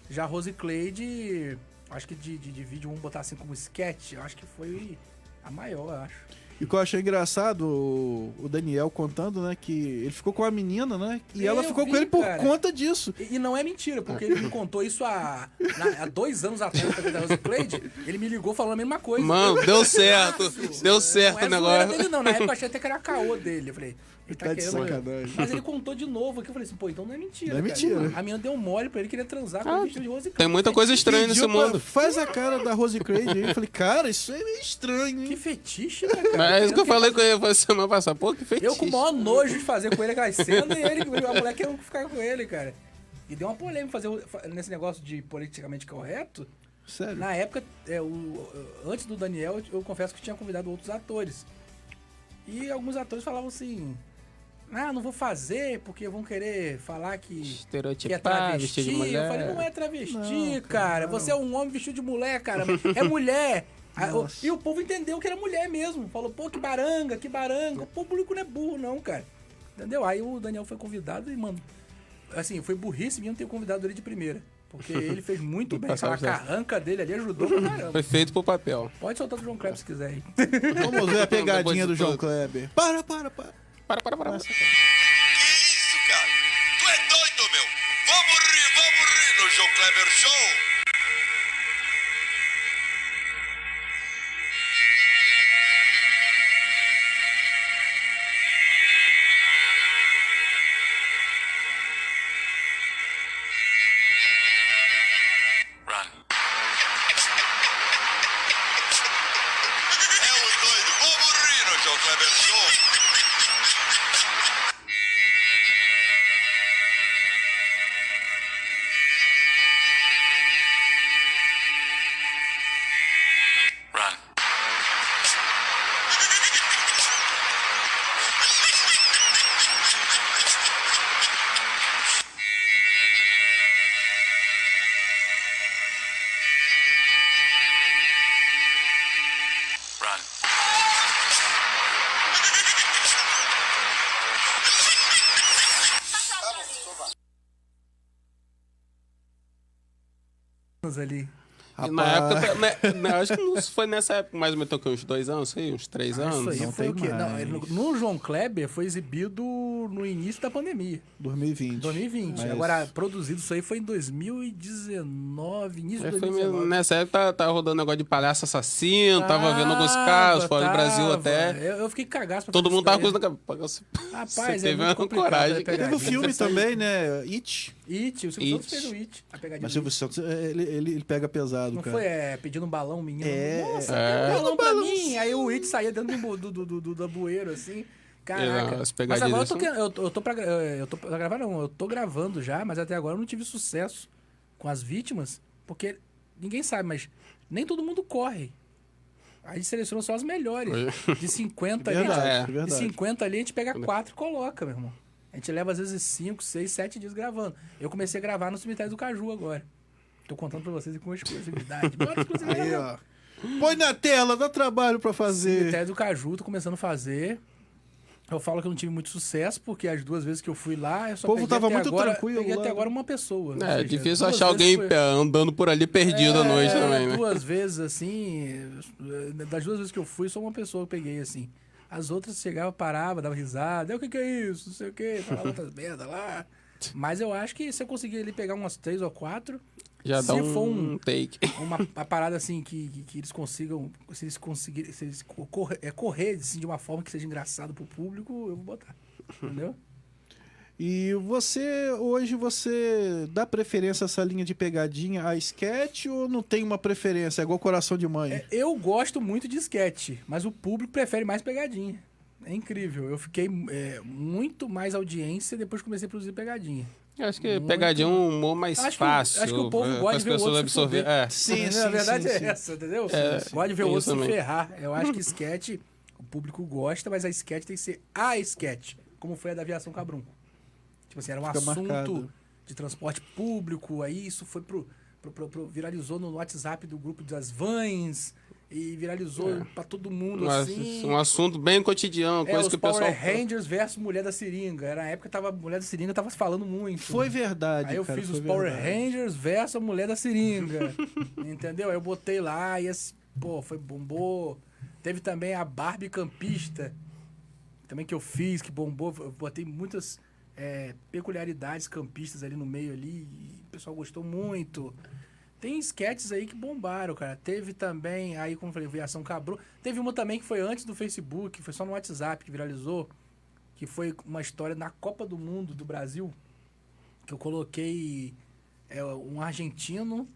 Já a Rose Cleide, acho que de, de, de vídeo, vamos botar assim como sketch, eu acho que foi a maior, eu acho. E o que eu achei engraçado, o- o Daniel contando, né? Que ele ficou com a menina, né? E ela Eu ficou vi, com ele por cara. conta disso. E, e não é mentira, porque ele me contou isso há, na- há dois anos atrás, pra da Rose Cleide, ele me ligou falando a mesma coisa. Mano, deu certo. deu certo Não é o zoeira negócio. dele, não. Na época eu achei até que era caô dele. Eu falei, ele tá, Tá de querendo. sacanagem. Mas ele contou de novo aqui. Eu falei assim, pô, então não é mentira. Não é cara. mentira. A menina deu um mole pra ele queria transar com Ah, o bicho de Rose Tem muita coisa estranha nesse Pediu pra- mundo. Faz a cara da Rose Creed *laughs* aí. Eu falei, cara, isso é meio estranho, hein? Que fetiche, né, cara? Mas é isso que eu Querendo falei com ele foi semana passada. Pô, que feitiço. Eu com o maior nojo de fazer com ele aquela cena e ele, a mulher querendo ficar com ele, cara. E deu uma polêmica fazer o- fa- nesse negócio de politicamente correto. Sério? Na época, é, o- antes do Daniel, eu, eu confesso que tinha convidado outros atores. E alguns atores falavam assim: Ah, não vou fazer porque vão querer falar que, que é Estereotipar, travesti. vestido de Eu falei: mulher. Não é travesti, Não, cara. Você é um homem vestido de mulher, cara. *laughs* É mulher. Ah, o- Nossa. E o povo entendeu que era mulher mesmo. Falou, pô, que baranga, que baranga. O público não é burro, não, cara. Entendeu? Aí o Daniel foi convidado e, mano, assim, foi burrice mesmo ter convidado ele de primeira. Porque ele fez *laughs* muito bem. Aquela Passava certo. carranca dele ali ajudou pra caramba. Foi feito pro papel. Pode soltar do João Kleber se quiser aí. Vamos ver é a pegadinha Depois de do João *laughs* tudo. Kleber. Para, para, para. Para, para, para. Isso, cara. Tu é doido, meu. Vamos rir, vamos rir no João Kleber Show. É os doido. Vamos rir no João Kleber Show. ali. E Na época, né, né, acho que não foi nessa época mais ou menos então, que uns dois anos, sei, uns três Ah, anos. Isso aí foi o quê? Não, ele- no João Kleber foi exibido no início da pandemia. 2020. 2020. Mas- Agora, produzido isso aí foi em 2019, início Aí de foi 2019. mesmo, nessa época tava, tava rodando negócio de palhaço assassino, tava vendo alguns Tava, casos fora do Brasil Ah, tava. até. Eu, eu fiquei cagaço pra Todo fazer mundo isso tava com né, isso daí. na cabeça. Rapaz, Você é teve muito um uma complicado, coragem. é pegadinha. Teve o filme Isso aí- também, né? It. It, o Silvio Santos It. fez o It. A pegadinha Mas o do Silvio It. Santos, é, ele, ele, ele pega pesado, Não cara. foi é, pedindo um balão, menino? É, Nossa, é. pediu um balão pra mim. Aí o It saía dentro do, do, do, do, do, do bueiro, assim. Caraca. É, as mas pegadinhas agora eu tô, são- que- eu, tô- eu tô pra, gra- é, eu tô pra gravar, não. Eu tô gravando já, mas até agora eu não tive sucesso com as vítimas, porque ninguém sabe, mas nem todo mundo corre. A gente seleciona só as melhores. De *laughs* 50 ali, Verdade, É. a gente- verdade. de 50 ali a gente pega quatro e coloca, meu irmão. A gente leva às vezes 5, 6, 7 dias gravando. Eu comecei a gravar no cemitério do Caju agora. Tô contando pra vocês com exclusividade. *laughs* Bota exclusividade. Aí, ó. Põe na tela, dá trabalho pra fazer. Cemitério do Caju, tô começando a fazer. Eu falo que eu não tive muito sucesso, porque as duas vezes que eu fui lá, eu só O peguei povo tava até muito agora, tranquilo peguei lá, até né? agora uma pessoa. ou É, seja, difícil duas achar vezes alguém foi- eh, andando por ali perdido à noite É, também, né? Duas vezes, assim, eh, das duas vezes que eu fui, só uma pessoa eu peguei, assim. As outras chegava, parava, dava risada, "É, o que que é isso, não sei o que, falava outras merda lá. Mas eu acho que se eu conseguir ali pegar umas três ou quatro, Já dá um take. Uma, uma parada assim que, que, que eles consigam. Se eles conseguirem. Se eles co- corre- é, correr assim, de uma forma que seja engraçado pro público, eu vou botar. Entendeu? E você, hoje, você dá preferência a essa linha de pegadinha a sketch ou não tem uma preferência? É igual coração de mãe. Eu gosto muito de sketch, mas o público prefere mais pegadinha. É incrível. Eu fiquei é, muito mais audiência depois que comecei a produzir pegadinha. Eu acho que pegadinha é um humor mais Acho que o- fácil. acho que o povo pra- gosta de pras ver o pessoas outro se absorver. fuder. É. Sim, Entendeu? sim, A verdade sim, é sim. essa, entendeu? Gosta de ver o tem outro isso se também. ferrar. Eu acho que sketch, o público gosta, mas a sketch tem que ser a sketch, como foi a da aviação Cabrunco. Tipo assim, era um Fica assunto marcado. de transporte público, aí isso foi pro, pro- pro- pro- viralizou no WhatsApp do grupo das vans e viralizou É. pra todo mundo Um, ass- assim. um assunto bem cotidiano, É, coisa os que o Power pessoal. Rangers versus Mulher da Seringa. Era na época que tava, Mulher da Seringa tava se falando muito. né? Foi verdade, Aí eu cara, fiz foi os Power verdade. Rangers versus a Mulher da Seringa. *laughs* entendeu? Aí eu botei lá e esse, pô, foi bombou. Teve também a Barbie Campista, também que eu fiz, que bombou. Eu botei muitas é, peculiaridades campistas ali no meio ali. E o pessoal gostou muito. Tem sketches aí que bombaram, cara. Teve também, aí como eu falei, Viação Cabru. Teve uma também que foi antes do Facebook, foi só no WhatsApp que viralizou, que foi uma história na Copa do Mundo do Brasil, que eu coloquei é, um argentino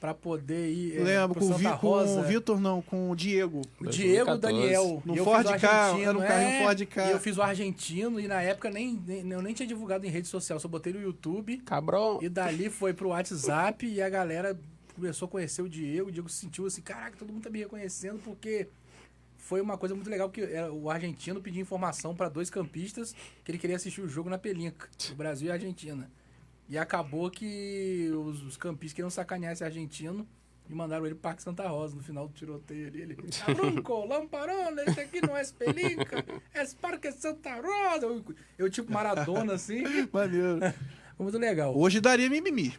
pra poder ir é, Lembro, pro com o, Vi, Santa com o Rosa. Vitor, não, com o Diego. O Diego Daniel. No E eu Ford fiz o K, argentino, era um carrinho é, Ford K. E eu fiz o argentino e na época nem, nem- eu nem tinha divulgado em rede social, só botei no YouTube. Cabrão. E dali foi pro WhatsApp e a galera começou a conhecer o Diego. O Diego sentiu assim, caraca, todo mundo tá me reconhecendo porque foi uma coisa muito legal porque era o argentino pediu informação pra dois campistas que ele queria assistir o jogo na pelinca, do Brasil e Argentina. E acabou que os, os campistas queriam sacanear esse argentino e mandaram ele pro Parque Santa Rosa no final do tiroteio ali. Ele, Arrunco, Lamparona, esse aqui não é pelinca, é Parque Santa Rosa. Eu, eu tipo Maradona assim. *laughs* *laughs* Maneiro. Muito legal. Hoje daria mimimi.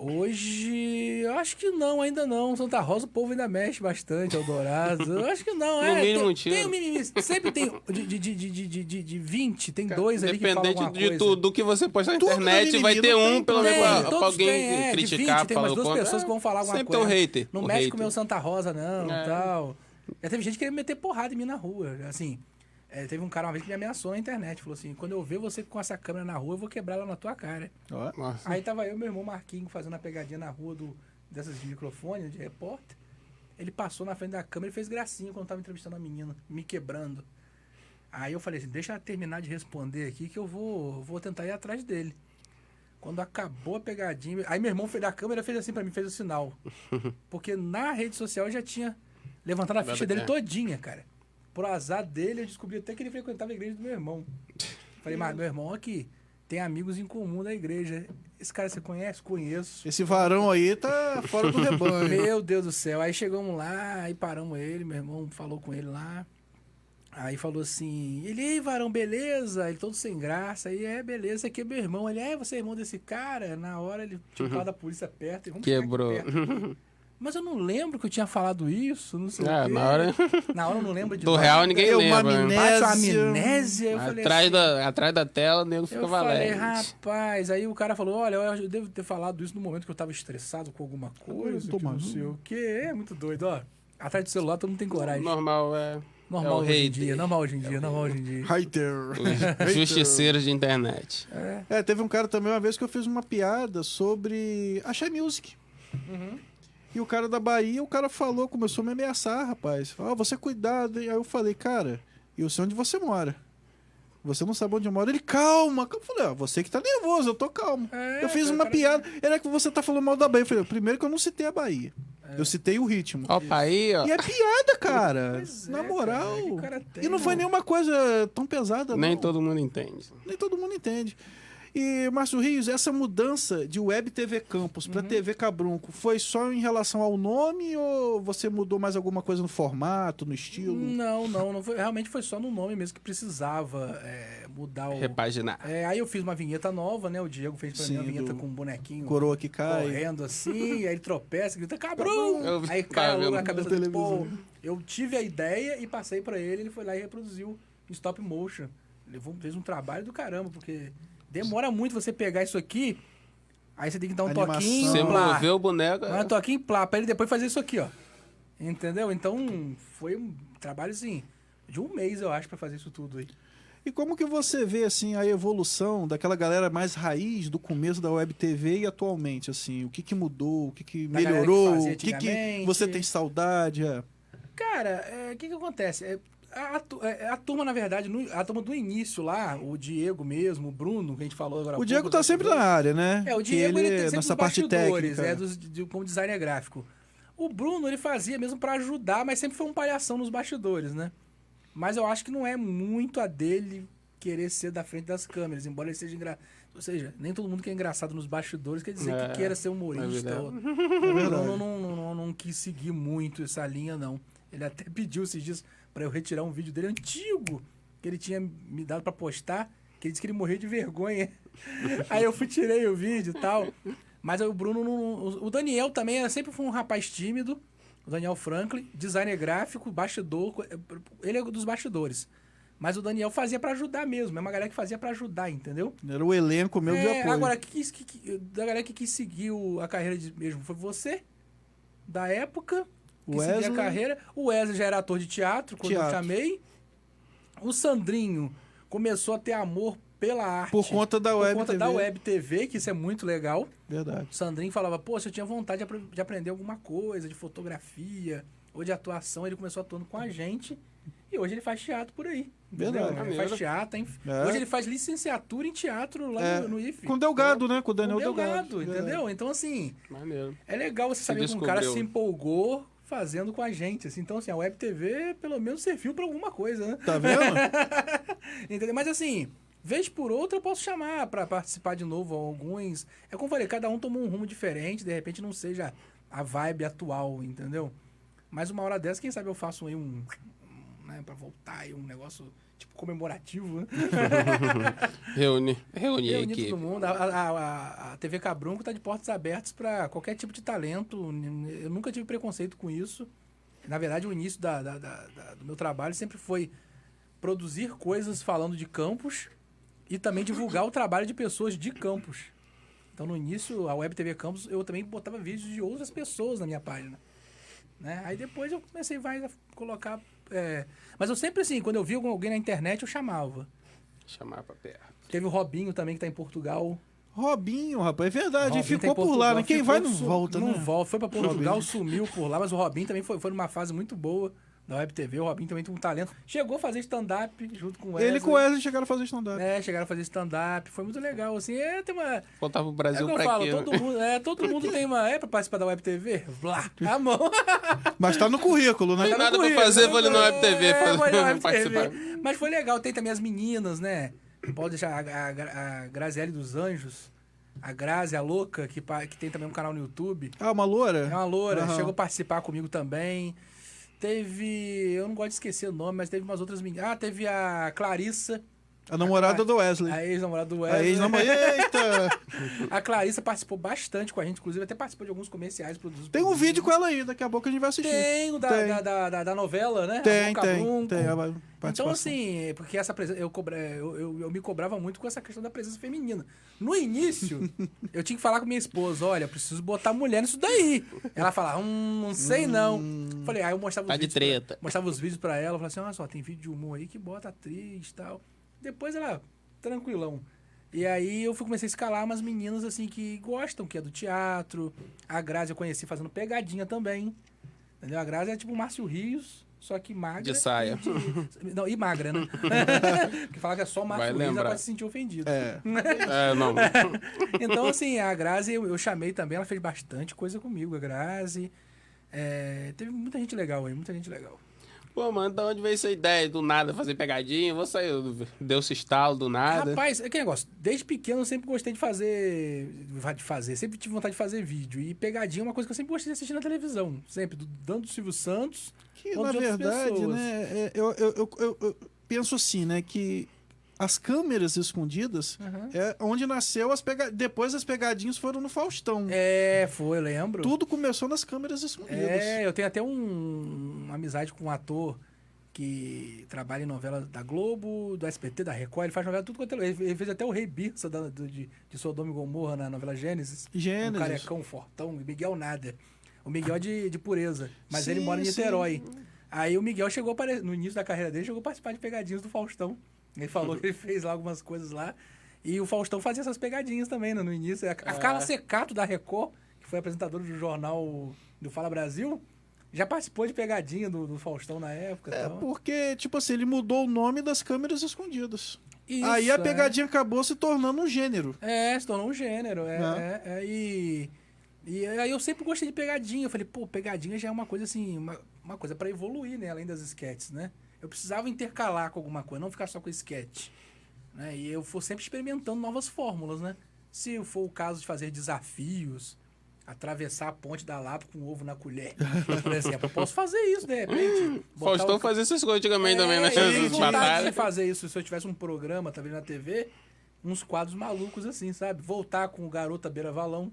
Hoje, eu acho que não, ainda não. Santa Rosa, o povo ainda mexe bastante, Eldorado. Eu acho que não, *laughs* No é. mínimo um tem, tiro. tem um mimimi. Sempre tem *laughs* de, de, de, de, de, de, de 20, tem dois ali que falam Independente alguma de coisa. tudo do que você posta na Tudo internet, tem vai mimimi, ter não um, tem pelo como. menos, pra, Tem, pra todos alguém têm, é, de 20, criticar, tem umas falar o duas contra. pessoas que vão falar alguma Sempre coisa. tem um hater. Não um mexe hater. com o meu Santa Rosa, não, É. tal. Já teve gente querendo meter porrada em mim na rua, assim... é, teve um cara uma vez que me ameaçou na internet. Falou assim: quando eu ver você com essa câmera na rua, eu vou quebrar ela na tua cara. Ó. Aí tava eu e meu irmão Marquinho fazendo a pegadinha na rua do, dessas de microfone, de repórter. Ele passou na frente da câmera e fez gracinha quando tava entrevistando a menina, me quebrando. Aí eu falei assim, deixa eu terminar de responder aqui que eu vou, vou tentar ir atrás dele. Quando acabou a pegadinha, aí meu irmão foi da câmera fez assim pra mim, fez o sinal. Porque na rede social eu já tinha levantado a Nada ficha dele que é. todinha, cara. Por azar dele, eu descobri até que ele frequentava a igreja do meu irmão. Falei, mas meu irmão aqui tem amigos em comum da igreja. Esse cara você conhece? Conheço. Esse varão aí tá fora do *laughs* rebanho. Meu Deus do céu. Aí chegamos lá, aí paramos ele, meu irmão falou com ele lá. Aí falou assim, ele, ei, varão, beleza? Ele todo sem graça. Aí, é, beleza, esse aqui é meu irmão. Ele, é, você é irmão desse cara? Na hora ele tinha falado da polícia perto. E, vamos ficar aqui Uhum. Quebrou. perto. Mas eu não lembro que eu tinha falado isso, não sei o É, quê. na hora- Na hora eu não lembro de Do nada. real ninguém Eu, lembra. né? Uma amnésia. amnésia. Eu falei assim. atrás, da, atrás da tela, o nego fica eu falei, valendo. rapaz, aí o cara falou, olha, eu devo ter falado isso no momento que eu tava estressado com alguma coisa, que não sei o quê. É muito doido, ó. Atrás do celular todo mundo tem coragem. Normal, é. Normal é o hoje em hater. É dia, normal hoje em dia, normal hoje em dia. *laughs* Os justiceiros de internet. É, teve um cara também uma vez que eu fiz uma piada sobre a Shai Music. Uhum. E o cara da Bahia, o cara falou, começou a me ameaçar, rapaz. Ó, você cuidado. hein? Aí eu falei, cara, eu sei onde você mora. Você não sabe onde eu moro. Ele, calma. calma. Eu falei, ó, você que tá nervoso, eu tô calmo. eu fiz É, cara, uma cara- piada. Ele é que você tá falando mal da Bahia. Eu falei, primeiro que eu não citei a Bahia. É. Eu citei o ritmo. Opa, aí, ó. E é piada, cara. Pois Na é, moral. cara, que cara tem, e não foi mano? nenhuma coisa tão pesada, Nem não. todo mundo entende. Nem todo mundo entende. E, Márcio Rios, essa mudança de Web TV Campus para Uhum. TV Cabrunco foi só em relação ao nome ou você mudou mais alguma coisa no formato, no estilo? Não, não, não foi, realmente foi só no nome mesmo que precisava é, mudar o... Repaginar. É, aí eu fiz uma vinheta nova, né? O Diego fez pra mim uma Sim, vinheta do com um bonequinho. Coroa que cai. Correndo assim, aí ele tropeça, grita, cabrão! Eu vi- aí tava cai o olho na vendo cabeça na dele. Pô, televisão. eu tive a ideia e passei pra ele, ele foi lá e reproduziu em stop motion. Levou, fez um trabalho do caramba, porque demora muito você pegar isso aqui. Aí você tem que dar um Animação. toquinho. Você plá. moveu o boneco, Dá Um toquinho plá, pra ele depois fazer isso aqui, ó. Entendeu? Então foi um trabalho assim, de um mês, eu acho, pra fazer isso tudo aí. E como que você vê assim a evolução daquela galera mais raiz do começo da web TV e atualmente assim, o que que mudou, o que que Da galera que melhorou, fazia o que que antigamente. você tem saudade? é. Cara, é, o que que acontece? É, a, a tu- é, a turma, na verdade, no- a turma do início lá, o Diego mesmo, o Bruno, que a gente falou agora. há O pouco, Diego os tá outros sempre dois. na área, né? É, o Que Diego ele, tem sempre nessa os parte bastidores, técnica. é, dos, de, como designer gráfico. O Bruno, ele fazia mesmo pra ajudar, mas sempre foi um palhação nos bastidores, né? Mas eu acho que não é muito a dele querer ser da frente das câmeras, embora ele seja engraçado. Ou seja, nem todo mundo que é engraçado nos bastidores quer dizer É, que queira ser é humorista. verdade. ou- É o verdade. Bruno não, não, não, não quis seguir muito essa linha, não. Ele até *laughs* pediu esses dias pra eu retirar um vídeo dele antigo que ele tinha me dado pra postar, que ele disse que ele morreu de vergonha. *laughs* Aí eu fui tirei o vídeo e tal. Mas o Bruno não. O Daniel também era, sempre foi um rapaz tímido. O Daniel Franklin, designer gráfico, bastidor. co- Ele é dos bastidores. Mas o Daniel fazia pra ajudar mesmo. É uma galera que fazia pra ajudar, entendeu? Era o elenco meu de É, apoio. Agora, que, quis- que, que- da galera que quis seguir o- a carreira de mesmo foi você, da época, que O seguiu a Wesley. carreira. O Wesley já era ator de teatro, quando eu Teatro. chamei. O Sandrinho começou a ter amor pela arte. Por conta da web Por conta TV. da web TV, que isso é muito legal. Verdade. O Sandrinho falava, pô, se eu tinha vontade de apre- de aprender alguma coisa, de fotografia ou de atuação, ele começou atuando com a gente. E hoje ele faz teatro por aí. entendeu? Verdade. Ele faz teatro, hein? É. Hoje ele faz licenciatura em teatro lá É. no, no IFE. Então, Com o Delgado, né? Com o Com Daniel Delgado, Delgado. É. entendeu? Então, assim, Maneiro. é legal você Se saber que um cara descobriu. se empolgou fazendo com a gente. assim. Então, assim, a Web TV pelo menos serviu pra alguma coisa, né? Tá vendo? *laughs* Entendeu? Mas assim, vez por outra eu posso chamar pra participar de novo alguns. É como eu falei, cada um tomou um rumo diferente, de repente não seja a vibe atual, entendeu? Mas uma hora dessa, quem sabe eu faço aí um. um, Né, pra voltar aí, um negócio tipo comemorativo, né? *laughs* Reúne. Reúne a Reunir equipe. todo mundo. A, a- a- a TV Cabrunco tá de portas abertas para qualquer tipo de talento. Eu nunca tive preconceito com isso. Na verdade, o início da- da- da- da- do meu trabalho sempre foi produzir coisas falando de campos e também divulgar o trabalho de pessoas de campos. Então, no início, a Web TV Campos, eu também botava vídeos de outras pessoas na minha página. Né? Aí depois eu comecei vai, a colocar. é, Mas eu sempre, assim, quando eu via alguém na internet, eu chamava. Chamar pra perto. Teve o Robinho também, que tá em Portugal. Robinho, rapaz, é verdade. Robinho ele tá em ficou por Portugal, lá, né? Quem ficou, vai não su- volta, não né? volta. Foi pra Portugal, Robinho. sumiu por lá, mas o Robinho também foi, foi numa fase muito boa da Web TV. O Robinho também tem um talento. Chegou a fazer stand-up junto com o Wesley. Ele com o Wesley chegaram a fazer stand-up. É, chegaram a fazer stand-up. Foi muito legal, assim. É, tem uma... Voltava pro É o Brasil que eu pra falo, quê? né? todo mundo, é, todo mundo tem uma... É pra participar da Web TV? Blá, a mão. Mas tá no currículo, né? Tem Tá no nada pra currículo, fazer, tá vou ali na Web TV, É, fazer- vou ali na Web TV. *laughs* participar. Mas foi legal, tem também as meninas, né? Pode deixar a, a, a Graziele dos Anjos, a Grazi, a louca, que, pa- que tem também um canal no YouTube. Ah, uma loura? É uma loura, Aham. chegou a participar comigo também. Teve. Eu não gosto de esquecer o nome, mas teve umas outras meninas. Ah, teve a Clarissa. A namorada do Wesley. A ex-namorada do Wesley. A *laughs* ex-namorada. Eita! A Clarissa participou bastante com a gente, inclusive até participou de alguns comerciais produzidos. Tem um vídeo com ela aí, daqui a pouco a gente vai assistir. Tem o da, Tem. Da, da, da- da novela, né? Tem, Boca tem, Bronco. tem a Então, participação. assim, é porque essa presença. Eu, cobra, é, eu, eu, eu me cobrava muito com essa questão da presença feminina. No início, eu tinha que falar com minha esposa: olha, preciso botar mulher nisso daí. Ela falava: hum, não sei não. Falei, aí eu mostrava Tá os de vídeos pra- treta. mostrava os vídeos pra ela, eu falava assim: olha só, tem vídeo de humor aí que bota atriz e tal. Depois ela, tranquilão. E aí eu fui, comecei a escalar umas meninas assim que gostam, que é do teatro. A Grazi eu conheci fazendo pegadinha também. Entendeu? A Grazi é tipo o Márcio Rios, só que magra. De saia. e de- Não, e magra, *laughs* né? Porque falar que é só Márcio Vai Rios, ela lembrar. pode se sentir ofendida. *laughs* É. É, não. então, assim, a Grazi eu, eu chamei também, ela fez bastante coisa comigo, a Grazi. É, teve muita gente legal aí, muita gente legal. Pô, mano, da onde veio essa ideia? Do nada, fazer pegadinha? Vou sair. Deu esse estalo do nada. Rapaz, é que negócio. Desde pequeno eu sempre gostei de fazer. De fazer. Sempre tive vontade de fazer vídeo. E pegadinha é uma coisa que eu sempre gostei de assistir na televisão. Sempre. Do, tanto do Silvio Santos. Que, quanto na um de outras verdade, pessoas. né, é, eu, eu, eu- eu- eu penso assim, né, que as câmeras escondidas é onde nasceu as pegadinhas. Depois as pegadinhas foram no Faustão. É, foi, lembro. Tudo começou nas câmeras escondidas. É, eu tenho até um, uma amizade com um ator que trabalha em novela da Globo, do SPT, da Record, ele faz novela tudo quanto é. Ele ele fez até o Rei Birsa da- do- de, de Sodoma e Gomorra na novela Gênesis. Gênesis. Um carecão, fortão, Miguel nada. O Miguel é de, de pureza, mas Sim, ele mora em sim. Niterói. Aí o Miguel chegou, a apare- no início da carreira dele, chegou a participar de pegadinhas do Faustão. Ele falou que ele fez lá algumas coisas lá. E o Faustão fazia essas pegadinhas também, né? No início. A, a Carla Secato, da Record, que foi apresentadora do jornal do Fala Brasil, já participou de pegadinha do, do Faustão na época. É então. porque, tipo assim, ele mudou o nome das câmeras escondidas. Isso, Aí a é. pegadinha acabou se tornando um gênero. É, se tornou um gênero. É, Né? é, é, e, e aí eu sempre gostei de pegadinha. Eu falei, pô, pegadinha já é uma coisa assim, uma, uma coisa pra evoluir, né? Além das sketches, né? Eu precisava intercalar com alguma coisa, não ficar só com sketch. Né? E eu for sempre experimentando novas fórmulas, né? Se for o caso de fazer desafios, atravessar a ponte da Lapa com ovo na colher, Então, por exemplo, eu posso fazer isso, de repente. botar Faustão o- fazia essas coisas antigamente também, né? eu tenho Essas vontade de batalhas. fazer isso. Se eu tivesse um programa, talvez na TV, uns quadros malucos assim, sabe? Voltar com o Garota Beira Valão.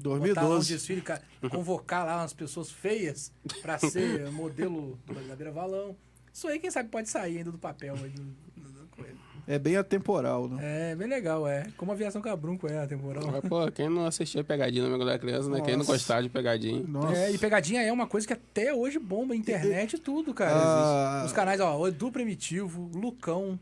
botar lá um 2012. desfile, ca- convocar lá umas pessoas feias pra *laughs* ser modelo do- da Beira Valão. Isso aí, quem sabe, pode sair ainda do papel. aí do- do- do coisa. É bem atemporal, né? É, bem legal, é. Como a aviação cabrunco é atemporal. Mas, pô, quem não assistia pegadinha na minha quando era criança, né? Quem não Nossa. gostava de pegadinha. É, e pegadinha é uma coisa que até hoje bomba, internet e tudo, cara. Ah. Existe. Os canais, ó, o Edu Primitivo, Lucão.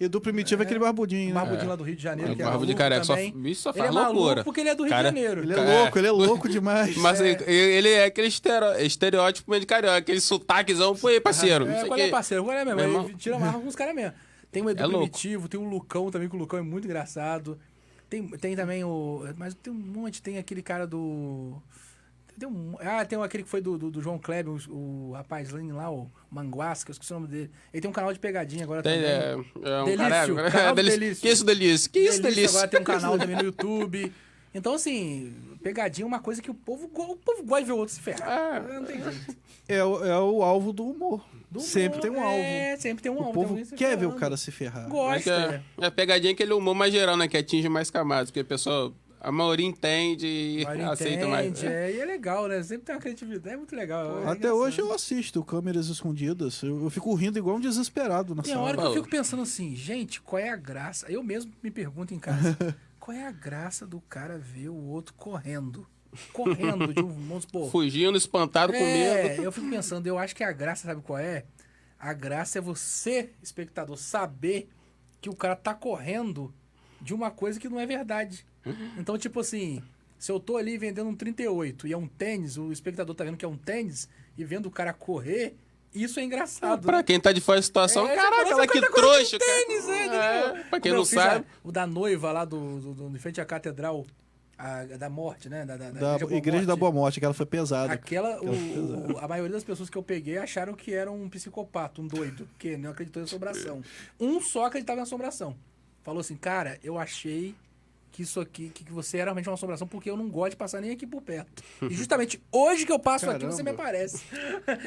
Um Edu Primitivo é, aquele barbudinho, né? Barbudinho É. lá do Rio de Janeiro, que é Barba maluco de um careca, só, também. bicho, só Ele faz é maluco loucura. porque ele é do Rio de Janeiro. Ele é Cara- louco, *laughs* ele é louco demais. Mas ele- ele é aquele estero- estereótipo meio de carioca, aquele sotaquezão. Foi, parceiro. não É, sei qual o é quê. parceiro? Qual é mesmo? Meu Ele irmão. tira marra com os caras mesmo. Tem o Edu É louco. Primitivo, tem o Lucão também, que o Lucão é muito engraçado. Tem, tem também o. Mas tem um monte, tem aquele cara do. Tem um, ah, tem aquele que foi do, do, do João Kleber, o, o rapaz lá, o Manguasca, eu esqueci o nome dele. Ele tem um canal de pegadinha agora Tem, também. é, *laughs* é um Delício, caralho. canal do Delício. Delício. Que isso, Delício? Que isso, Delício? Agora tem um *laughs* canal também no YouTube. Então, assim, pegadinha é uma coisa que o povo, go- o povo gosta de ver o outro se ferrar. Não tem jeito. É, o- é o alvo do humor. sempre tem um alvo. É, sempre tem um alvo. O tem povo alguém se quer ver o ferrando. cara se ferrar. É que a, né? a pegadinha é aquele humor mais geral, né? Que atinge mais camadas. Porque a pessoa, a maioria entende e *laughs* Agora aceita entende, mais. É, e é legal, né? Sempre tem uma criatividade, é muito legal. é Até engraçado. hoje eu assisto câmeras escondidas. Eu, eu fico rindo igual um desesperado na Tem sala. hora que eu fico pensando assim, gente, qual é a graça? Eu mesmo me pergunto em *laughs* casa, qual é a graça do cara ver o outro correndo? Correndo de um monstro, pô. *laughs* Fugindo, espantado, com É, medo. eu fico pensando, eu acho que a graça, sabe qual é? A graça é você, espectador, saber que o cara tá correndo de uma coisa que não é verdade. Uhum. Então, tipo assim, se eu tô ali vendendo um 38 e é um tênis, o espectador tá vendo que é um tênis e vendo o cara correr, isso é engraçado. Pra quem tá de fora da situação, É, você caraca, fala, ela "Esse que cara tá correndo de trouxa, cara. tênis, é, entendeu? pra quem Como não eu fiz a- sabe. o da noiva lá do, do, do- em frente à catedral a- da morte, né? Da, da, da Da Igreja Boa Igreja da Boa Morte, aquela foi pesada. Aquela, é o- um foi pesada. o- a maioria das pessoas que eu peguei acharam que era um psicopata, um doido, que não acreditou em assombração. Um só acreditava em assombração. Falou assim, cara, eu achei que isso aqui, que que você era realmente uma assombração, porque eu não gosto de passar nem aqui por perto. E justamente hoje que eu passo aqui, você me Caramba. aparece.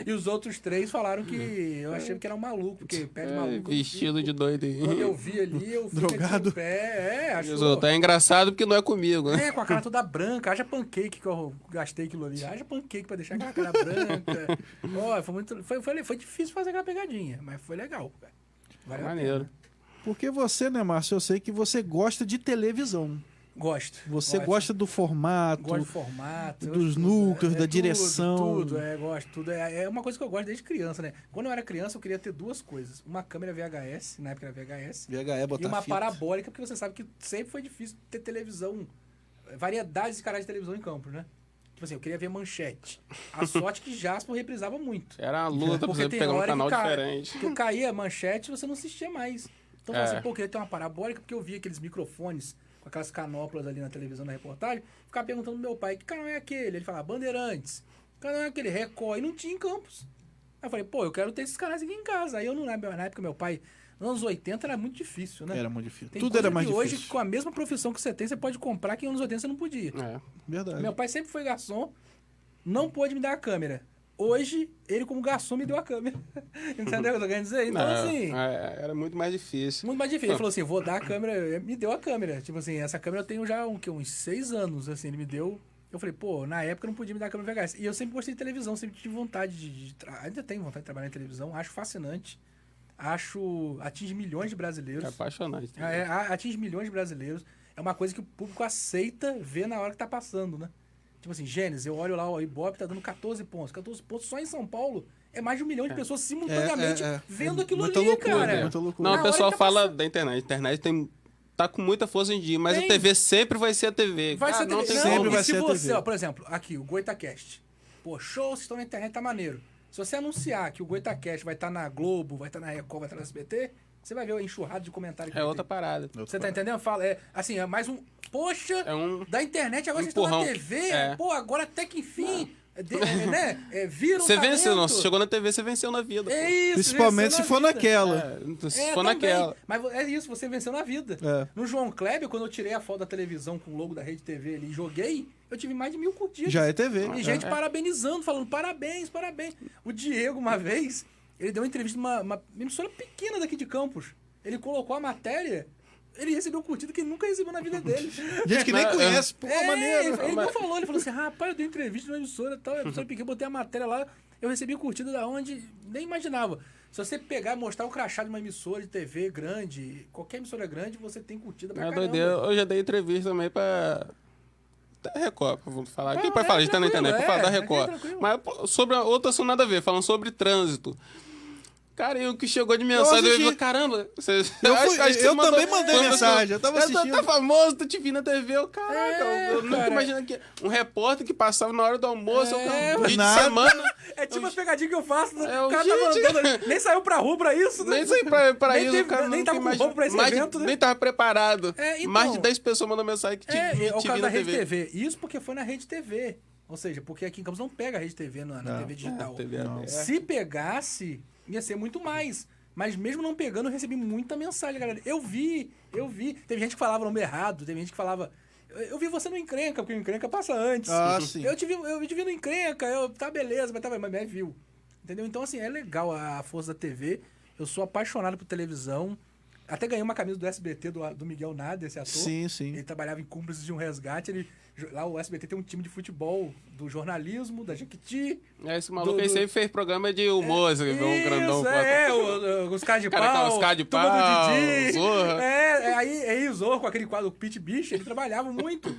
e os outros três falaram que eu achei que era um maluco, porque pé de É, maluco. vestido de doido. aí. Quando eu *laughs* vi ali, eu vi Drogado. pé, é, Os achou. outros, É engraçado porque não é comigo, né? É, com a cara toda branca. Haja pancake que eu gastei aquilo ali. Haja pancake pra deixar aquela cara *laughs* branca. Ó, foi, muito, foi, foi, foi difícil fazer aquela pegadinha, mas foi legal, cara. Valeu a pena. Porque você, né, Márcio? Eu sei que você gosta de televisão. Gosto. Você gosto. gosta do formato. Gosto do formato. eu Dos gosto de tudo, núcleos, é, da é tudo, direção. Tudo, é, gosto, tudo. É, é uma coisa que eu gosto desde criança, né? Quando eu era criança, eu queria ter duas coisas. Uma câmera VHS, na época era VHS. VHE, botar e uma fita. parabólica, porque você sabe que sempre foi difícil ter televisão, eh, variedades de canais de televisão em campo, né? Tipo assim, eu queria ver manchete. A *laughs* sorte é que Jasper reprisava muito. Era uma luta pra Porque você tem pegar um hora que canal ca- diferente. Que caía manchete e você não assistia mais. Então eu É. falava assim, pô, eu queria ter uma parabólica, porque eu via aqueles microfones com aquelas canóplas ali na televisão, na reportagem, ficava perguntando pro meu pai, que canal é aquele? Ele falava, Bandeirantes. Que canal é aquele? Record. E não tinha em Campos. Aí eu falei, pô, eu quero ter esses canais aqui em casa. Aí eu não lembro, na época meu pai, nos anos 80 era muito difícil, né? Era muito difícil. Tem Tudo coisa era mais que hoje, difícil. com a mesma profissão que você tem, você pode comprar que nos anos 80 você não podia. É. Verdade. Meu pai sempre foi garçom, não pôde me dar a câmera. Hoje, ele como garçom me deu a câmera. *laughs* Entendeu o que eu tô querendo dizer? Então, Não, assim... é, Era muito mais difícil. Muito mais difícil. Ele falou assim, vou dar a câmera, me deu a câmera. Tipo assim, essa câmera eu tenho já um, que, uns seis anos, assim, ele me deu Eu falei, pô, na época eu não podia me dar câmera VHS. E eu sempre gostei de televisão, sempre tive vontade de. de tra- Ainda tenho vontade de trabalhar em televisão, acho fascinante. Acho. Atinge milhões de brasileiros. É apaixonante. Ah, é, a- atinge milhões de brasileiros. É uma coisa que o público aceita ver na hora que tá passando, né? Tipo assim, Gênesis, eu olho lá, o Ibope tá dando 14 pontos. 14 pontos só em São Paulo. É mais de um milhão de É. pessoas simultaneamente É, é, é. vendo É aquilo muita ali, loucura, cara. né? Na Não, hora o pessoal que tá fala da internet. A internet tem, tá com muita força em dia, mas Tem. a TV sempre vai ser a TV. Vai ser Cara, a TV. Não tem Não, como. e se você, ó, por exemplo, aqui, o Goitacast. Pô, show, vocês estão na internet, tá maneiro. Se você anunciar que o Goitacast vai estar na Globo, vai estar na Record, vai estar na SBT, você vai ver o enxurrado de comentário. É outra parada. Você tá entendendo? Fala, é, assim, é mais um... Poxa, da internet, agora É um vocês estão na empurrão. TV. É. Pô, agora até que enfim... é de- é, né? É, viram Você talento. venceu, nossa, chegou na TV, você venceu na vida. É pô. isso, venceu na vida. É, se É, for também. naquela. Mas é isso, você venceu na vida. É. No João Kleber, quando eu tirei a foto da televisão com o logo da Rede TV ali e joguei, eu tive mais de mil curtidas. Já é TV. E É. gente É. parabenizando, falando parabéns, parabéns. O Diego, uma vez, ele deu uma entrevista numa uma emissora pequena daqui de Campos. Ele colocou a matéria... Ele recebeu um curtido que ele nunca recebeu na vida dele. *laughs* Gente que nem Mas, conhece, é. pô, é, maneiro. Ele, ele não Mas- falou, ele falou assim: rapaz, eu dei entrevista numa emissora e tal, eu só peguei, botei a matéria lá, eu recebi curtida da onde nem imaginava. Se você pegar e mostrar o crachá de uma emissora de TV grande, qualquer emissora grande, você tem curtida pra É caramba. doideira. Eu já dei entrevista também pra. Da Record, vamos falar. Quem Não, pode é falar? A gente tá na tranquilo, internet, é, pra falar aqui da é Record. Mas pô, sobre a- outro assunto nada a ver, falando sobre trânsito. Cara, e o que chegou de mensagem? Eu, assisti. falei, caramba, você, *laughs* Eu fui- eu também mandei mensagem, eu tava assistindo. Tá famoso, tu te vi na TV, eu, caraca, eu, eu nunca É, cara. imaginei que um repórter que passava na hora do almoço, eu, É, cara, um dia nada. de semana, É tipo as pegadinhas que eu faço, né? É, o cara tava gente. andando ali, nem saiu pra rua pra isso, né? Nem saiu pra, pra nem isso, teve- o cara nem nunca tava com imagina- roupa pra esse mais de- evento, né? Nem tava preparado. É, então. mais de 10 pessoas mandam mensagem que te, É, é o te caso vi da na Rede TV. Isso porque foi na Rede TV. Ou seja, porque aqui em Campos não pega a Rede TV na, na Não, TV digital. não, TV aberta. Se pegasse, ia ser muito mais. Mas mesmo não pegando, eu recebi muita mensagem, galera. Eu vi, eu vi. Teve gente que falava o nome errado, teve gente que falava. "Eu- Eu vi você no encrenca, porque o encrenca passa antes. Ah, sim. Eu te vi, eu te vi no encrenca, eu, tá beleza, mas tá bem, mas me viu. Entendeu? Então, assim, é legal a força da TV. Eu sou apaixonado por televisão. Até ganhei uma camisa do SBT do, do Miguel Nada, esse ator. Sim, sim. Ele trabalhava em cúmplices de um resgate. Ele, lá o SBT tem um time de futebol do jornalismo, da Jequiti. É, esse maluco Do- aí do- sempre fez programa de humor, você viu? um grandão. Isso, lá. é, o- o- os caras de Cara, pau, aquela- os caras de turma do pau, Didi. Zorra. É, é, aí, aí o Zorro, com aquele quadro Pit Bicho, ele trabalhava muito.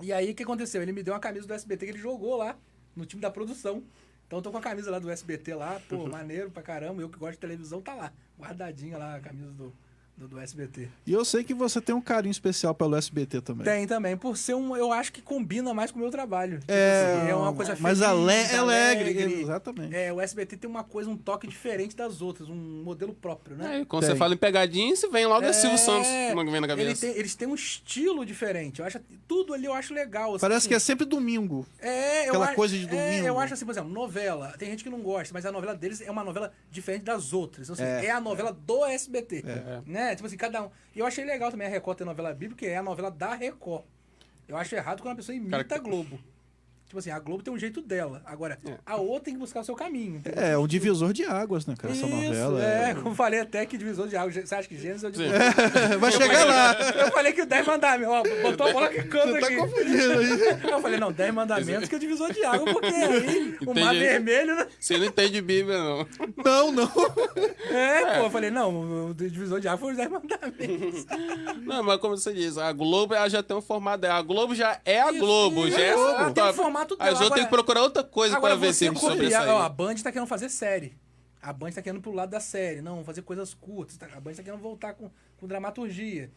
E aí, o que aconteceu? Ele me deu uma camisa do SBT que ele jogou lá, no time da produção. Então, eu tô com a camisa lá do SBT lá, *laughs* pô, maneiro pra caramba. Eu que gosto de televisão, tá lá, guardadinha lá a camisa do, do, do SBT. E eu sei que você tem um carinho especial pelo SBT também. Tem também, por ser um. Eu acho que combina mais com o meu trabalho. Tipo É, assim, é uma coisa mais ale- alegre, Exatamente. É, o SBT tem uma coisa, um toque diferente das outras, um modelo próprio, né? Quando você fala em pegadinha, você vem logo é... Silvio Santos, É, não vem na ele cabeça. tem- eles têm um estilo diferente. Eu acho, tudo ali eu acho legal. assim, Parece que é assim, sempre domingo. é, eu Aquela acho- coisa de é, domingo. eu acho assim, por exemplo, novela. Tem gente que não gosta, mas a novela deles é uma novela diferente das outras. Ou seja, é, É. a novela do SBT. É. Né? Tipo assim, cada um. E eu achei legal também a Record ter novela bíblica, porque é a novela da Record. Eu acho errado quando a pessoa imita a Globo. Tipo assim, a Globo tem um jeito dela. Agora, a outra tem que buscar o seu caminho. entendeu? É, um divisor de águas, né, cara? Essa novela. É, como falei até que divisor de água. Você acha que Gênesis é o divisor? É, *laughs* vai chegar lá. Eu falei que o 10 mandamentos. Ó, botou a bola que canta Você tá aqui. confundindo aí. Eu falei, não, 10 mandamentos que é o divisor de água, porque aí o mar Entendi. vermelho, né? Você não entende *laughs* Bíblia, não. Não, não. É, pô, eu falei, não, o divisor de água foi os 10 mandamentos. Não, mas como você diz, a Globo ela já tem um formato dela. A Globo já é a Isso, Globo, já é ela essa- tem o formato dela. As outras Agora- têm que procurar outra coisa Agora pra ver você se sobre isso copiar- aí. ó, a Band tá querendo fazer série. A Band tá querendo pro lado da série. Não, fazer coisas curtas. tá? A Band tá querendo voltar com, com dramaturgia.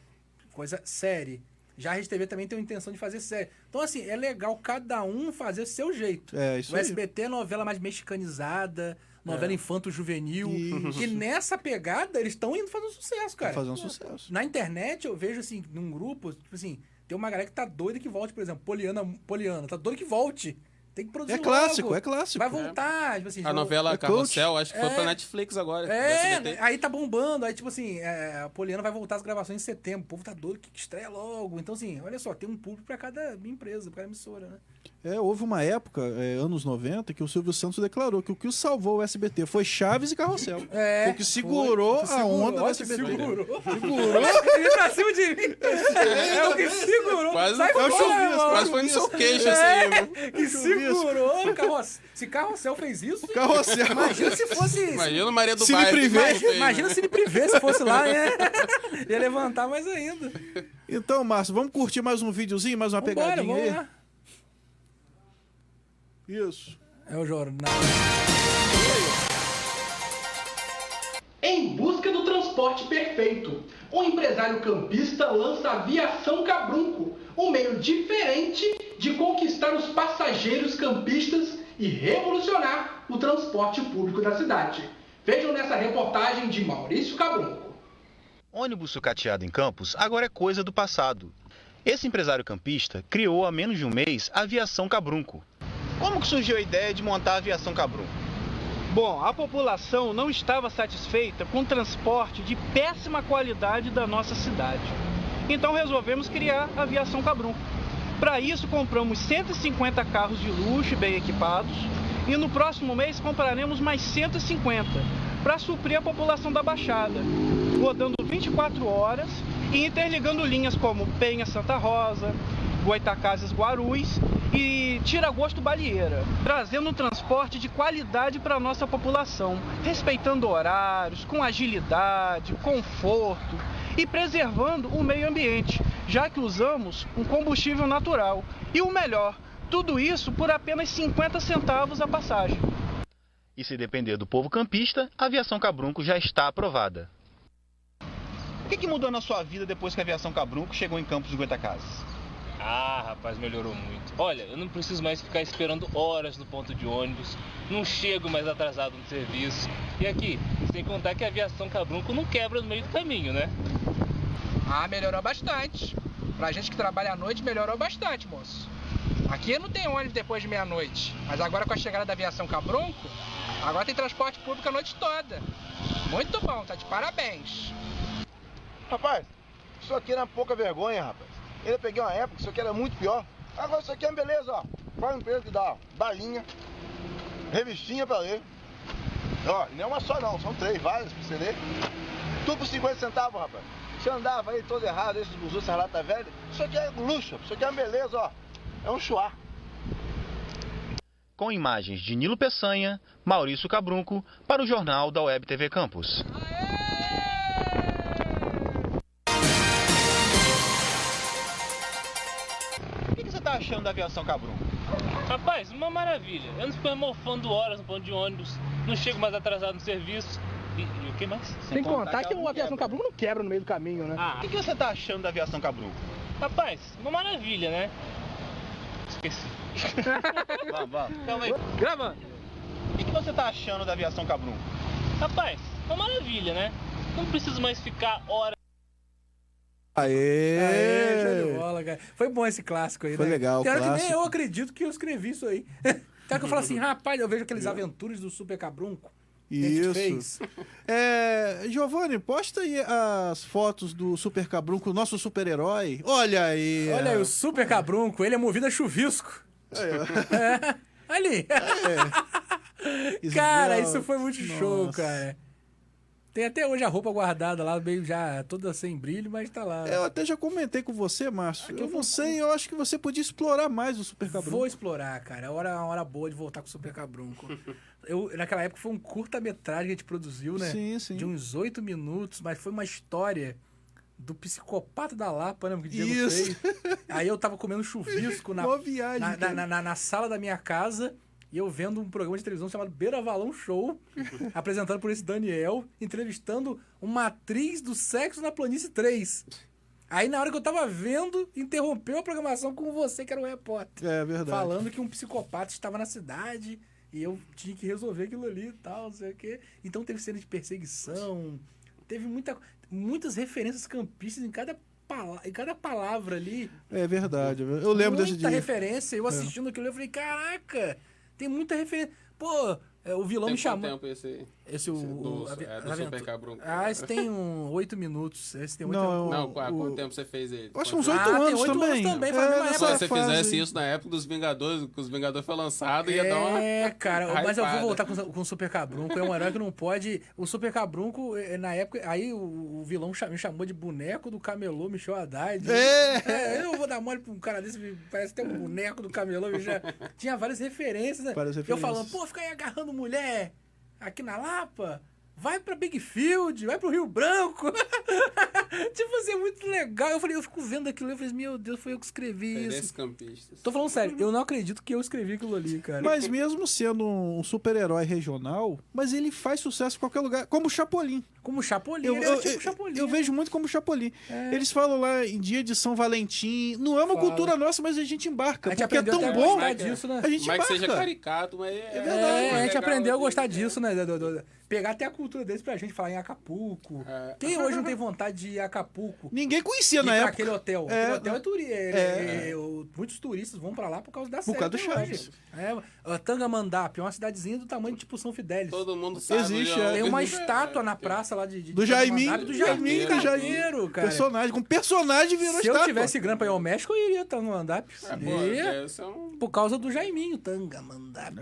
Coisa série. Já a Rede TV também tem a intenção de fazer série. Então, assim, é legal cada um fazer o seu jeito. É, isso o aí. SBT é novela mais mexicanizada, novela É. infanto-juvenil. Isso. E nessa pegada, eles estão indo fazer um sucesso, cara. fazer um sucesso. Na internet, eu vejo, assim, num grupo, tipo assim, tem uma galera que tá doida que volte, por exemplo, Poliana, Poliana tá doida que volte. Tem que produzir É clássico, logo. é clássico. Vai voltar. Tipo assim, A jogo- novela É Carrossel, coach. acho que foi É. pra Netflix agora. É, SBT. aí tá bombando. Aí, tipo assim, é, a Poliana vai voltar às gravações em setembro. O povo tá doido que estreia logo. Então, assim, olha só, tem um público pra cada empresa, pra cada emissora, *laughs* né? É, houve uma época, é, anos 90, que o Silvio Santos declarou que o que o salvou o SBT foi Chaves e Carrossel. É, foi o que segurou foi, foi, a segurou, onda do olha, SBT. segurou. Segurou. Ele pra cima de mim. É o que segurou. Quase- Sai quase fora, chuvisco, irmão. quase foi um no seu queixo, É, assim, *laughs* Que, irmão. Chuvisco. segurou. Carrossel. Se Carrossel fez isso... Carrossel. Imagina se fosse... Imagina Maria do Cine Bairro. Privé. Imagina- Imagina, se ele privê se fosse lá, é. Ia levantar mais ainda. Então, Márcio, vamos curtir mais um videozinho, mais uma Vambora, pegadinha vamos aí? lá. Isso. É o jornal. Em busca do transporte perfeito, um empresário campista lança a Aviação Cabrunco, um meio diferente de conquistar os passageiros campistas e revolucionar o transporte público da cidade. Vejam nessa reportagem de Maurício Cabrunco. Ônibus sucateado em Campos agora é coisa do passado. Esse empresário campista criou há menos de um mês a Aviação Cabrunco. Como que surgiu a ideia de montar a Aviação Cabrunco? Bom, a população não estava satisfeita com o transporte de péssima qualidade da nossa cidade. Então resolvemos criar a Aviação Cabrum. Para isso, compramos 150 carros de luxo e bem equipados e no próximo mês compraremos mais 150 para suprir a população da Baixada, rodando 24 horas e interligando linhas como Penha Santa Rosa, Goitacazes Guarulhos e Tiragosto Balieira, trazendo um transporte de qualidade para a nossa população, respeitando horários, com agilidade, conforto e preservando o meio ambiente, já que usamos um combustível natural. E o melhor, tudo isso por apenas 50 centavos a passagem. E se depender do povo campista, a Aviação Cabrunco já está aprovada. O que, que mudou na sua vida depois que a Aviação Cabrunco chegou em Campos do Goitacazes? Ah, rapaz, melhorou muito. Olha, eu não preciso mais ficar esperando horas no ponto de ônibus. Não chego mais atrasado no serviço. E aqui, sem contar que a aviação Cabrunco não quebra no meio do caminho, né? Ah, melhorou bastante. Pra gente que trabalha à noite, melhorou bastante, moço. Aqui não tem ônibus depois de meia-noite, mas agora com a chegada da aviação Cabronco, agora tem transporte público a noite toda. Muito bom, tá de parabéns. Rapaz, isso aqui era pouca vergonha, rapaz. Eu peguei uma época, que isso aqui era muito pior. Agora isso aqui é uma beleza, ó. Faz um preço que dá, ó, balinha, revistinha pra ler. Ó, e não é uma só não, são três, várias pra você ler. Tudo por 50 centavos, rapaz. Você andava aí todo errado, esses buzus, essas lata velha. Isso aqui é luxo, isso aqui é uma beleza, ó. É um chuá. Com imagens de Nilo Peçanha, Maurício Cabrunco, para o Jornal da Web TV Campos. O que, você tá achando da aviação Cabrunco? Rapaz, uma maravilha. Eu não fico mais mofando horas no ponto de ônibus. Não chego mais atrasado no serviço. E, e o que é um- mais? Sem contar que o um Aviação Cabrum não quebra no meio do caminho, né? Ah. O que você tá achando da aviação Cabru? Rapaz, uma maravilha, né? *laughs* Esqueci. vamos, vamos. Calma aí. Grava! O que você tá achando da aviação Cabrum? Rapaz, uma maravilha, né? Não preciso mais ficar horas. Aê! Aê, É, show de bola, cara. Foi bom esse clássico aí, Foi né? legal, Tem hora que nem clássico. eu acredito que eu escrevi isso aí. *laughs* Tem hora que eu falo assim, rapaz, eu vejo aqueles aventuras do Super Cabrunco. que a gente Isso. fez. É, Giovanni, posta aí as fotos do Super Cabrunco, nosso super-herói. Olha aí. Olha aí, o Super Cabrunco, ele é movido a chuvisco. *laughs* É. Ali. *laughs* Cara, isso foi muito show, É. Nossa. cara. Tem até hoje a roupa guardada lá, meio já toda sem brilho, mas tá lá. É, Eu até já comentei com você, Ah, Márcio. eu não sei, eu acho que você podia explorar mais o Super Cabrunco. Vou explorar, cara. É hora, uma hora boa de voltar com o Super *laughs* Cabrunco. Eu, naquela época foi um curta-metragem que a gente produziu, né? Sim, sim. De uns oito minutos, mas foi uma história do psicopata da Lapa, né? Que o Diego Isso. fez. Aí eu tava comendo *laughs* chuvisco na, Mó viagem, na, na, cara. na- na- na sala da minha casa e eu vendo um programa de televisão chamado Beira Valão *laughs* Show, apresentado por esse Daniel, entrevistando uma atriz do Sexo na Planície 3. Aí na hora que eu tava vendo, interrompeu a programação com você, que era o repórter. É verdade. Falando que um psicopata estava na cidade e eu tinha que resolver aquilo ali e tal, não sei o quê. Então teve cena de perseguição, teve muita, muitas referências campistas em cada pala- em cada palavra ali. É verdade. Eu lembro desse dia. É. Muita referência. Eu assistindo aquilo, eu falei, caraca, tem muita referência. Pô, é, o vilão Tem me quanto chamou. tempo esse... Esse o... do, o- a- é, do a- Super a- Cabrunco. Ah, esse tem um oito minutos. Esse tem oito Não, é um o- não, qual- o- quanto tempo você fez ele? Acho que Quanto uns tempo? oito Ah, tem anos oito também. anos também, foi a mesma É, se época. você fase. fizesse isso na época dos Vingadores, que os Vingadores foi lançado, ia dar uma. É, cara, mas eu vou hypada. voltar com, o- com o Super Cabrunco. É um herói que não pode. O Super Cabrunco, eh, na época. Aí o, o vilão cha- me chamou de boneco do camelô Michel Haddad. É. eu não vou dar mole pra um cara desse, me parece até um boneco do camelô. eu Já... Tinha várias referências, né? Várias Eu referências. falando, pô, fica aí agarrando mulher aqui na Lapa. Vai pra Big Field, vai pro Rio Branco. *laughs* tipo assim, é muito legal. Eu falei, eu fico vendo aquilo, eu falei, meu Deus, foi eu que escrevi Perece isso. campistas. Tô falando sério, eu não acredito que eu escrevi aquilo ali, cara. Mas mesmo sendo um super-herói regional, mas ele faz sucesso em qualquer lugar, como o Chapolin. Como o Chapolin, eu, ele era eu- tipo eu- Chapolin. É. eu vejo muito como o Chapolin. Eles falam lá em dia de São Valentim, não é uma Fala. cultura nossa, mas a gente embarca, A gente porque é aprendeu tão até a bom. gostar disso, né? A gente Mas embarca. que seja caricato, mas é. É verdade, a gente aprendeu a gostar disso, né? do- do- do- Pegar até a cultura deles pra gente falar em Acapulco. Quem hoje não tem vontade de ir a Acapulco? Ninguém conhecia ir na pra época. aquele hotel. É. Aquele hotel é turi... é- É. é- o- muitos turistas vão pra lá por causa da Por causa do série hoje. Chaves. É, a Tangamandap é uma cidadezinha do tamanho de tipo São Fidélis. Todo mundo sabe, Existe, já. é. Tem uma Existe. estátua na praça lá de, de Do Jaiminho. Tangamandap, do Jaiminho, do Carneiro, cara. Personagem, com personagem virou Se eu estátua. tivesse grana pra ir ao México, eu iria estar no Mandap. Ah, pô, Iria. é, um são- Por causa do Jaiminho, Tanga Mandap.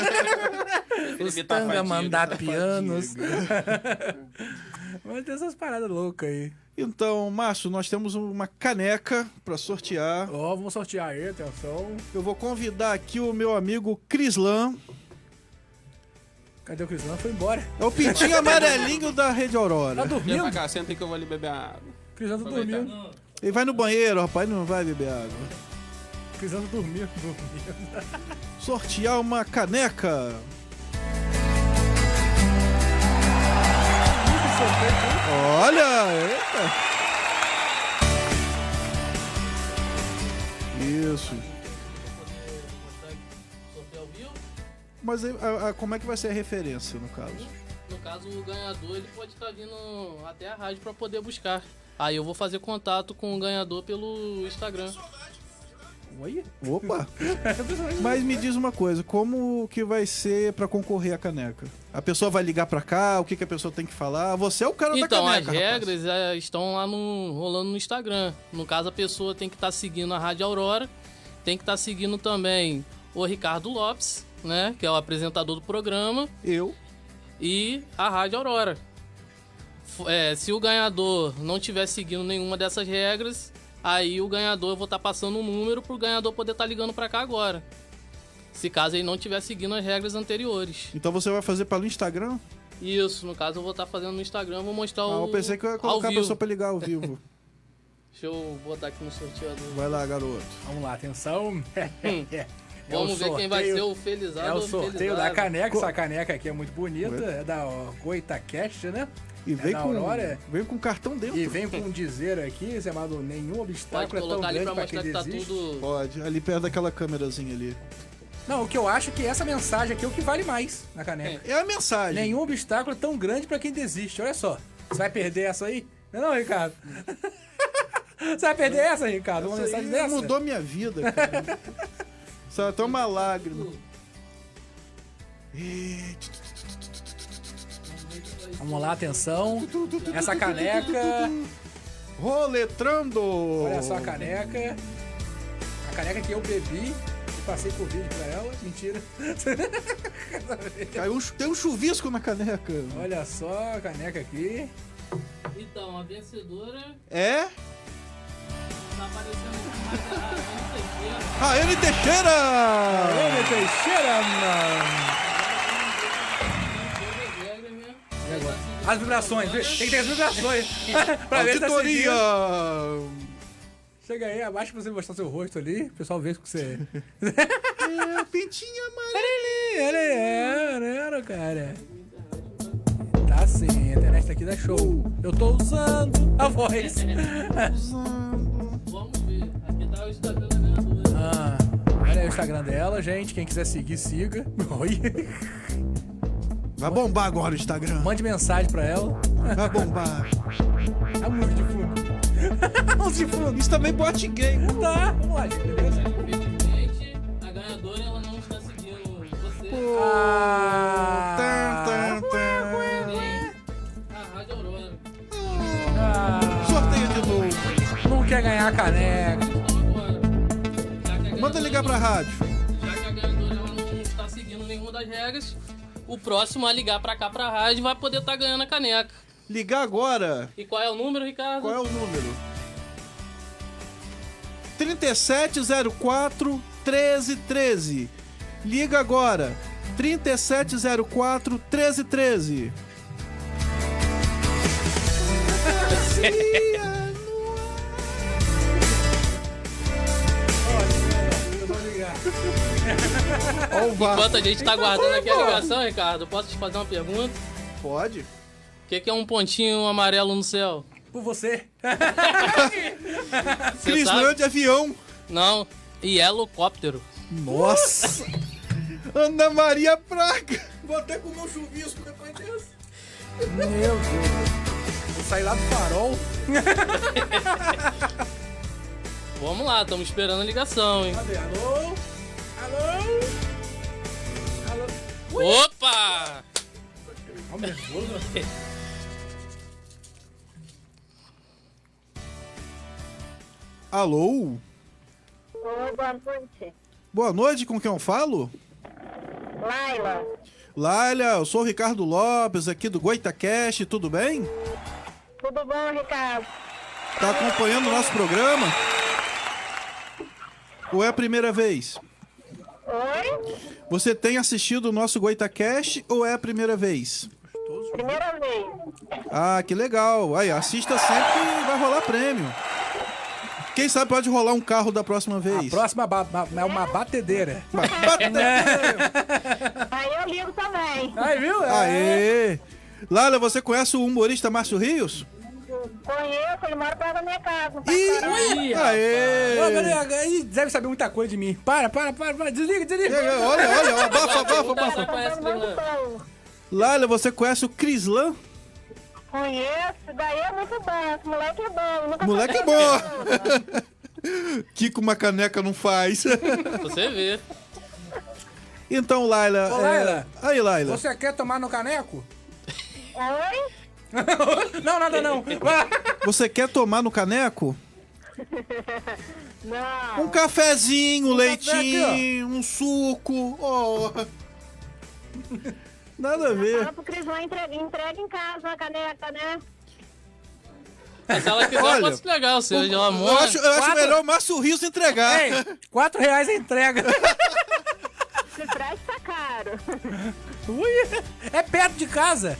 tá Os Evitar a Tanga fadiga, Mandapianos. Mas tem essas paradas loucas aí. Então, Márcio, nós temos uma caneca pra sortear. Ó, vamos sortear aí, atenção. Eu vou convidar aqui o meu amigo Crislan. Cadê o Crislan? Foi embora. É o *laughs* pintinho amarelinho da Rede Tá Aurora. Vem pra cá, senta aí que eu vou ali beber água. Crisanta Aproveitar. dormindo. Ele vai no banheiro, rapaz, não vai beber água. Crisanta dormindo, dormindo. Sortear uma caneca. Olha! Eita. Isso. Sorteio ao vivo. Mas aí, a- a- como é que vai ser a referência, no caso? No caso, o ganhador ele pode estar vindo até a rádio pra poder buscar. Aí eu vou fazer contato com o ganhador pelo Instagram. Oi? Opa! Mas me diz uma coisa, como que vai ser pra concorrer à caneca? A pessoa vai ligar pra cá? O que, que a pessoa tem que falar? Você é o cara Então, da as caneca, rapaz. regras eh, estão lá no, rolando no Instagram. No caso, a pessoa tem que estar seguindo a Rádio Aurora, tem que estar seguindo também o Ricardo Lopes, né? Que é o apresentador do programa. Eu. E a Rádio Aurora. F- eh, se o ganhador não estiver seguindo nenhuma dessas regras, aí o ganhador, eu vou estar passando um número pro ganhador poder estar ligando pra cá agora. Se caso ele não estiver seguindo as regras anteriores. Então você vai fazer pelo Instagram? Isso, no caso eu vou estar fazendo no Instagram, vou mostrar Ah, o. eu pensei que eu ia Então, ao colocar a vivo. pessoa pra ligar ao vivo. Deixa eu botar aqui no sorteador. Vai lá, garoto. Vamos lá, atenção. *laughs* É o Hum. Vamos ver quem vai sorteio- ser o felizado É o ou sorteio felizada. da caneca. Co- Essa caneca aqui é muito bonita. Ué. É da ó, Goitacast, né? E é vem da com- Aurora. Vem com cartão dentro. E vem com um dizer aqui, chamado Nenhum Pode Obstáculo é tão colocar ali grande pra pra quem mostrar que tá desiste. tudo. Pode, ali perto daquela câmerazinha ali. Não, o que eu acho é que essa mensagem aqui é o que vale mais na caneca. É a mensagem. Nenhum obstáculo é tão grande pra quem desiste. Olha só. Você vai perder essa aí? Não, é não, Ricardo. *laughs* Você vai perder essa, Ricardo? Uma Essa mensagem aí dessa? mudou minha É *laughs* vida, cara. Só até uma lágrima. Vamos lá, atenção. Essa caneca. Roletrando! Olha só a caneca. A caneca que eu bebi e passei por vídeo pra ela. Mentira. *laughs* Caiu um chu- tem um chuvisco na caneca. Olha só a caneca aqui. Então, a vencedora É? tá *laughs* aparecendo aqui, mas é a Ana Teixeira. Raiane Teixeira! Raiane Teixeira, mano! E agora? As vibrações, vê? tem que ter as vibrações. *laughs* pra ver se tá Auditoria! seguindo. Chega aí, abaixa pra você mostrar seu rosto ali. O pessoal vê o que você. é, pintinha amarelinha! Ele é, né, cara? Tá sim, a internet daqui dá show. Eu tô usando a voz. Vamos ver. Aqui tá o Instagram da ganhadora. Ah, olha aí o Instagram dela, gente. Quem quiser seguir, siga. *laughs* Oi. Vai bombar agora o Instagram. Mande mensagem pra ela. Vai bombar. A música de fundo. de fundo. Isso também bote gay. Tá, vamos lá, gente, beleza? A ganhadora ela não está seguindo você. Ah. Tan, tan, tan. A Rádio Aurora. Sorteio de novo. Não quer ganhar a caneca. Manda ligar pra rádio. Já que a ganhadora ela não está seguindo nenhuma das regras, o próximo a ligar pra cá pra rádio vai poder estar ganhando a caneca. Ligar agora. E qual é o número, Ricardo? Qual é o número? 3704 1313. Liga agora. 3704 1313. Ó o VAR. Enquanto a gente tá Então guardando vai, aqui a pô. ligação, Ricardo, posso te fazer uma pergunta? Pode. O que, que é um pontinho amarelo no céu? Por você. Você Cris, sabe? não é de avião. Não, e helicóptero. *laughs* Nossa! Ana Maria Praga. Vou até comer um chuvisco depois desse. Meu Deus. Vou sair lá do farol. *laughs* Vamos lá, estamos esperando a ligação, hein? Cadê? Alô? Alô? Alô? Ui! Opa! Ó, nervoso. Alô? Oi, boa noite. Boa noite, com quem eu falo? Laila, Laila, eu sou o Ricardo Lopes, aqui do Goitacast, tudo bem? tudo bom, Ricardo? Tá acompanhando o nosso programa? Ou é a primeira vez? Oi? Você tem assistido o nosso Goitacast ou é a primeira vez? Primeira vez. Ah, que legal. Aí, assista sempre que vai rolar prêmio. Quem sabe pode rolar um carro da próxima vez. Próxima ba- ba- é uma batedeira. Aí eu ligo também. Aí, viu? É. Aê! Laila, você conhece o humorista Márcio Rios? Conheço, ele mora perto da minha casa. Ih, aê! Ô, galera, aí deve saber muita coisa de mim. Para, para, para, para. desliga, desliga. Olha, olha, abafa, abafa, abafa. Laila, você conhece o Crislan? Conheço, daí é muito bom. Esse moleque é bom. Nunca Moleque é bom! *laughs* que com uma caneca não faz. *laughs* Você vê. então, Laila. Ô, é- Laila. Aí, Laila. Você quer tomar no caneco? Oi? não, nada não. *laughs* Você quer tomar no caneco? *laughs* Não. Um cafezinho, um leitinho, café um suco. ó. Nada a ver. Fala pro Cris lá, entrega, entrega em casa uma caneca, né? Mas se ela quiser, Olha, pode entregar o seu. Ela Eu acho, eu acho melhor o Márcio Rios entregar. Ei, quatro reais a *laughs* entrega. Se frete tá caro. Ui, é perto de casa.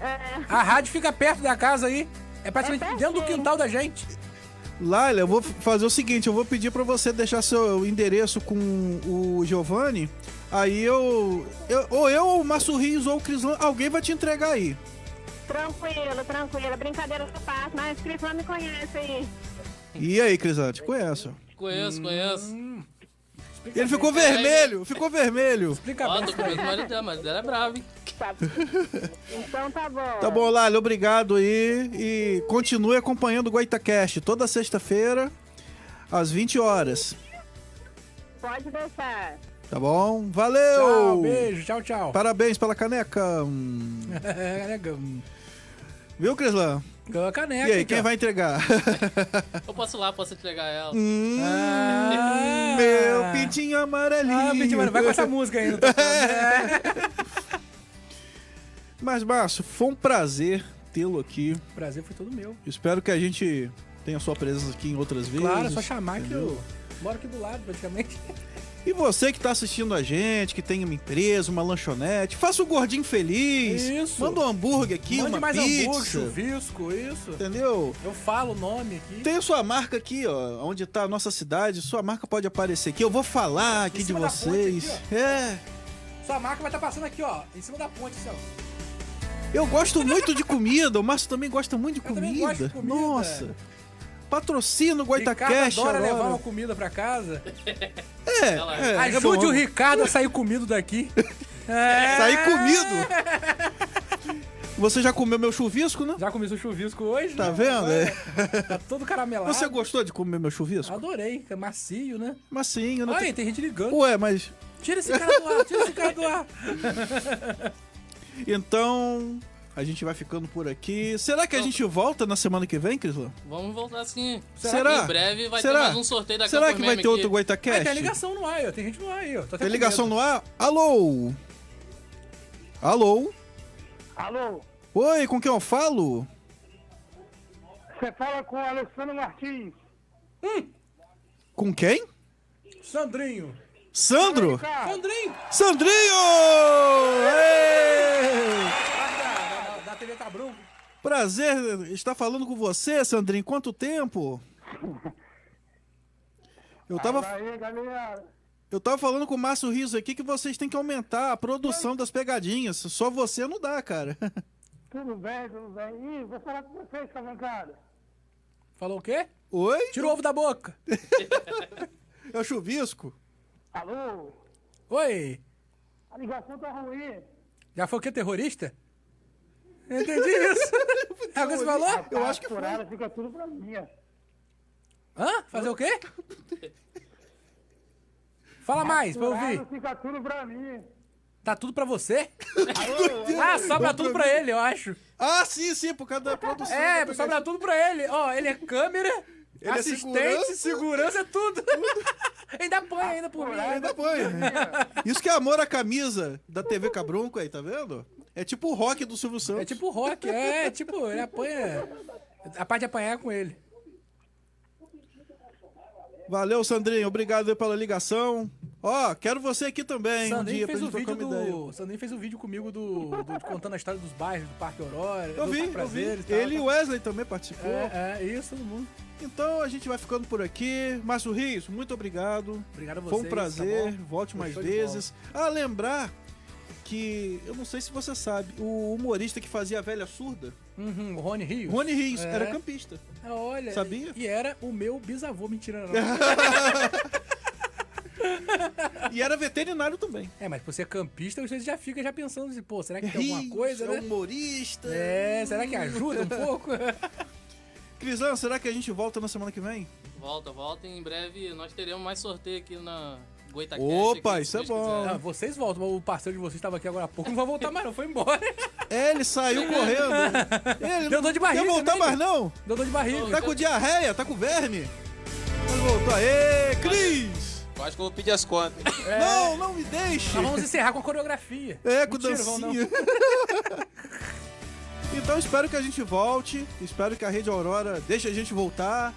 É. A rádio fica perto da casa aí. É praticamente dentro do quintal da gente. Laila, eu vou f- fazer o seguinte, eu vou pedir pra você deixar seu endereço com o Giovanni, aí eu, eu- ou eu, ou o Márcio Rios, ou o Crislan, alguém vai te entregar aí. Tranquilo, tranquilo. Brincadeira eu faço, mas o Cris lá me conhece aí. E aí, Crislan, te conheço. Conheço, conheço. Hum, Ele ficou vermelho, ficou vermelho. Ó, tô com medo do marido dela, o marido dela é bravo, hein? *laughs* Então tá bom. Tá bom, Laila, obrigado aí e continue acompanhando o Goitacast toda sexta-feira às 20 horas, Pode deixar. tá bom? Valeu! Tchau, beijo, tchau, tchau. Parabéns pela caneca. Hum. Caneca. Viu, Crislan? Ganhou a caneca. então. E aí, aqui, quem ó. vai entregar? *laughs* Eu posso ir lá, posso entregar ela. *laughs* Hum, Ah. Meu pintinho amarelinho. Ah, Pintinho Amarelinho. Vai com *laughs* essa música ainda, tá né? Mas, Márcio, foi um prazer tê-lo aqui. Prazer foi todo meu. Espero que a gente tenha sua presença aqui em outras vezes. Claro, é só chamar entendeu? que eu moro aqui do lado, praticamente. E você que tá assistindo a gente, que tem uma empresa, uma lanchonete, faça o gordinho feliz. Isso. Manda um hambúrguer aqui, Mande uma mais pizza. hambúrguer, chuvisco, isso. Entendeu? Eu falo o nome aqui. Tem a sua marca aqui, ó, onde tá a nossa cidade. Sua marca pode aparecer aqui. Eu vou falar aqui de cima da ponte vocês. aqui, é. Sua marca vai estar passando aqui, ó, em cima da ponte, assim, ó. Eu gosto muito de comida, o Márcio também gosta muito de também comida. gosto de comida. Nossa. Patrocina o Ricardo Goitacast adora agora. levar uma comida pra casa. É, é, Ajude então- o *laughs* Ricardo a sair comido daqui. É. Sair comido. Você já comeu meu chuvisco, né? Já comi seu chuvisco hoje. *laughs* né? Tá vendo? Agora É. Tá todo caramelado. Você gostou de comer meu chuvisco? Adorei, é macio, né? Macinho, né? Olha aí, tem gente ligando. Ué, mas. Tira esse cara do ar, tira esse cara do ar. *laughs* Então. A gente vai ficando por aqui. Será que a gente volta na semana que vem, Crislan? Vamos voltar sim. Será? Em breve vai Será? ter mais um sorteio da Será Campus que vai Meme ter outro aqui. Goitacast? Aí tem ligação no ar, aí, ó. tem gente no ar aí, ó. Tô até Tem com ligação medo. no ar? Alô? Alô? Alô, Oi, com quem eu falo? você fala com o Alessandro Martins. Com quem? Sandrinho. Sandro? Sandrinho! Sandrinho! Ê! Da, da, da TV Cabrão. Prazer estar falando com você, Sandrinho. Quanto tempo? Eu tava, Aí, galera. eu tava falando com o Márcio Riso aqui que vocês têm que aumentar a produção das pegadinhas. Só você não dá, cara. *laughs* Tudo bem, tudo bem? Ih, vou falar com vocês, cavalcada. Falou o quê? Oi? Tira o ovo da boca. *laughs* É o chuvisco? Alô? Oi. A ligação tá ruim. Já foi o quê? Terrorista? Eu entendi *laughs* isso. *laughs* É o que você falou? Eu acho que foi. Ela Tá fica tudo pra mim. ó. Hã? Fazer o quê? Fala mais pra eu ouvir. Furado Fica tudo pra mim. Tá tudo pra você? Alô? Ah, sobra tudo pra ele, eu acho. Ah, sim, sim, por causa da produção. É, da sobra tudo pra ele. Ó, ele é câmera, Ele é assistente, segurança. segurança, é tudo. ainda apanha ainda por mim. Ainda apanha. Isso que é amor à camisa da TV Cabronco aí, tá vendo? É tipo o rock do Silvio Santos. É tipo o rock, é, tipo, ele apanha. A parte de apanhar é com ele. Valeu, Sandrinho. Obrigado aí pela ligação. Ó, quero você aqui também. um Sandrinho dia fez pra o gente trocar vídeo uma ideia. do. Sandrinho fez um vídeo comigo do, do- contando a história dos bairros do Parque Aurora. Eu do vi, Parque eu vi. Prazeres, tal, Ele e tal. o Wesley também participou. É, é, isso, todo mundo. Então a gente vai ficando por aqui. Márcio Rios, muito obrigado. Obrigado a Foi um vocês, prazer. tá bom? Volte Foi mais show de bola. vezes. Ah, lembrar que eu não sei se você sabe, o humorista que fazia a velha surda, Uhum, o Rony Rios. Rony Rios, É. era campista. Ah, Olha. Sabia? E era o meu bisavô, mentira, não. *laughs* E era veterinário também. é, mas por ser campista, você já fica já pensando assim, pô, será que tem Rios, alguma coisa, é né? humorista. É, será que *laughs* ajuda um pouco? Crisão, será que a gente volta na semana que vem? Volta, volta. Em breve nós teremos mais sorteio aqui na Goitacast. Opa, aqui, se isso é Deus quiser. bom. Ah, vocês voltam, mas o parceiro de vocês estava aqui agora há pouco, não vai voltar mais, não, foi embora. É, *laughs* ele saiu correndo. Ele Deu dor de barriga Quer voltar também, mais não? Deu dor de barriga. Tá com diarreia, tá com verme. Mas voltou. Aê, Cris! Eu acho que eu vou pedir *laughs* as contas. Não, não me deixe. Nós É. vamos encerrar com a coreografia. É, com Mentira, vão dancinha. então espero que a gente volte. Espero que a Rede Aurora deixe a gente voltar.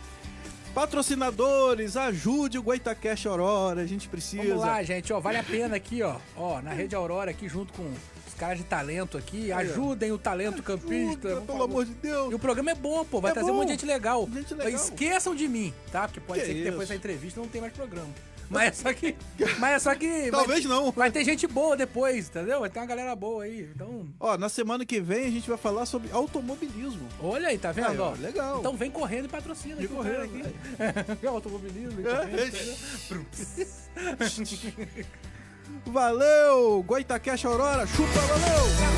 Patrocinadores, ajude o Goitacast Aurora. A gente precisa. Vamos lá, gente, ó, vale a pena aqui, ó, ó, na Rede Aurora aqui junto com os caras de talento aqui, ó. ajudem o talento campista. Ajuda, por pelo favor. amor de Deus. E o programa é bom, pô, vai É trazer um bom. monte de gente legal. Gente legal. Esqueçam de mim, tá? Porque pode Que ser que depois isso. da entrevista não tenha mais programa. Mas é só que, mas é só que Talvez vai, não. Vai ter gente boa depois, entendeu? Vai ter uma galera boa aí. Então, Ó, na semana que vem a gente vai falar sobre automobilismo. olha aí, tá vendo? Aí, ó? ó, legal. Então *laughs* vem correndo e patrocina. Vem aqui o cara correndo, aqui. *laughs* Automobilismo. né? *laughs* Valeu! Goitacast Aurora, chupa, valeu!